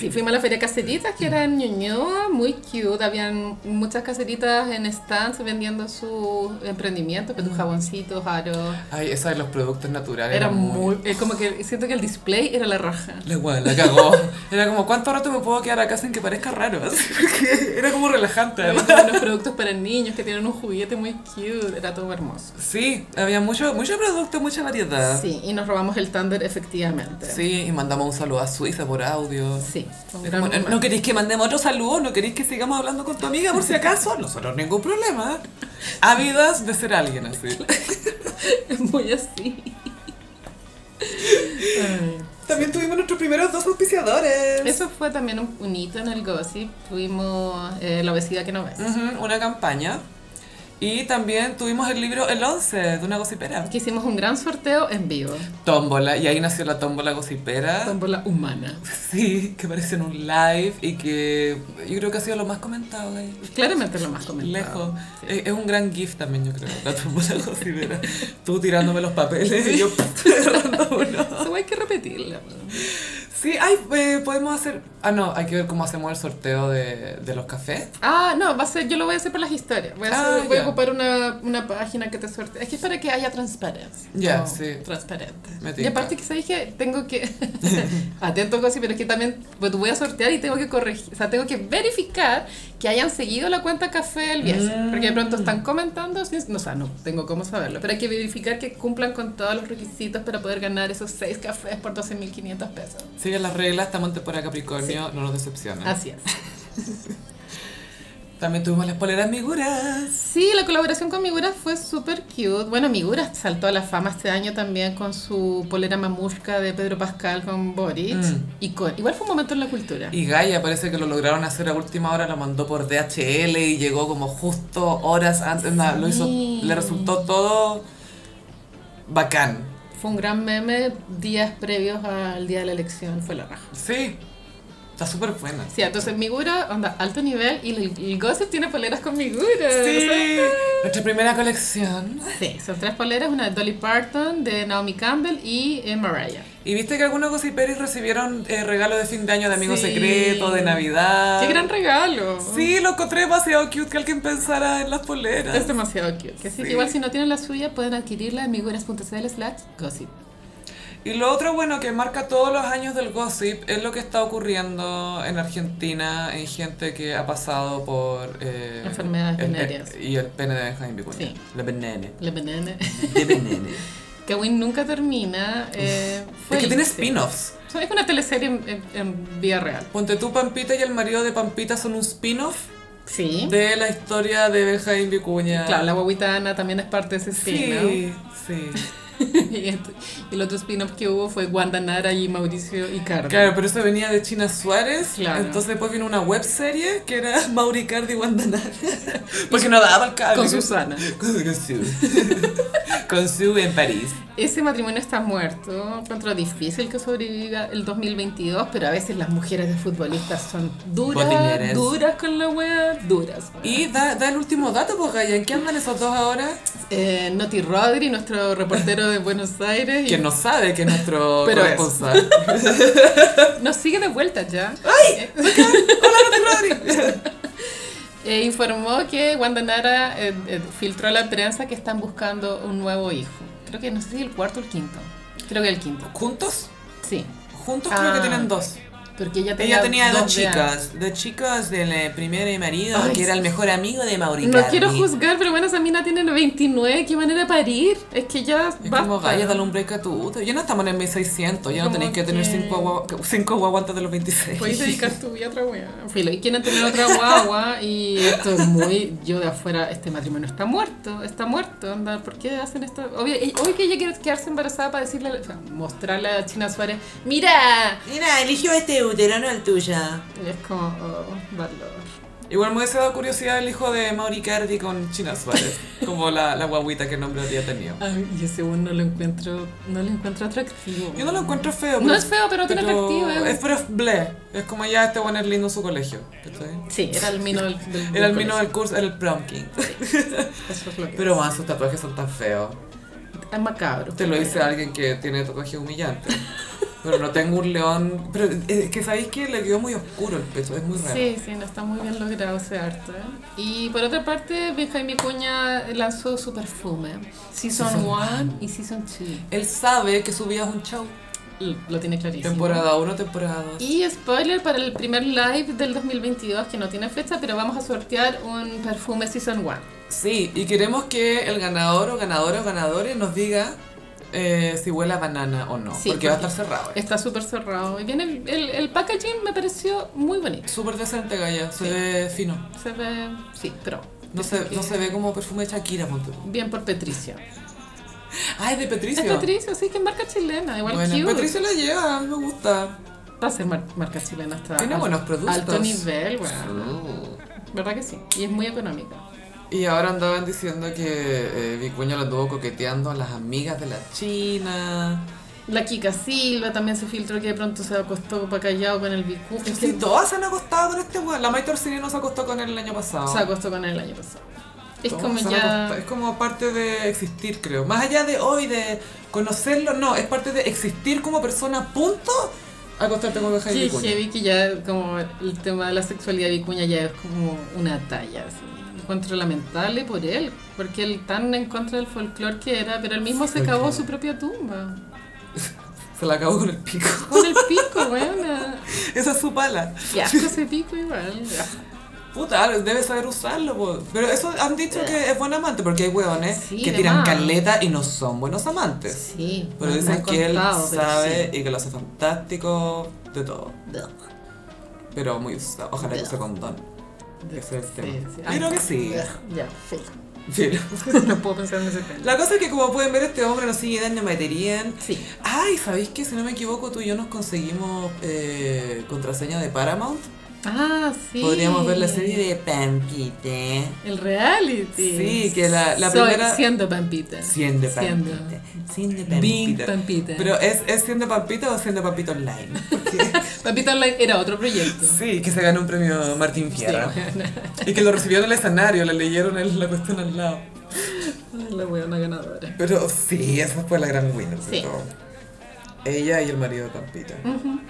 [SPEAKER 2] Sí, fuimos a la feria de caseritas que eran Ñuñoa, muy cute. Habían muchas caseritas en stands vendiendo sus emprendimientos, que tus jaboncitos, aros.
[SPEAKER 1] Ay, esa de los productos naturales.
[SPEAKER 2] Era muy. eh, como que siento que el display era la raja.
[SPEAKER 1] La weá, la cagó. Era como, ¿cuánto rato me puedo quedar acá sin que parezca raro? Así que Era como relajante.
[SPEAKER 2] Había
[SPEAKER 1] además.
[SPEAKER 2] como unos productos para niños que tienen un juguete muy cute. Era todo hermoso.
[SPEAKER 1] Sí, había mucho, mucho producto, mucha variedad.
[SPEAKER 2] Sí, y nos robamos el Thunder efectivamente.
[SPEAKER 1] Sí, y mandamos un saludo a Suiza por audio.
[SPEAKER 2] Sí.
[SPEAKER 1] Era como, ¿No queréis que mandemos otro saludo? ¿No queréis que sigamos hablando con tu amiga por si acaso? Nosotros ningún problema. Ávidas de ser alguien así.
[SPEAKER 2] Muy así. Ay.
[SPEAKER 1] También tuvimos nuestros primeros dos auspiciadores.
[SPEAKER 2] Eso fue también un, un hito en el gossip. Tuvimos eh, la obesidad que no ves.
[SPEAKER 1] Ujú, una campaña. Y también tuvimos el libro El 11 de una gocipera.
[SPEAKER 2] Que hicimos un gran sorteo en vivo.
[SPEAKER 1] Tómbola. Y ahí nació la tómbola gocipera.
[SPEAKER 2] Tómbola humana.
[SPEAKER 1] Sí, que apareció en un live y que yo creo que ha sido lo más comentado de ahí.
[SPEAKER 2] Claramente lo más comentado.
[SPEAKER 1] Lejos.
[SPEAKER 2] Sí.
[SPEAKER 1] Es, es un gran gift también, yo creo. La tómbola gocipera. Tú tirándome los papeles y yo agarrando uno.
[SPEAKER 2] Eso hay que repetirla. weón.
[SPEAKER 1] Sí, ay, eh, podemos hacer. Ah, no, hay que ver cómo hacemos el sorteo de, de los cafés.
[SPEAKER 2] Ah, no, va a ser, yo lo voy a hacer por las historias. Voy a, hacer-
[SPEAKER 1] Ah,
[SPEAKER 2] voy a
[SPEAKER 1] ya.
[SPEAKER 2] ocupar una, una página que te sortee. Es que es para que haya transparencia.
[SPEAKER 1] Ya,
[SPEAKER 2] Como
[SPEAKER 1] sí.
[SPEAKER 2] Transparente.
[SPEAKER 1] Me
[SPEAKER 2] Y
[SPEAKER 1] tinca.
[SPEAKER 2] aparte que sabéis que tengo que... Atento, Gossip, pero es que también pues, voy a sortear y tengo que corregir. O sea, tengo que verificar que hayan seguido la cuenta Café del Viaje.
[SPEAKER 1] Mm.
[SPEAKER 2] Porque de pronto están comentando. sin- No, o sea, no tengo cómo saberlo. Pero hay que verificar que cumplan con todos los requisitos para poder ganar esos 6 cafés por 12.500 pesos.
[SPEAKER 1] Siguen las reglas, estamos en temporada Capricornio, no nos decepcionen.
[SPEAKER 2] Así es.
[SPEAKER 1] También tuvimos las poleras miguras.
[SPEAKER 2] Sí, la colaboración con Migura fue súper cute. Bueno, Migura saltó a la fama este año también con su polera mamushka de Pedro Pascal con Boric.
[SPEAKER 1] Mm.
[SPEAKER 2] Y con, igual fue un momento en la cultura.
[SPEAKER 1] Y Gaia parece que lo lograron hacer a última hora, lo mandó por DHL y llegó como justo horas antes. nada, lo hizo,
[SPEAKER 2] Sí.
[SPEAKER 1] le resultó todo bacán.
[SPEAKER 2] Fue un gran meme días previos al día de la elección. Fue la raja.
[SPEAKER 1] Sí, está súper buena.
[SPEAKER 2] Sí, entonces Migura, onda, alto nivel. Y el, el Gossip tiene poleras con Migura. o
[SPEAKER 1] Sí,
[SPEAKER 2] sea,
[SPEAKER 1] nuestra primera colección.
[SPEAKER 2] sí, son tres poleras. Una de Dolly Parton, de Naomi Campbell y eh, Mariah.
[SPEAKER 1] Y viste que algunos gossiperis recibieron eh, regalo de fin de año de amigo
[SPEAKER 2] Sí.
[SPEAKER 1] secreto, de Navidad.
[SPEAKER 2] ¡Qué gran regalo!
[SPEAKER 1] Ah. Sí, lo encontré demasiado cute que alguien pensara en las poleras.
[SPEAKER 2] Es demasiado cute. Que sí,
[SPEAKER 1] Sí.
[SPEAKER 2] que igual si no tienen la suya, pueden adquirirla en miguras.cl slash gossip.
[SPEAKER 1] Y lo otro bueno que marca todos los años del gossip es lo que está ocurriendo en Argentina en gente que ha pasado por... eh,
[SPEAKER 2] Enfermedades
[SPEAKER 1] el-
[SPEAKER 2] venéreas.
[SPEAKER 1] Y el pene de Benjamín Vicuña.
[SPEAKER 2] Sí.
[SPEAKER 1] La venene.
[SPEAKER 2] La venene.
[SPEAKER 1] De venene.
[SPEAKER 2] Que Win eh. nunca termina. eh, fue
[SPEAKER 1] es que tiene
[SPEAKER 2] el-
[SPEAKER 1] spin-offs.
[SPEAKER 2] O sea, Es una teleserie en, en- en vía real.
[SPEAKER 1] Ponte tú, Pampita y el marido de Pampita son un spin-off
[SPEAKER 2] Sí.
[SPEAKER 1] de la historia de Benjamín Vicuña.
[SPEAKER 2] Claro, la guaguita Ana también es parte de ese spin-off.
[SPEAKER 1] Sí, sí.
[SPEAKER 2] y esto- y el otro spin-off que hubo fue Wanda Nara y Mauricio Icardi.
[SPEAKER 1] Claro, pero eso venía de China Suárez.
[SPEAKER 2] Claro.
[SPEAKER 1] Entonces después vino una web serie que era Mauricardi y Guandanar. Porque no daba el cable.
[SPEAKER 2] Con Susana.
[SPEAKER 1] Con, con Sue. con Sue en París.
[SPEAKER 2] Ese matrimonio está muerto. Encuentro difícil que sobreviva el 2022, pero a veces las mujeres de futbolistas son duras,
[SPEAKER 1] Botineras.
[SPEAKER 2] duras con la wea, duras. wea.
[SPEAKER 1] Y da, da el último dato, pues Gaya, ¿en qué andan esos dos ahora?
[SPEAKER 2] Eh, Noti Rodri, nuestro reportero de Buenos Aires, y-
[SPEAKER 1] Que no sabe que es nuestro
[SPEAKER 2] Pero es.
[SPEAKER 1] corresponsal.
[SPEAKER 2] nos sigue de vuelta ya. Eh, informó que Wanda Nara eh, eh, filtró a la prensa que están buscando un nuevo hijo. Creo que no sé si el cuarto o el quinto. Creo que el quinto.
[SPEAKER 1] ¿Juntos?
[SPEAKER 2] Sí.
[SPEAKER 1] Juntos creo
[SPEAKER 2] Ah.
[SPEAKER 1] que tienen dos.
[SPEAKER 2] Porque ella tenía,
[SPEAKER 1] Ella tenía dos
[SPEAKER 2] de
[SPEAKER 1] chicas, dos chicos del eh, primer marido,
[SPEAKER 2] Ay,
[SPEAKER 1] que era el
[SPEAKER 2] sí.
[SPEAKER 1] mejor amigo de Mauricio.
[SPEAKER 2] No quiero juzgar, pero bueno, esa mina tiene 29, qué manera de parir. Es que ya
[SPEAKER 1] Es
[SPEAKER 2] basta.
[SPEAKER 1] como gallas dale un break a tu útero. Ya no estamos en el 1600, ya no
[SPEAKER 2] Como
[SPEAKER 1] tenéis que tener
[SPEAKER 2] que-
[SPEAKER 1] 5 cinco guaguas antes de los 26.
[SPEAKER 2] Puedes dedicar tu vida a otra weá. Filo, y quieren tener otra guagua y esto es muy... Yo de afuera, este matrimonio está muerto, está muerto. Onda, ¿Por qué hacen esto? Obvio, y- hoy que ella quiere quedarse embarazada para decirle, a la- o sea, mostrarle a China Suárez, ¡Mira!
[SPEAKER 1] Mira, eligió este útero, no el tuyo.
[SPEAKER 2] Y es como, oh, valor.
[SPEAKER 1] Igual me hubiese dado curiosidad el hijo de Mauri Cardi con China Suárez, como la, la guaguita que el nombre había tenido.
[SPEAKER 2] Ay, yo ese weón no lo encuentro, no lo encuentro atractivo.
[SPEAKER 1] Yo no lo encuentro feo.
[SPEAKER 2] No es feo, pero tiene atractivo, eh.
[SPEAKER 1] Es, pero es bleh. Es como ya este bueno es lindo en su colegio. ¿cachai?
[SPEAKER 2] Sí, era el mino del... del
[SPEAKER 1] Era el mino del curso, era el prom king.
[SPEAKER 2] Eso es lo que...
[SPEAKER 1] Pero bueno, sus tatuajes son tan feos.
[SPEAKER 2] es macabro.
[SPEAKER 1] Te lo dice alguien que tiene tatuaje humillante. Pero no tengo un león. Pero eh, es que sabéis que le quedó muy oscuro el pecho, es muy raro.
[SPEAKER 2] Sí, sí, no está muy bien logrado ese arte. Y por otra parte, Benjamín Cuña lanzó su perfume, Season 1 y Season 2.
[SPEAKER 1] Él sabe que su vida es un show.
[SPEAKER 2] Lo tiene clarísimo.
[SPEAKER 1] Temporada 1, temporada 2.
[SPEAKER 2] Y spoiler para el primer live del 2022, que no tiene fecha, pero vamos a sortear un perfume Season 1.
[SPEAKER 1] Sí, y queremos que el ganador o ganadora o ganadores nos diga eh, si huele a banana o no.
[SPEAKER 2] Sí,
[SPEAKER 1] porque va a
[SPEAKER 2] porque-
[SPEAKER 1] estar cerrado.
[SPEAKER 2] Está súper cerrado. Y viene el, el- el packaging, me pareció muy bonito.
[SPEAKER 1] Súper decente, Gaya. Se ve fino.
[SPEAKER 2] Se ve, sí, pero
[SPEAKER 1] No se, no se ve como perfume de Shakira, ponte. tú.
[SPEAKER 2] bien por Patricia.
[SPEAKER 1] Ah, es de
[SPEAKER 2] Es
[SPEAKER 1] Patricio.
[SPEAKER 2] Patricio, sí, que es marca chilena, igual
[SPEAKER 1] Bueno,
[SPEAKER 2] cute.
[SPEAKER 1] Patricio la lleva, a mí me gusta.
[SPEAKER 2] Va a ser mar- marca chilena hasta
[SPEAKER 1] Tiene
[SPEAKER 2] al-
[SPEAKER 1] buenos productos.
[SPEAKER 2] Alto nivel, weón. ¿Verdad que sí? Y es muy económica.
[SPEAKER 1] Y ahora andaban diciendo que eh, Vicuña lo anduvo coqueteando a las amigas de la China.
[SPEAKER 2] La Kika Silva también se filtró que de pronto se acostó para callado con el Bicu. Es
[SPEAKER 1] Sí,
[SPEAKER 2] que
[SPEAKER 1] todas se han acostado con este weón. La May Torsini no se acostó con él el año pasado.
[SPEAKER 2] se acostó con él el año pasado. Es
[SPEAKER 1] Todas
[SPEAKER 2] como
[SPEAKER 1] se han acostado.
[SPEAKER 2] ya.
[SPEAKER 1] Es como parte de existir, creo. Más allá de hoy, de conocerlo, no. Es parte de existir como persona, punto. Acostarte con Benjamín
[SPEAKER 2] Que
[SPEAKER 1] Vicuña.
[SPEAKER 2] heavy que ya como el tema de la sexualidad de Vicuña ya es como una talla. Así. Encuentro lamentable por él, porque él tan en contra del folclore que era, pero él mismo se cavó
[SPEAKER 1] Folclore.
[SPEAKER 2] su propia tumba.
[SPEAKER 1] Se la acabó con el pico.
[SPEAKER 2] Con el pico, weón.
[SPEAKER 1] Esa es su pala.
[SPEAKER 2] Qué asco ese pico igual.
[SPEAKER 1] Puta, debe saber usarlo, po. pero eso han dicho que es buen amante, porque hay hueones
[SPEAKER 2] Sí,
[SPEAKER 1] que
[SPEAKER 2] de
[SPEAKER 1] tiran
[SPEAKER 2] más.
[SPEAKER 1] caleta y no son buenos amantes.
[SPEAKER 2] Sí.
[SPEAKER 1] Pero
[SPEAKER 2] me- me
[SPEAKER 1] dicen
[SPEAKER 2] han
[SPEAKER 1] que él
[SPEAKER 2] contado, pero
[SPEAKER 1] sabe
[SPEAKER 2] sí.
[SPEAKER 1] y que lo hace fantástico, de todo.
[SPEAKER 2] Duh.
[SPEAKER 1] Pero muy usado. Ojalá que use condón. Ese es el tema.
[SPEAKER 2] Sí,
[SPEAKER 1] Yo
[SPEAKER 2] sí. Ay,
[SPEAKER 1] creo que sí.
[SPEAKER 2] Ya, sí.
[SPEAKER 1] Pero-
[SPEAKER 2] No puedo pensar en ese tema.
[SPEAKER 1] La cosa es que como pueden ver, este hombre nos sigue dando batería.
[SPEAKER 2] Sí.
[SPEAKER 1] Ay, ¿sabéis que si no me equivoco tú y yo nos conseguimos eh, contraseña de Paramount?
[SPEAKER 2] Ah, sí.
[SPEAKER 1] Podríamos ver la serie de Pampite.
[SPEAKER 2] El reality.
[SPEAKER 1] Sí, que la- la
[SPEAKER 2] Soy
[SPEAKER 1] primera-
[SPEAKER 2] Siendo Pampita.
[SPEAKER 1] Siendo
[SPEAKER 2] Siendo.
[SPEAKER 1] Pampita. Siendo
[SPEAKER 2] Bing
[SPEAKER 1] Pampita.
[SPEAKER 2] Pampita.
[SPEAKER 1] Pero ¿es, es siendo Pampita o siendo Pampita Online? Porque-
[SPEAKER 2] Pampita Online era otro proyecto.
[SPEAKER 1] sí, que se ganó un premio Martín Fierro.
[SPEAKER 2] Sí, bueno.
[SPEAKER 1] Y que lo recibió en el escenario, le leyeron el- la cuestión al lado.
[SPEAKER 2] Ay, La buena ganadora.
[SPEAKER 1] Pero sí, esa fue la gran winner de
[SPEAKER 2] Sí. Mm.
[SPEAKER 1] todo. Ella y el marido de Pampita.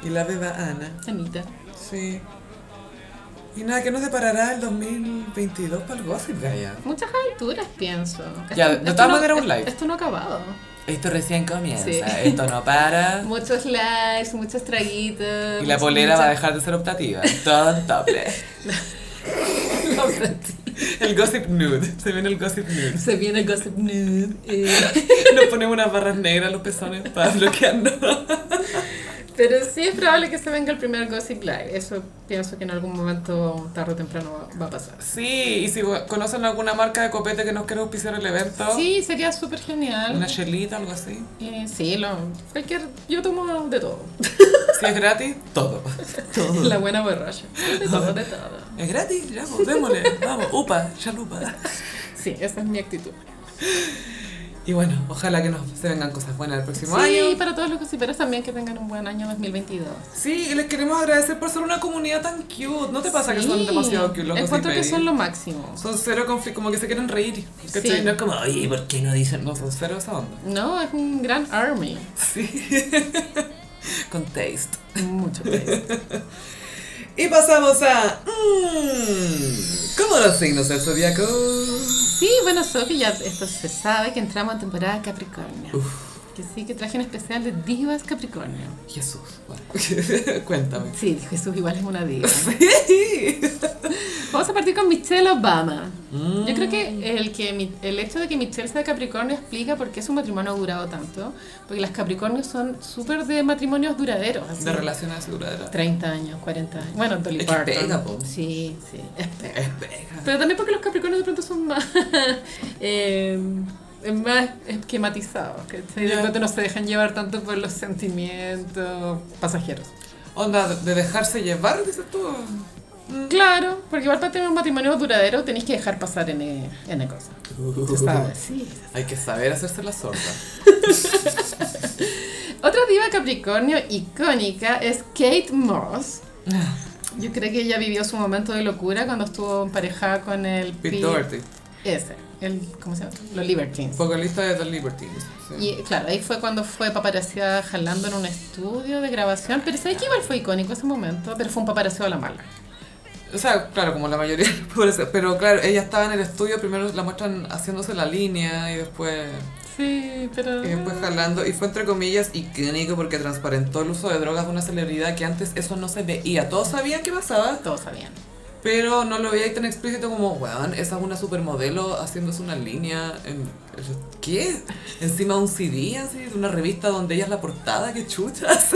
[SPEAKER 1] Y la beba Ana.
[SPEAKER 2] Anita.
[SPEAKER 1] Sí. Y nada, que nos deparará el 2022 para el Gossip Gaia.
[SPEAKER 2] Muchas alturas, pienso.
[SPEAKER 1] Ya, de todas maneras, un live.
[SPEAKER 2] Esto no ha acabado.
[SPEAKER 1] Esto recién comienza,
[SPEAKER 2] Sí.
[SPEAKER 1] esto no para.
[SPEAKER 2] Muchos lives, muchos traguitos.
[SPEAKER 1] Y la polera va a dejar de ser optativa. Todo doble.
[SPEAKER 2] dejar.
[SPEAKER 1] El Gossip Nude. Se viene el Gossip Nude.
[SPEAKER 2] Se viene Gossip Nude. eh.
[SPEAKER 1] Nos ponemos unas barras negras a los pezones para bloquearnos.
[SPEAKER 2] Pero sí es probable que se venga el primer Gossip Live. Eso pienso que en algún momento, tarde o temprano, va, va a pasar.
[SPEAKER 1] Sí, y si conocen alguna marca de copete que nos quiera auspiciar el evento.
[SPEAKER 2] Sí, sería súper
[SPEAKER 1] Una
[SPEAKER 2] genial.
[SPEAKER 1] chelita, algo así.
[SPEAKER 2] Eh, sí, lo, cualquier, yo tomo de todo.
[SPEAKER 1] Si es gratis, todo.
[SPEAKER 2] La buena borracha. De todo, de todo.
[SPEAKER 1] Es gratis, ya, pues, démosle. Vamos, upa, chalupa.
[SPEAKER 2] Sí, esa es mi actitud.
[SPEAKER 1] Y bueno, ojalá que nos se vengan cosas buenas el próximo
[SPEAKER 2] Sí,
[SPEAKER 1] año.
[SPEAKER 2] para todos los gossiperos también que tengan un buen año 2022.
[SPEAKER 1] Sí, y les queremos agradecer por ser una comunidad tan cute. ¿No te pasa que son
[SPEAKER 2] Sí,
[SPEAKER 1] demasiado cute los
[SPEAKER 2] Encuentro que
[SPEAKER 1] gossiperis?
[SPEAKER 2] son lo máximo.
[SPEAKER 1] Son cero conflicto, como que se quieren reír. ¿Cachai?
[SPEAKER 2] Sí.
[SPEAKER 1] No es como, oye, ¿por qué no dicen? No, son cero esa onda.
[SPEAKER 2] No, es un gran army.
[SPEAKER 1] Sí. Con taste.
[SPEAKER 2] Mucho. pues. placer.
[SPEAKER 1] Y pasamos a. Mmm, ¿Cómo los signos del zodiaco?
[SPEAKER 2] Sí, bueno, Sofi, ya esto se sabe que entramos en temporada Capricornio. Que sí, que traje un especial de divas Capricornio.
[SPEAKER 1] Jesús, bueno, cuéntame.
[SPEAKER 2] Sí, Jesús igual es una diva.
[SPEAKER 1] Sí.
[SPEAKER 2] Vamos a partir con Michelle Obama.
[SPEAKER 1] Mm.
[SPEAKER 2] Yo creo que el, que mi- el hecho de que Michelle sea de Capricornio explica por qué su matrimonio ha durado tanto. Porque las Capricornios son súper de matrimonios duraderos. así.
[SPEAKER 1] De relaciones duraderas.
[SPEAKER 2] 30 años, 40 años. Bueno, Dolly
[SPEAKER 1] Es que
[SPEAKER 2] Parton.
[SPEAKER 1] pega, po.
[SPEAKER 2] Sí, sí, es pega.
[SPEAKER 1] Es pega.
[SPEAKER 2] Pero también porque los Capricornios de pronto son más. eh, más esquematizados, ¿cachai? De
[SPEAKER 1] Ya.
[SPEAKER 2] pronto no se dejan llevar tanto por los sentimientos pasajeros.
[SPEAKER 1] Onda, de dejarse llevar, dices tú.
[SPEAKER 2] Claro, porque igual para tener un matrimonio duradero tenés que dejar pasar en, eh, en la cosa.
[SPEAKER 1] Uh.
[SPEAKER 2] Tú sabes. Sí.
[SPEAKER 1] Hay que saber hacerse la sorda.
[SPEAKER 2] Otra diva Capricornio icónica es Kate Moss. Yo creo que ella vivió su momento de locura cuando estuvo emparejada con el
[SPEAKER 1] Pete
[SPEAKER 2] Pete-
[SPEAKER 1] Doherty,
[SPEAKER 2] Ese, el, ¿cómo se llama? Los Libertines.
[SPEAKER 1] vocalista de The Libertines. sí.
[SPEAKER 2] Y claro, ahí fue cuando fue paparazziada jalando en un estudio de grabación, pero sabes que igual fue icónico ese momento, pero fue un paparazzo a la mala.
[SPEAKER 1] O sea, claro, como la mayoría, por eso. pero claro, ella estaba en el estudio, primero la muestran haciéndose la línea y después,
[SPEAKER 2] Sí, pero...
[SPEAKER 1] y después jalando, y fue entre comillas icónico porque transparentó el uso de drogas de una celebridad que antes eso no se veía. Todos sabían que pasaba,
[SPEAKER 2] Todos sabían.
[SPEAKER 1] pero no lo veía tan explícito como, weón, esa es una supermodelo haciéndose una línea en... ¿Qué? Encima de un CD, así, de una revista donde ella es la portada, qué chuchas.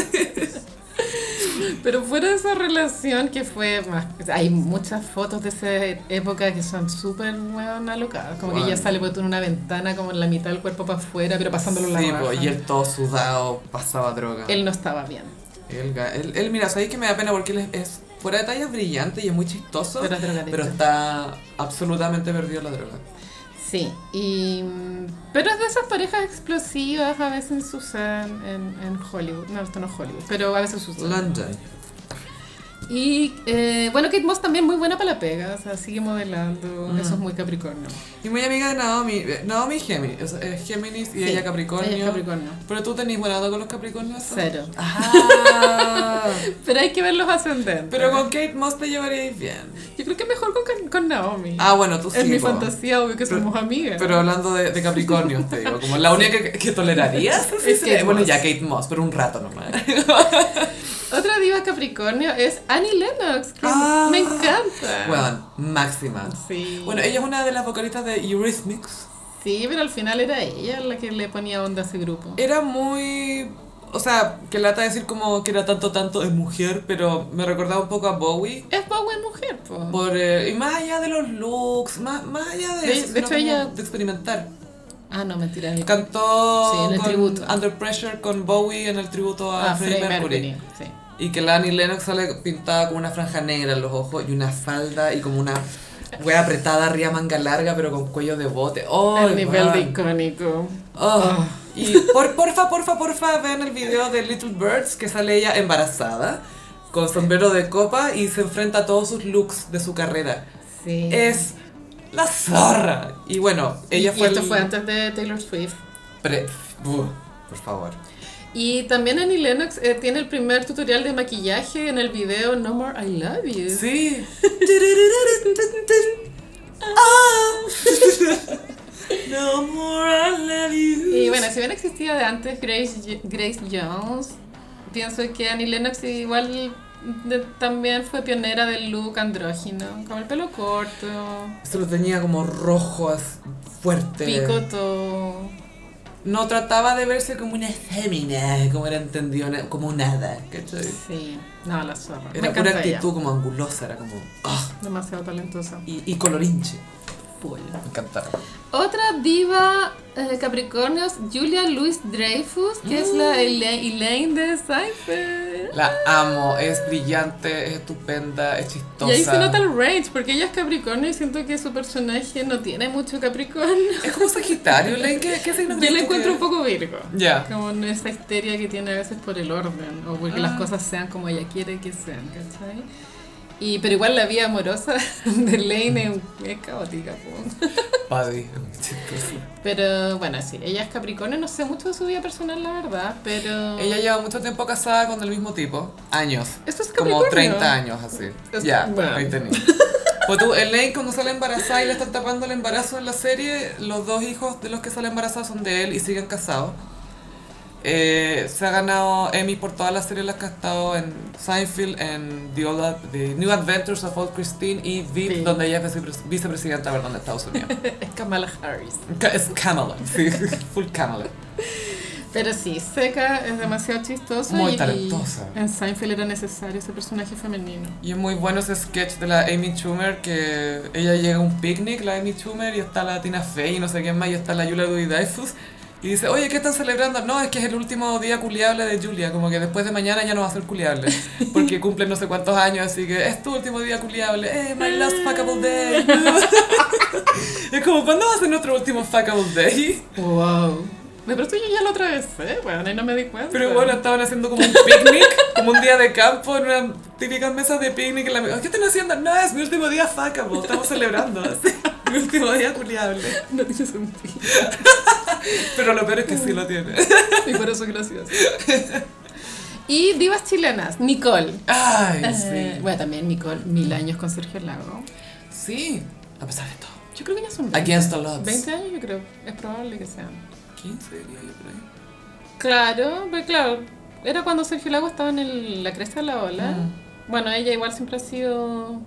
[SPEAKER 2] Pero fuera de esa relación que fue más... o sea, hay muchas fotos de esa época que son súper weón, alocadas, como que
[SPEAKER 1] Bueno.
[SPEAKER 2] ella sale por en una ventana como en la mitad del cuerpo para afuera, pero pasándolo la
[SPEAKER 1] Sí,
[SPEAKER 2] raja.
[SPEAKER 1] po, y él todo sudado, pasaba droga.
[SPEAKER 2] Él no estaba bien.
[SPEAKER 1] Él, ga- él, él, mira, sabéis que me da pena porque él es, es fuera de talla es brillante y es muy chistoso,
[SPEAKER 2] Pero es drogadicto.
[SPEAKER 1] pero está absolutamente perdido en la droga.
[SPEAKER 2] Sí, y, pero es de esas parejas explosivas, a veces suceden en, en Hollywood. No, esto no es Hollywood, pero a veces suceden.
[SPEAKER 1] London.
[SPEAKER 2] Y eh, bueno, Kate Moss también muy buena para la pega, o sea, sigue modelando,
[SPEAKER 1] Mm.
[SPEAKER 2] eso es muy Capricornio.
[SPEAKER 1] Y muy amiga de Naomi. eh, Naomi es Géminis, es, es Géminis y
[SPEAKER 2] Sí,
[SPEAKER 1] ella Capricornio.
[SPEAKER 2] ella es Capricornio.
[SPEAKER 1] Pero tú tenés buena onda con los Capricornios. ¿no?
[SPEAKER 2] Cero.
[SPEAKER 1] Ah,
[SPEAKER 2] Pero hay que ver los ascendentes.
[SPEAKER 1] pero con Kate Moss te llevaríais bien.
[SPEAKER 2] Yo creo que mejor con, con Naomi.
[SPEAKER 1] Ah, bueno, tú sí.
[SPEAKER 2] es mi
[SPEAKER 1] po.
[SPEAKER 2] fantasía, obvio que
[SPEAKER 1] Pero-
[SPEAKER 2] somos amigas.
[SPEAKER 1] Pero hablando de, de Capricornios, te digo, como la única que, que tolerarías. sí,
[SPEAKER 2] Es
[SPEAKER 1] sí,
[SPEAKER 2] Kate
[SPEAKER 1] bueno,
[SPEAKER 2] Moss.
[SPEAKER 1] ya Kate Moss, pero un rato nomás.
[SPEAKER 2] Otra diva Capricornio es Annie Lennox, que
[SPEAKER 1] Ah.
[SPEAKER 2] me encanta.
[SPEAKER 1] Bueno, máxima.
[SPEAKER 2] sí.
[SPEAKER 1] Bueno, ella es una de las vocalistas de Eurythmics.
[SPEAKER 2] sí, pero al final era ella la que le ponía onda a ese grupo.
[SPEAKER 1] Era muy... O sea, que lata decir como que era tanto, tanto de mujer, pero me recordaba un poco a Bowie.
[SPEAKER 2] Es Bowen mujer, po.
[SPEAKER 1] Por, eh, y más allá de los looks, más, más allá de,
[SPEAKER 2] De-
[SPEAKER 1] eso,
[SPEAKER 2] de
[SPEAKER 1] sino
[SPEAKER 2] hecho,
[SPEAKER 1] como
[SPEAKER 2] ella-
[SPEAKER 1] de experimentar.
[SPEAKER 2] Ah, no, mentira. el-
[SPEAKER 1] Cantó
[SPEAKER 2] Sí, en el
[SPEAKER 1] con
[SPEAKER 2] tributo.
[SPEAKER 1] Under Pressure con Bowie en el tributo a
[SPEAKER 2] Ah,
[SPEAKER 1] Freddie
[SPEAKER 2] Freddie
[SPEAKER 1] Mercury.
[SPEAKER 2] Mercury. Sí.
[SPEAKER 1] Y que Lani Lennox sale pintada con una franja negra en los ojos y una falda y como una wea apretada arriba, manga larga, pero con cuello de bote. ¡Oh,
[SPEAKER 2] el nivel de
[SPEAKER 1] weón!
[SPEAKER 2] icónico.
[SPEAKER 1] Oh, Y por, porfa, porfa, porfa, vean el video de Little Birds que sale ella embarazada, con sombrero de copa y se enfrenta a todos sus looks de su carrera.
[SPEAKER 2] Sí.
[SPEAKER 1] Es la zorra. Y bueno, ella
[SPEAKER 2] Y- y
[SPEAKER 1] fue.
[SPEAKER 2] esto
[SPEAKER 1] el
[SPEAKER 2] fue antes de Taylor Swift.
[SPEAKER 1] pre- Buh, por favor.
[SPEAKER 2] Y también Annie Lennox eh, tiene el primer tutorial de maquillaje en el video No More I Love You.
[SPEAKER 1] Sí. Ah. No more I love you.
[SPEAKER 2] Y bueno, si bien existía de antes Grace, Ye- Grace Jones, pienso que Annie Lennox igual de- también fue pionera del look andrógino, con el pelo corto,
[SPEAKER 1] Se lo tenía como rojo, as- fuerte.
[SPEAKER 2] picoto.
[SPEAKER 1] No trataba de verse como una fémina, como era entendido, na- como un hada, ¿cachai?
[SPEAKER 2] Sí, no, la zorra. Me
[SPEAKER 1] Era pura
[SPEAKER 2] encanta ella.
[SPEAKER 1] actitud como angulosa, era como. ah,
[SPEAKER 2] Demasiado talentosa.
[SPEAKER 1] y, y colorinche.
[SPEAKER 2] Full.
[SPEAKER 1] Me encantaba.
[SPEAKER 2] Otra diva eh, Capricornio es Julia Louis Dreyfus, que es
[SPEAKER 1] Mm.
[SPEAKER 2] la Ela- Elaine de Seinfeld.
[SPEAKER 1] La amo, es brillante, es estupenda, es chistosa.
[SPEAKER 2] Y ahí se nota el range, porque ella es Capricornio y siento que su personaje no tiene mucho Capricornio.
[SPEAKER 1] Es como Sagitario, Len, ¿qué, qué signo
[SPEAKER 2] Yo
[SPEAKER 1] crees
[SPEAKER 2] la
[SPEAKER 1] tú
[SPEAKER 2] encuentro
[SPEAKER 1] que
[SPEAKER 2] un poco Virgo.
[SPEAKER 1] es? Ya.
[SPEAKER 2] Como en esa histeria que tiene a veces por el orden, o porque las
[SPEAKER 1] Ah.
[SPEAKER 2] cosas sean como ella quiere que sean, ¿cachai? Y, pero igual la vida amorosa de Elaine es, es caótica, po.
[SPEAKER 1] Paddy, chistoso.
[SPEAKER 2] Pero bueno, sí, ella es Capricornio, no sé mucho de su vida personal, la verdad, pero...
[SPEAKER 1] Ella lleva mucho tiempo casada con el mismo tipo, años.
[SPEAKER 2] Eso es Capricornio.
[SPEAKER 1] Como 30 años así.
[SPEAKER 2] Es-
[SPEAKER 1] ya,
[SPEAKER 2] bueno.
[SPEAKER 1] ahí tenía. Pues tú, Elaine cuando sale embarazada y le están tapando el embarazo en la serie, los dos hijos de los que sale embarazada son de él y siguen casados. Eh, se ha ganado Emmy por todas las series en las que ha estado en Seinfeld, en The, Old Ad- The New Adventures of Old Christine y VIP,
[SPEAKER 2] Sí.
[SPEAKER 1] donde ella es vicepres- vicepresidenta perdón, de Estados Unidos.
[SPEAKER 2] Es Kamala Harris.
[SPEAKER 1] Ca- es Kamala, sí, full Kamala.
[SPEAKER 2] Pero sí, Seca es demasiado chistosa.
[SPEAKER 1] Muy
[SPEAKER 2] y-
[SPEAKER 1] talentosa.
[SPEAKER 2] y En Seinfeld era necesario ese personaje femenino.
[SPEAKER 1] Y es muy bueno ese sketch de la Amy Schumer, que ella llega a un picnic, la Amy Schumer, y está la Tina Fey y no sé quién más, y está la Julia Louis-Dreyfus. Y dice, oye, ¿qué están celebrando? No, es que es el último día culiable de Julia, como que después de mañana ya no va a ser culiable, porque cumple no sé cuántos años, así que es tu último día culiable, eh, my last fuckable day. es como, ¿cuándo va a ser nuestro último fuckable day?
[SPEAKER 2] Wow. De pronto yo ya lo atravesé, bueno, y no me di cuenta.
[SPEAKER 1] Pero bueno, estaban haciendo como un picnic, como un día de campo, en una típica mesa de picnic. En la... ¿Qué están haciendo? No, es mi último día fuckable, estamos celebrando. así. Mi último día culiable.
[SPEAKER 2] No tiene sentido.
[SPEAKER 1] Pero lo peor es que sí lo tiene.
[SPEAKER 2] Y por eso es gracioso. Y divas chilenas, Nicole.
[SPEAKER 1] Ay,
[SPEAKER 2] Eh,
[SPEAKER 1] sí.
[SPEAKER 2] bueno, también Nicole, mil años con Sergio Lago.
[SPEAKER 1] Sí, a pesar de todo.
[SPEAKER 2] Yo creo que ya son 20,
[SPEAKER 1] Against the odds.
[SPEAKER 2] 20 años, yo creo. Es probable que sean.
[SPEAKER 1] 15 diría yo por ahí.
[SPEAKER 2] Claro, pero claro, era cuando Sergio Lago estaba en el- la cresta de la ola.
[SPEAKER 1] Mm.
[SPEAKER 2] Bueno, ella igual siempre ha sido,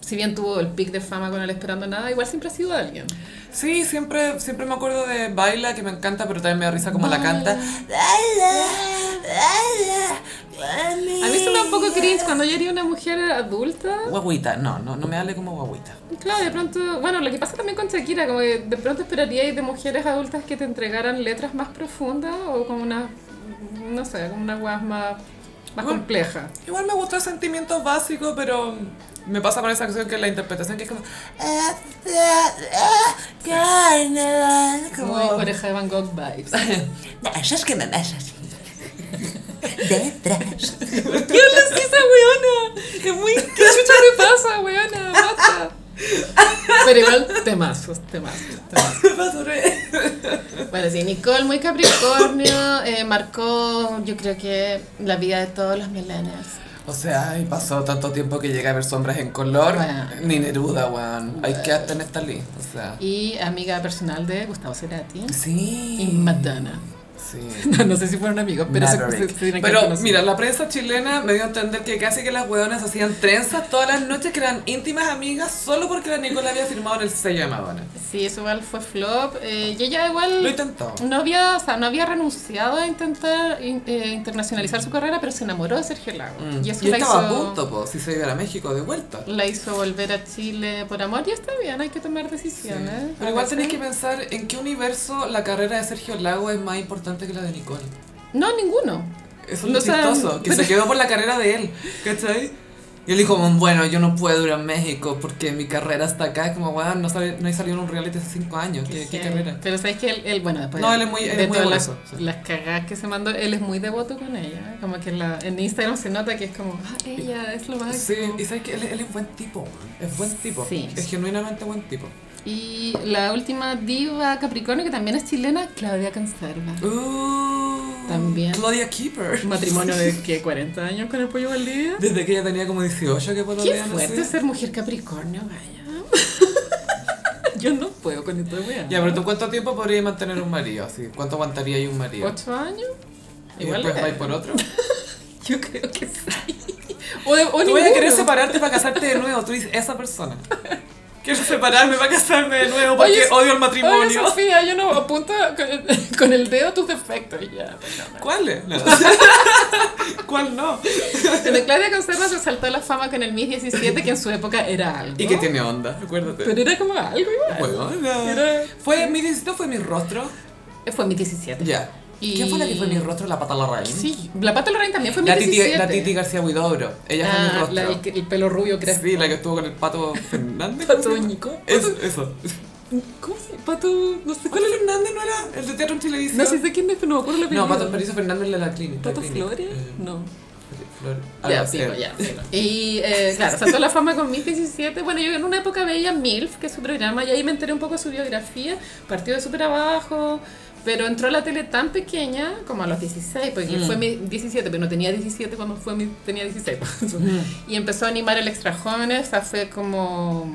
[SPEAKER 2] si bien tuvo el pic de fama con el Esperando Nada, igual siempre ha sido alguien.
[SPEAKER 1] Sí, siempre, siempre me acuerdo de Baila, que me encanta, pero también me da risa como la canta.
[SPEAKER 2] A mí se me da un poco cringe cuando ella era una mujer adulta.
[SPEAKER 1] Guaguita, no, no, no me hable como guaguita.
[SPEAKER 2] Claro, de pronto, bueno, lo que pasa también con Shakira, como que de pronto esperaríais de mujeres adultas que te entregaran letras más profundas o como una, no sé, como una guas más, más
[SPEAKER 1] Bueno.
[SPEAKER 2] compleja.
[SPEAKER 1] Igual me gustó el sentimiento básico, pero me pasa con esa canción que la interpretación que es como...
[SPEAKER 2] Como
[SPEAKER 1] Como-
[SPEAKER 2] oreja de Van Gogh vibes.
[SPEAKER 3] Detrás que me besas. Detrás.
[SPEAKER 2] ¿Qué hablas que esa weona? Es muy... ¿Qué chucha te pasa, weona? Basta. Pero igual, temazos, temazos, temazos. Bueno, sí, Nicole, muy capricornio, eh, marcó, yo creo que, la vida de todos los millennials.
[SPEAKER 1] O sea, y pasó tanto tiempo que llegué a ver sombras en color.
[SPEAKER 2] Bueno.
[SPEAKER 1] Ni Neruda, weón. Hay que hasta en esta lista, o sea...
[SPEAKER 2] Y amiga personal de Gustavo Cerati
[SPEAKER 1] Sí.
[SPEAKER 2] y Madonna.
[SPEAKER 1] Sí.
[SPEAKER 2] No, no sé si fueron amigos, pero se, se-
[SPEAKER 1] Maverick.
[SPEAKER 2] se tienen que haber
[SPEAKER 1] Pero
[SPEAKER 2] conocido.
[SPEAKER 1] mira, la prensa chilena me dio a entender que casi que las hueonas hacían trenzas todas las noches que eran íntimas amigas solo porque la Nicola había firmado en el sello de Madonna.
[SPEAKER 2] Sí, eso igual fue flop. eh, y ella
[SPEAKER 1] Lo
[SPEAKER 2] igual
[SPEAKER 1] intentó.
[SPEAKER 2] no había, o sea, no había renunciado a intentar in- eh, internacionalizar su carrera, pero se enamoró de Sergio Lago.
[SPEAKER 1] Mm.
[SPEAKER 2] Y eso
[SPEAKER 1] y
[SPEAKER 2] la,
[SPEAKER 1] estaba
[SPEAKER 2] hizo,
[SPEAKER 1] a punto, po, si se iba a México de vuelta.
[SPEAKER 2] la hizo volver a Chile por amor. Y está bien, hay que tomar decisiones.
[SPEAKER 1] Pero igual tenéis que pensar en qué universo la carrera de Sergio Lago es más importante que la de Nicole.
[SPEAKER 2] No, ninguno.
[SPEAKER 1] Eso es lo
[SPEAKER 2] No saben,
[SPEAKER 1] chistoso, que se
[SPEAKER 2] pero-
[SPEAKER 1] quedó por la carrera de él, ¿cachai? Y él dijo, bueno, yo no puedo ir a México porque mi carrera está acá. Es como, weón, no, sale- no he salido en un reality hace cinco años. ¿Qué, qué
[SPEAKER 2] Sí.
[SPEAKER 1] carrera?
[SPEAKER 2] Pero sabes que él, él, bueno, después
[SPEAKER 1] No, él es muy- él
[SPEAKER 2] de
[SPEAKER 1] es muy
[SPEAKER 2] todas las,
[SPEAKER 1] amoroso, sí.
[SPEAKER 2] las cagadas que se mandó, él es muy devoto con ella. Como que en la, en Instagram se nota que es como, ah, ella es lo más.
[SPEAKER 1] Sí, y sabes que él, él es buen tipo, weón. es buen tipo,
[SPEAKER 2] Sí.
[SPEAKER 1] es genuinamente buen tipo.
[SPEAKER 2] Y la última diva Capricornio, que también es chilena, Claudia Canserva.
[SPEAKER 1] Uh,
[SPEAKER 2] También.
[SPEAKER 1] Claudia Keeper.
[SPEAKER 2] Matrimonio de que 40 años con el pollo Valdivia.
[SPEAKER 1] Desde que ella tenía como 18 que
[SPEAKER 2] Qué
[SPEAKER 1] pololean
[SPEAKER 2] fuerte
[SPEAKER 1] así.
[SPEAKER 2] ser mujer Capricornio, vaya. Yo no puedo con esta wea.
[SPEAKER 1] Ya, pero tú cuánto tiempo podrías mantener un marido, así, cuánto aguantaría ahí un marido.
[SPEAKER 2] ¿Ocho años?
[SPEAKER 1] Y después
[SPEAKER 2] eh,
[SPEAKER 1] vais por otro.
[SPEAKER 2] Yo creo que sí. O, de- o
[SPEAKER 1] Tú voy a querer
[SPEAKER 2] ninguno.
[SPEAKER 1] separarte para casarte de nuevo, tú dices, esa persona. Quiero separarme para casarme de nuevo porque
[SPEAKER 2] Oye,
[SPEAKER 1] odio el
[SPEAKER 2] Oye,
[SPEAKER 1] matrimonio.
[SPEAKER 2] Sofía, yo no apunto con el, con el dedo tus defectos y ya. pues
[SPEAKER 1] ¿Cuál es? No. ¿Cuál no?
[SPEAKER 2] Pero Claudia Conserva se saltó a la fama con el Miss 17, que en su época era algo.
[SPEAKER 1] Y que tiene onda, acuérdate.
[SPEAKER 2] Pero era como algo igual.
[SPEAKER 1] Huevona.
[SPEAKER 2] Era-
[SPEAKER 1] ¿Fue mi disito fue mi rostro?
[SPEAKER 2] Fue Miss 17.
[SPEAKER 1] Ya.
[SPEAKER 2] Y-
[SPEAKER 1] ¿Quién fue la que fue mi rostro? La pata Larraín.
[SPEAKER 2] Sí, la Pata Lorraine también fue Miss
[SPEAKER 1] La titi,
[SPEAKER 2] 17.
[SPEAKER 1] la titi García Huidobro. Ella fue mi
[SPEAKER 2] Ah,
[SPEAKER 1] rostro.
[SPEAKER 2] la, el, el pelo rubio crespo.
[SPEAKER 1] Sí, la que estuvo con el pato Fernández.
[SPEAKER 2] Pato Ñico.
[SPEAKER 1] Es- eso.
[SPEAKER 2] ¿Cómo se Pato, no sé cuál
[SPEAKER 1] ¿Cuál Fernández no era? ¿El de teatro en televisión?
[SPEAKER 2] No sé de quién es, pero no me acuerdo la
[SPEAKER 1] No, Pato París Fernández la de la clínica.
[SPEAKER 2] ¿Pato
[SPEAKER 1] la clínica.
[SPEAKER 2] Flores?
[SPEAKER 1] Eh,
[SPEAKER 2] No.
[SPEAKER 1] Flor-
[SPEAKER 2] Ya,
[SPEAKER 1] algo así.
[SPEAKER 2] filo, ya, filo. Ah, Y eh, claro, saltó a la fama con Miss 17. Bueno, yo en una época veía MILF, que es su programa, y ahí me enteré un poco de su biografía. Partió de súper abajo, pero entró a la tele tan pequeña, como a los 16, porque
[SPEAKER 1] Mm.
[SPEAKER 2] fue mi 17, pero no tenía 17 cuando fue mi, tenía pues. 16.
[SPEAKER 1] Mm.
[SPEAKER 2] y empezó a animar el Extra Jóvenes, o sea, fue como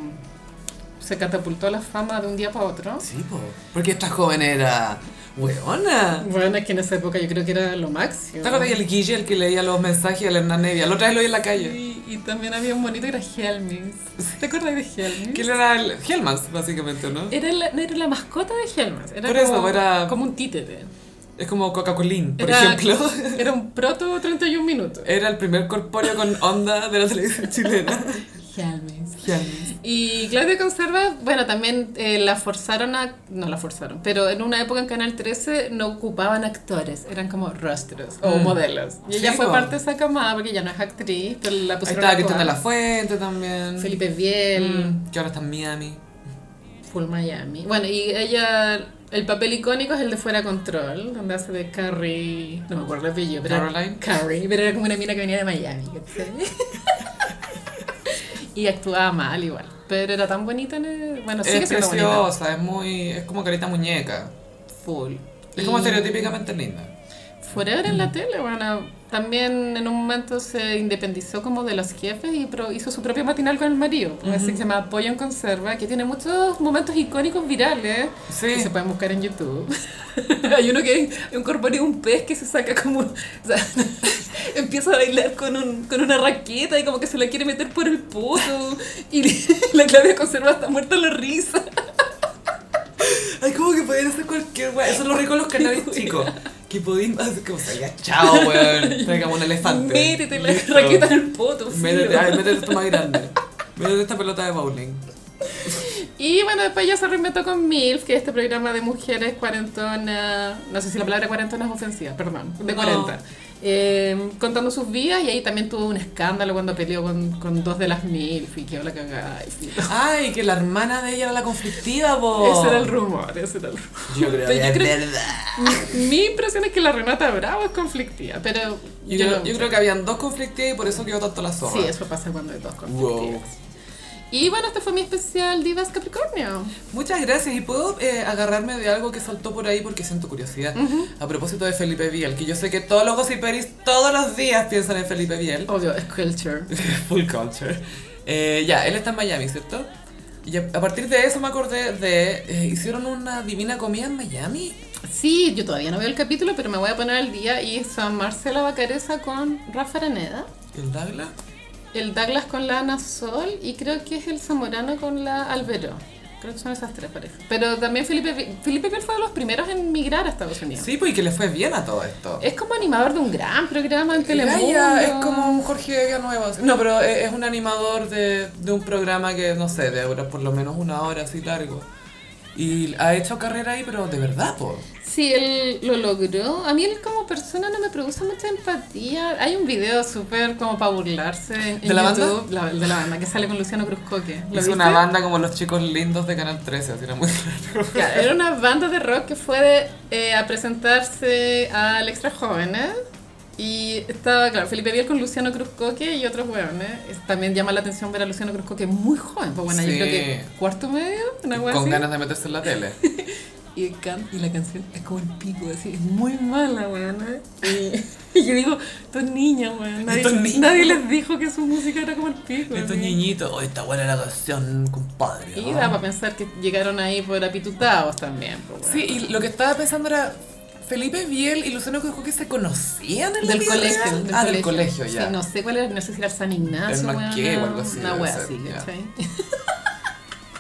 [SPEAKER 2] se catapultó a la fama de un día para otro.
[SPEAKER 1] Sí, po. porque esta joven era weona.
[SPEAKER 2] Bueno, es que en esa época yo creo que era lo máximo.
[SPEAKER 1] ¿Te acuerdas del Guille, el que leía los mensajes al Hernán Nevia? La otra vez lo vi en la calle.
[SPEAKER 2] Sí, y también había un bonito que era Helmis. ¿Te acuerdas de Helmis?
[SPEAKER 1] Que él era el Helmans, básicamente, ¿no?
[SPEAKER 2] Era la, no, era la mascota de Helmas. Era
[SPEAKER 1] Por eso,
[SPEAKER 2] como,
[SPEAKER 1] era-
[SPEAKER 2] como un títere.
[SPEAKER 1] Es como Coca-Colín, por
[SPEAKER 2] Era-
[SPEAKER 1] ejemplo.
[SPEAKER 2] Era un proto 31 minutos.
[SPEAKER 1] Era el primer corpóreo con onda de la televisión chilena.
[SPEAKER 2] Helmis.
[SPEAKER 1] Helmans.
[SPEAKER 2] Y Claudia Conserva, bueno, también eh, la forzaron a... No la forzaron, pero en una época en Canal 13 no ocupaban actores, eran como rostros o
[SPEAKER 1] Mm.
[SPEAKER 2] modelos. Y ella
[SPEAKER 1] Sí,
[SPEAKER 2] fue
[SPEAKER 1] po.
[SPEAKER 2] parte de esa camada porque ya no es actriz, pero la
[SPEAKER 1] Ahí
[SPEAKER 2] pusieron
[SPEAKER 1] estaba
[SPEAKER 2] a actuar.
[SPEAKER 1] Cristina La Fuente también.
[SPEAKER 2] Pues, Felipe Biel,
[SPEAKER 1] Mm, Que ahora está en Miami.
[SPEAKER 2] Full Miami. Bueno, y ella... El papel icónico es el de Fuera Control, donde hace de Carrie... No me acuerdo el apellido, pero...
[SPEAKER 1] Caroline.
[SPEAKER 2] Carrie, pero era como una mina que venía de Miami. ¿cachai? y actuaba mal igual. Pero era tan bonita en el- Bueno, sigue
[SPEAKER 1] es
[SPEAKER 2] siendo bonita.
[SPEAKER 1] preciosa, es muy. es como carita muñeca.
[SPEAKER 2] Full.
[SPEAKER 1] Es como
[SPEAKER 2] Y
[SPEAKER 1] estereotípicamente linda.
[SPEAKER 2] Forever en la tele, bueno, también en un momento se independizó como de los jefes y pro- hizo su propio matinal con el marido, pues, así que se llama Pollo en Conserva, que tiene muchos momentos icónicos virales que
[SPEAKER 1] Sí.
[SPEAKER 2] se pueden buscar en YouTube. Hay uno que es un corpóreo, un pez que se saca como... o sea, empieza a bailar con, un- con una raqueta y como que se la quiere meter por el poto y la Claudia Conserva está muerta de la risa.
[SPEAKER 1] Ay, como que podían hacer cualquier weón. Eso es lo rico de los canales chicos. Que podían hacer como salía chao, weón. Traigamos un elefante.
[SPEAKER 2] Métete la
[SPEAKER 1] Listo.
[SPEAKER 2] raqueta en el poto.
[SPEAKER 1] Métete,
[SPEAKER 2] filo.
[SPEAKER 1] ay, métete esto más grande. Métete esta pelota de bowling.
[SPEAKER 2] Y bueno, después ya se reinventó con MILF, que es este programa de mujeres cuarentona, no sé si la palabra cuarentona es ofensiva, perdón, de
[SPEAKER 1] No.
[SPEAKER 2] 40. eh, contando sus vidas y ahí también tuvo un escándalo cuando peleó con, con dos de las MILF y que la cagada. y filo.
[SPEAKER 1] Ay, que la hermana de ella era la conflictiva, po.
[SPEAKER 2] Ese era el rumor, ese era el rumor.
[SPEAKER 1] Yo creo
[SPEAKER 2] Pero yo
[SPEAKER 1] que es
[SPEAKER 2] creo-
[SPEAKER 1] verdad.
[SPEAKER 2] Mi, mi impresión es que la Renata Bravo es conflictiva, pero
[SPEAKER 1] Yo,
[SPEAKER 2] yo
[SPEAKER 1] creo-
[SPEAKER 2] no-
[SPEAKER 1] yo creo que habían dos conflictivas y por eso quedó tanto la zorra.
[SPEAKER 2] Sí, eso pasa cuando hay dos conflictivas.
[SPEAKER 1] Wow.
[SPEAKER 2] Y bueno, este fue mi especial Divas Capricornio.
[SPEAKER 1] Muchas gracias. ¿Y puedo eh, agarrarme de algo que saltó por ahí porque siento curiosidad? A propósito de Felipe Biel, que yo sé que todos los gossiperis todos los días piensan en Felipe Biel.
[SPEAKER 2] Obvio, es culture.
[SPEAKER 1] Full culture. Eh, ya, él está en Miami, ¿cierto? Y a a partir de eso me acordé de... eh, ¿Hicieron una divina comida en Miami?
[SPEAKER 2] Sí, yo todavía no veo el capítulo, pero me voy a poner al día y son Marcela Bacareza con Rafa Araneda,
[SPEAKER 1] ¿El Douglas?
[SPEAKER 2] el Douglas con la Ana Sol y creo que es el Zamorano con la Albero. Creo que son esas tres parejas. Pero también Felipe Vi- Felipe Piel fue de los primeros en migrar a Estados Unidos.
[SPEAKER 1] Sí, pues y que le fue bien a todo esto.
[SPEAKER 2] Es como animador de un gran programa en Telemundo.
[SPEAKER 1] Gaya es como un Jorge Villanueva. así. No, pero e-, es es un animador de, de un programa que, no sé, de dura por lo menos una hora así largo. Y ha hecho carrera ahí, pero de verdad, po.
[SPEAKER 2] Sí, él lo logró. A mí él como persona no me produce mucha empatía. Hay un video súper como para burlarse en
[SPEAKER 1] ¿De la banda?
[SPEAKER 2] YouTube, la- de la banda que sale con Luciano Cruzcoque. ¿Lo
[SPEAKER 1] Es una
[SPEAKER 2] viste?
[SPEAKER 1] banda como los chicos lindos de Canal 13, así era muy claro.
[SPEAKER 2] Ya, era una banda de rock que fue eh, a presentarse al Extra Jóvenes. Y estaba, claro, Felipe Biel con Luciano Cruzcoque y otros hueones. Es- También llama la atención ver a Luciano Cruzcoque muy joven, pues bueno, yo
[SPEAKER 1] Sí.
[SPEAKER 2] creo que cuarto medio, una hueá
[SPEAKER 1] Con
[SPEAKER 2] así.
[SPEAKER 1] ganas de meterse en la tele.
[SPEAKER 2] Y, can- y la canción es como el pico, así, es muy mala, hueona. Y, y yo digo, estos niños, hueón, nadie,
[SPEAKER 1] Estos niños.
[SPEAKER 2] nadie les dijo que su música era como el pico.
[SPEAKER 1] Estos
[SPEAKER 2] así.
[SPEAKER 1] niñitos, oh, está buena la canción, compadre.
[SPEAKER 2] Y
[SPEAKER 1] ¿no?
[SPEAKER 2] da para pensar que llegaron ahí por apitutados también. pues,
[SPEAKER 1] Sí, y lo que estaba pensando era. Felipe Biel y Luciano Cruzco que se conocían en la
[SPEAKER 2] Del
[SPEAKER 1] vida
[SPEAKER 2] colegio.
[SPEAKER 1] real?
[SPEAKER 2] Del
[SPEAKER 1] ah, del colegio, ya.
[SPEAKER 2] Sí, no sé cuál era, no sé si era San Ignacio.
[SPEAKER 1] El
[SPEAKER 2] weón,
[SPEAKER 1] Marqués o algo así,
[SPEAKER 2] Una
[SPEAKER 1] debe
[SPEAKER 2] wea
[SPEAKER 1] ser,
[SPEAKER 2] así,
[SPEAKER 1] ya.
[SPEAKER 2] ¿cachai?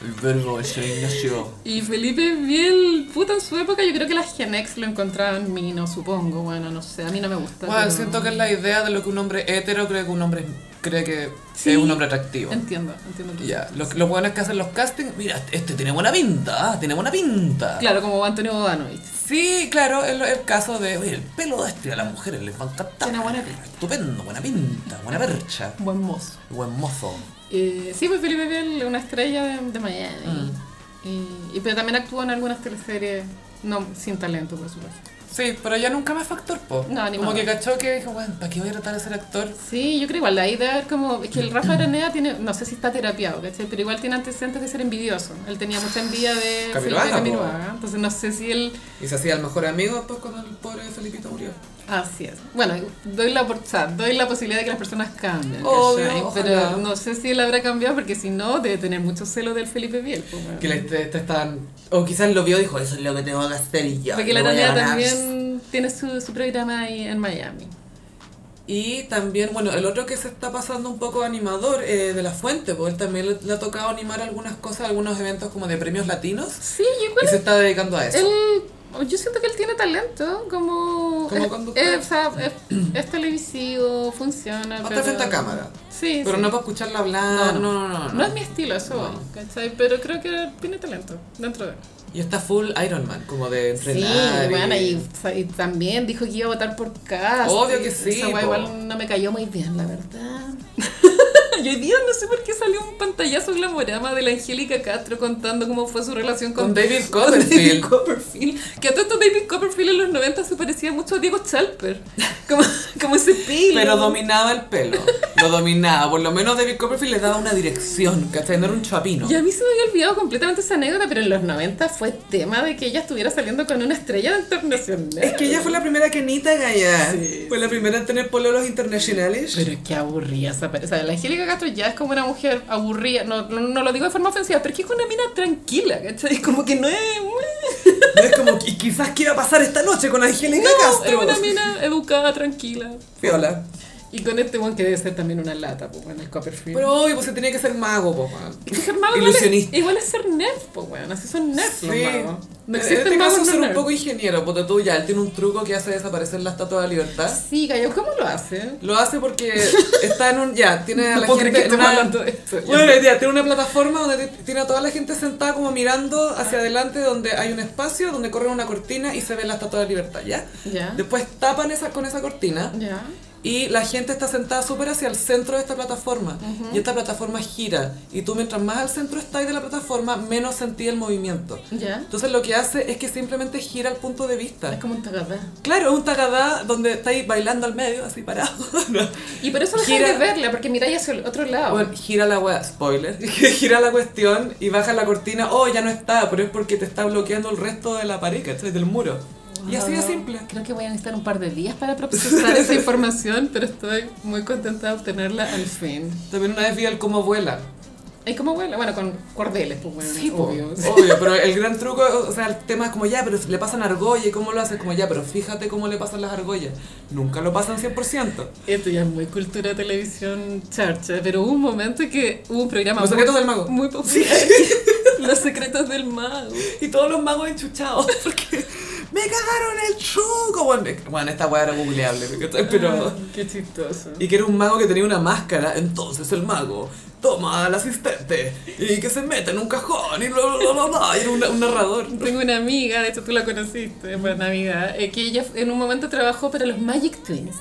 [SPEAKER 1] El verbo de San Ignacio.
[SPEAKER 2] Y Felipe Biel, puta, en su época yo creo que las Genex lo encontraban mino, supongo. Bueno, no sé, a mí no me gusta.
[SPEAKER 1] Bueno,
[SPEAKER 2] pero-
[SPEAKER 1] siento que es la idea de lo que un hombre hetero cree que un hombre cree que
[SPEAKER 2] Sí.
[SPEAKER 1] es un hombre atractivo.
[SPEAKER 2] Entiendo, entiendo.
[SPEAKER 1] Ya,
[SPEAKER 2] tu-
[SPEAKER 1] los, los buenos que hacen los castings, mira, este tiene buena pinta, ah, tiene buena pinta.
[SPEAKER 2] Claro, como Antonio Bodanovich.
[SPEAKER 1] Sí, claro, es lo- el caso de, oye, el pelo de este a las mujeres les va a encantar.
[SPEAKER 2] Tiene buena pinta.
[SPEAKER 1] Estupendo, buena pinta, buena percha,
[SPEAKER 2] Buen mozo.
[SPEAKER 1] buen mozo.
[SPEAKER 2] Eh, sí, pues Felipe Biel, una estrella de, de Miami.
[SPEAKER 1] Mm.
[SPEAKER 2] Eh, Y, y- pero también actuó en algunas teleseries, no, sin talento, por supuesto.
[SPEAKER 1] Sí, pero ya nunca más factor, po.
[SPEAKER 2] No, ni
[SPEAKER 1] Como
[SPEAKER 2] más.
[SPEAKER 1] que cachó que dijo, bueno, ¿para qué voy a tratar de ser actor?
[SPEAKER 2] Sí, yo creo igual, ahí debe haber como, es que el Rafa Araneda tiene, no sé si está terapiado, ¿cachai? Pero igual tiene antecedentes de ser envidioso. Él tenía mucha envidia de
[SPEAKER 1] Camiroaga, po.
[SPEAKER 2] Camiroaga, entonces no sé si él,
[SPEAKER 1] Y se hacía el mejor amigo, pues, cuando el pobre Felipito murió.
[SPEAKER 2] Así es. Bueno, doy la, por- o sea, doy la posibilidad de que las personas cambien.
[SPEAKER 1] Obvio,
[SPEAKER 2] ¿cachai?
[SPEAKER 1] ojalá.
[SPEAKER 2] pero no sé si él habrá cambiado porque si no, debe tener mucho celo del Felipe Biel. pues, bueno.
[SPEAKER 1] Que le te, te están... O quizás lo vio y dijo, eso es lo que tengo que hacer y yo.
[SPEAKER 2] Porque la
[SPEAKER 1] lo voy a
[SPEAKER 2] Tania
[SPEAKER 1] ganar".
[SPEAKER 2] también tiene su, su programa ahí en Miami.
[SPEAKER 1] Y también, bueno, el otro que se está pasando un poco animador eh, de la fuente, porque él también le, le ha tocado animar algunas cosas, algunos eventos como de premios latinos.
[SPEAKER 2] Sí, yo
[SPEAKER 1] Y se está dedicando a eso.
[SPEAKER 2] Él, yo siento que él tiene talento como...
[SPEAKER 1] Como
[SPEAKER 2] es-
[SPEAKER 1] conductor.
[SPEAKER 2] es- o sea, es, es televisivo, funciona.
[SPEAKER 1] Hasta
[SPEAKER 2] pero-
[SPEAKER 1] frente a cámara.
[SPEAKER 2] Sí,
[SPEAKER 1] Pero
[SPEAKER 2] sí.
[SPEAKER 1] no para escucharla hablar. No,
[SPEAKER 2] No,
[SPEAKER 1] no, no. no,
[SPEAKER 2] No es mi estilo eso,
[SPEAKER 1] No.
[SPEAKER 2] voy, ¿cachai? Pero creo que tiene talento dentro de él.
[SPEAKER 1] Y está full Iron Man, como de
[SPEAKER 2] Sí,
[SPEAKER 1] entrenar.
[SPEAKER 2] bueno, y, y también dijo que iba a votar por Cast.
[SPEAKER 1] Obvio que sí,
[SPEAKER 2] Esa weá
[SPEAKER 1] po.
[SPEAKER 2] igual no me cayó muy bien, la verdad. Y hoy día no sé por qué salió un pantallazo glamorama de la Angélica Castro contando cómo fue su relación con,
[SPEAKER 1] Con David
[SPEAKER 2] con
[SPEAKER 1] Copperfield.
[SPEAKER 2] David Copperfield. Que a todo esto David Copperfield en los 90 se parecía mucho a Diego Chalper. Como, como ese pelo.
[SPEAKER 1] Pero dominaba el pelo. Lo dominaba. Por lo menos David Copperfield le daba una dirección, ¿cachai? No era un chapino.
[SPEAKER 2] Y a mí se me había olvidado completamente esa anécdota, pero en los 90 fue tema de que ella estuviera saliendo con una estrella internacional.
[SPEAKER 1] Es que ella fue la primera kenita Gaya.
[SPEAKER 2] Sí.
[SPEAKER 1] Fue la primera en tener pololos internacionales.
[SPEAKER 2] Pero qué aburrida esa pareja. O sea, la Angélica Castro ya es como una mujer aburrida. No, no, no lo digo de forma ofensiva, pero es que es una mina tranquila, ¿cachai? Como que no es.
[SPEAKER 1] No es como, y quizás quiera pasar esta noche con Angélica
[SPEAKER 2] No, es
[SPEAKER 1] Castro.
[SPEAKER 2] una mina educada, tranquila.
[SPEAKER 1] Viola.
[SPEAKER 2] Y con este one que debe ser también una lata, pues, en el Copperfield.
[SPEAKER 1] Pero hoy pues se tenía que ser mago, po, man.
[SPEAKER 2] Es que ser mago igual es-
[SPEAKER 1] Ilusionista.
[SPEAKER 2] Igual es ser nerd, pues, weón. Así son nerds
[SPEAKER 1] Sí.
[SPEAKER 2] los magos.
[SPEAKER 1] En
[SPEAKER 2] No
[SPEAKER 1] este
[SPEAKER 2] existen magos
[SPEAKER 1] caso
[SPEAKER 2] no
[SPEAKER 1] ser un
[SPEAKER 2] nerds.
[SPEAKER 1] poco ingeniero, porque tú ya, él tiene un truco que hace desaparecer la estatua de la libertad.
[SPEAKER 2] Sí, gallo, ¿cómo lo hace?
[SPEAKER 1] Lo hace porque está en un. Ya, tiene a
[SPEAKER 2] No
[SPEAKER 1] la
[SPEAKER 2] puedo creer que
[SPEAKER 1] gente. en
[SPEAKER 2] estemos
[SPEAKER 1] una-
[SPEAKER 2] hablando de esto.
[SPEAKER 1] Bueno, ya, tiene una plataforma donde t- tiene a toda la gente sentada como mirando hacia adelante, donde hay un espacio, donde corre una cortina y se ve la estatua de la libertad, ¿ya?
[SPEAKER 2] Ya.
[SPEAKER 1] Después tapan esa, con esa cortina
[SPEAKER 2] Ya.
[SPEAKER 1] y la gente está sentada súper hacia el centro de esta plataforma. Y esta plataforma gira. Y tú, mientras más al centro estáis de la plataforma, menos sentí el movimiento.
[SPEAKER 2] Ya.
[SPEAKER 1] Entonces, lo que hace es que simplemente gira el punto de vista.
[SPEAKER 2] Es como un tagadá.
[SPEAKER 1] Claro, es un tagadá donde estáis bailando al medio, así parado.
[SPEAKER 2] Y por eso dejáis
[SPEAKER 1] Gira-
[SPEAKER 2] de verla, porque miráis hacia el otro lado.
[SPEAKER 1] Bueno, gira la wea, spoiler, gira la cuestión y baja la cortina, oh, ya no está, pero es porque te está bloqueando el resto de la pared, ¿cachai? Del muro. Y así de
[SPEAKER 2] Wow.
[SPEAKER 1] simple.
[SPEAKER 2] Ah, Creo que voy a necesitar un par de días para procesar esa información, pero estoy muy contenta de obtenerla al fin.
[SPEAKER 1] También una vez vi el cómo vuela.
[SPEAKER 2] ¿Y cómo vuela? Bueno, con cordeles, pues bueno,
[SPEAKER 1] Sí, po.
[SPEAKER 2] obvio.
[SPEAKER 1] obvio. pero el gran truco, o sea, el tema es como ya, pero le pasan argolla y cómo lo haces, como ya, pero fíjate cómo le pasan las argollas. Nunca lo pasan 100%.
[SPEAKER 2] Esto ya es muy cultura de televisión charcha, pero hubo un momento que hubo un programa
[SPEAKER 1] Los
[SPEAKER 2] muy,
[SPEAKER 1] secretos del mago.
[SPEAKER 2] muy popular. Los secretos del mago.
[SPEAKER 1] Y todos los magos enchuchados, porque me cagaron el truco. Bueno, bueno, esta wea era googleable, ¿cachai? pero...
[SPEAKER 2] Ay, qué chistoso.
[SPEAKER 1] Y que era un mago que tenía una máscara, entonces el mago toma al asistente y que se mete en un cajón y lo, lo, lo, lo, y era un, un narrador.
[SPEAKER 2] Tengo una amiga, de hecho tú la conociste, buena amiga, eh, que ella en un momento trabajó para los Magic Twins.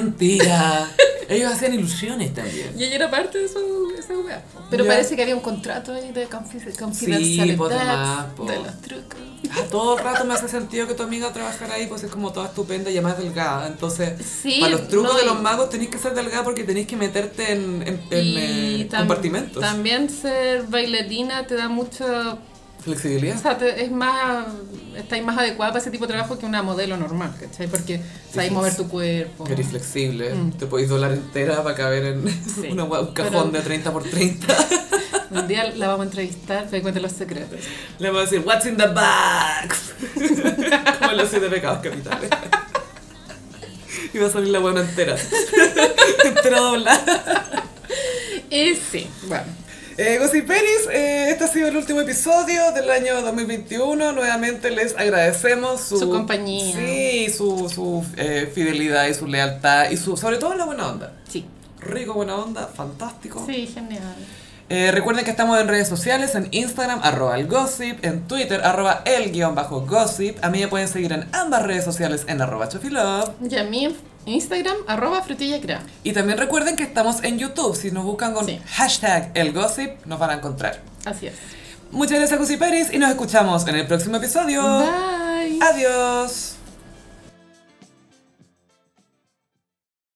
[SPEAKER 1] Mentira. Ellos hacían ilusiones también.
[SPEAKER 2] Y ella era parte de su, esa weá. po. Pero
[SPEAKER 1] Ya.
[SPEAKER 2] parece que había un contrato ahí de confi- confidencialidad
[SPEAKER 1] po, de más, po.
[SPEAKER 2] pues, de los trucos.
[SPEAKER 1] A todo el rato me hace sentido que tu amiga trabajara ahí, pues es como toda estupenda y además delgada. Entonces,
[SPEAKER 2] Sí,
[SPEAKER 1] para los trucos
[SPEAKER 2] no,
[SPEAKER 1] de
[SPEAKER 2] y-
[SPEAKER 1] los magos tenés que ser delgada porque tenés que meterte en, en, en, eh,
[SPEAKER 2] tam-
[SPEAKER 1] compartimentos.
[SPEAKER 2] También ser bailarina te da mucho. O
[SPEAKER 1] Flexibilidad.
[SPEAKER 2] sea, te- es más. Estáis más adecuada para ese tipo de trabajo que una modelo normal, ¿cachai? Porque sabéis
[SPEAKER 1] Sí,
[SPEAKER 2] mover
[SPEAKER 1] sí.
[SPEAKER 2] tu cuerpo.
[SPEAKER 1] Que eres flexible,
[SPEAKER 2] Mm.
[SPEAKER 1] te podéis doblar entera para caber en
[SPEAKER 2] Sí.
[SPEAKER 1] una gua- un cajón de
[SPEAKER 2] Pero-
[SPEAKER 1] 30 por 30
[SPEAKER 2] Un día la vamos a entrevistar, te cuente los secretos.
[SPEAKER 1] Le vamos a decir, What's in the box? Como en los siete pecados capitales. Y va a salir la buena entera. entera doblada.
[SPEAKER 2] Y sí, bueno.
[SPEAKER 1] Eh, Gossip Peris, eh, este ha sido el último episodio del año 2021. Nuevamente les agradecemos su,
[SPEAKER 2] Su compañía.
[SPEAKER 1] Sí, su, su, eh, fidelidad y su lealtad y su, sobre todo la buena onda.
[SPEAKER 2] Sí.
[SPEAKER 1] Rico, buena onda, fantástico.
[SPEAKER 2] Sí, genial.
[SPEAKER 1] Eh, recuerden que estamos en redes sociales, en Instagram, arroba el gossip, en Twitter, arroba el guión bajo gossip. A mí me pueden seguir en ambas redes sociales, en arroba chofilove.
[SPEAKER 2] Y a mí en Instagram, arroba frutillacra.
[SPEAKER 1] Y también recuerden que estamos en YouTube. Si nos buscan con
[SPEAKER 2] Sí.
[SPEAKER 1] hashtag el gossip, nos van a encontrar.
[SPEAKER 2] Así es.
[SPEAKER 1] Muchas gracias, Gossip Peris, y nos escuchamos en el próximo episodio.
[SPEAKER 2] Bye.
[SPEAKER 1] Adiós.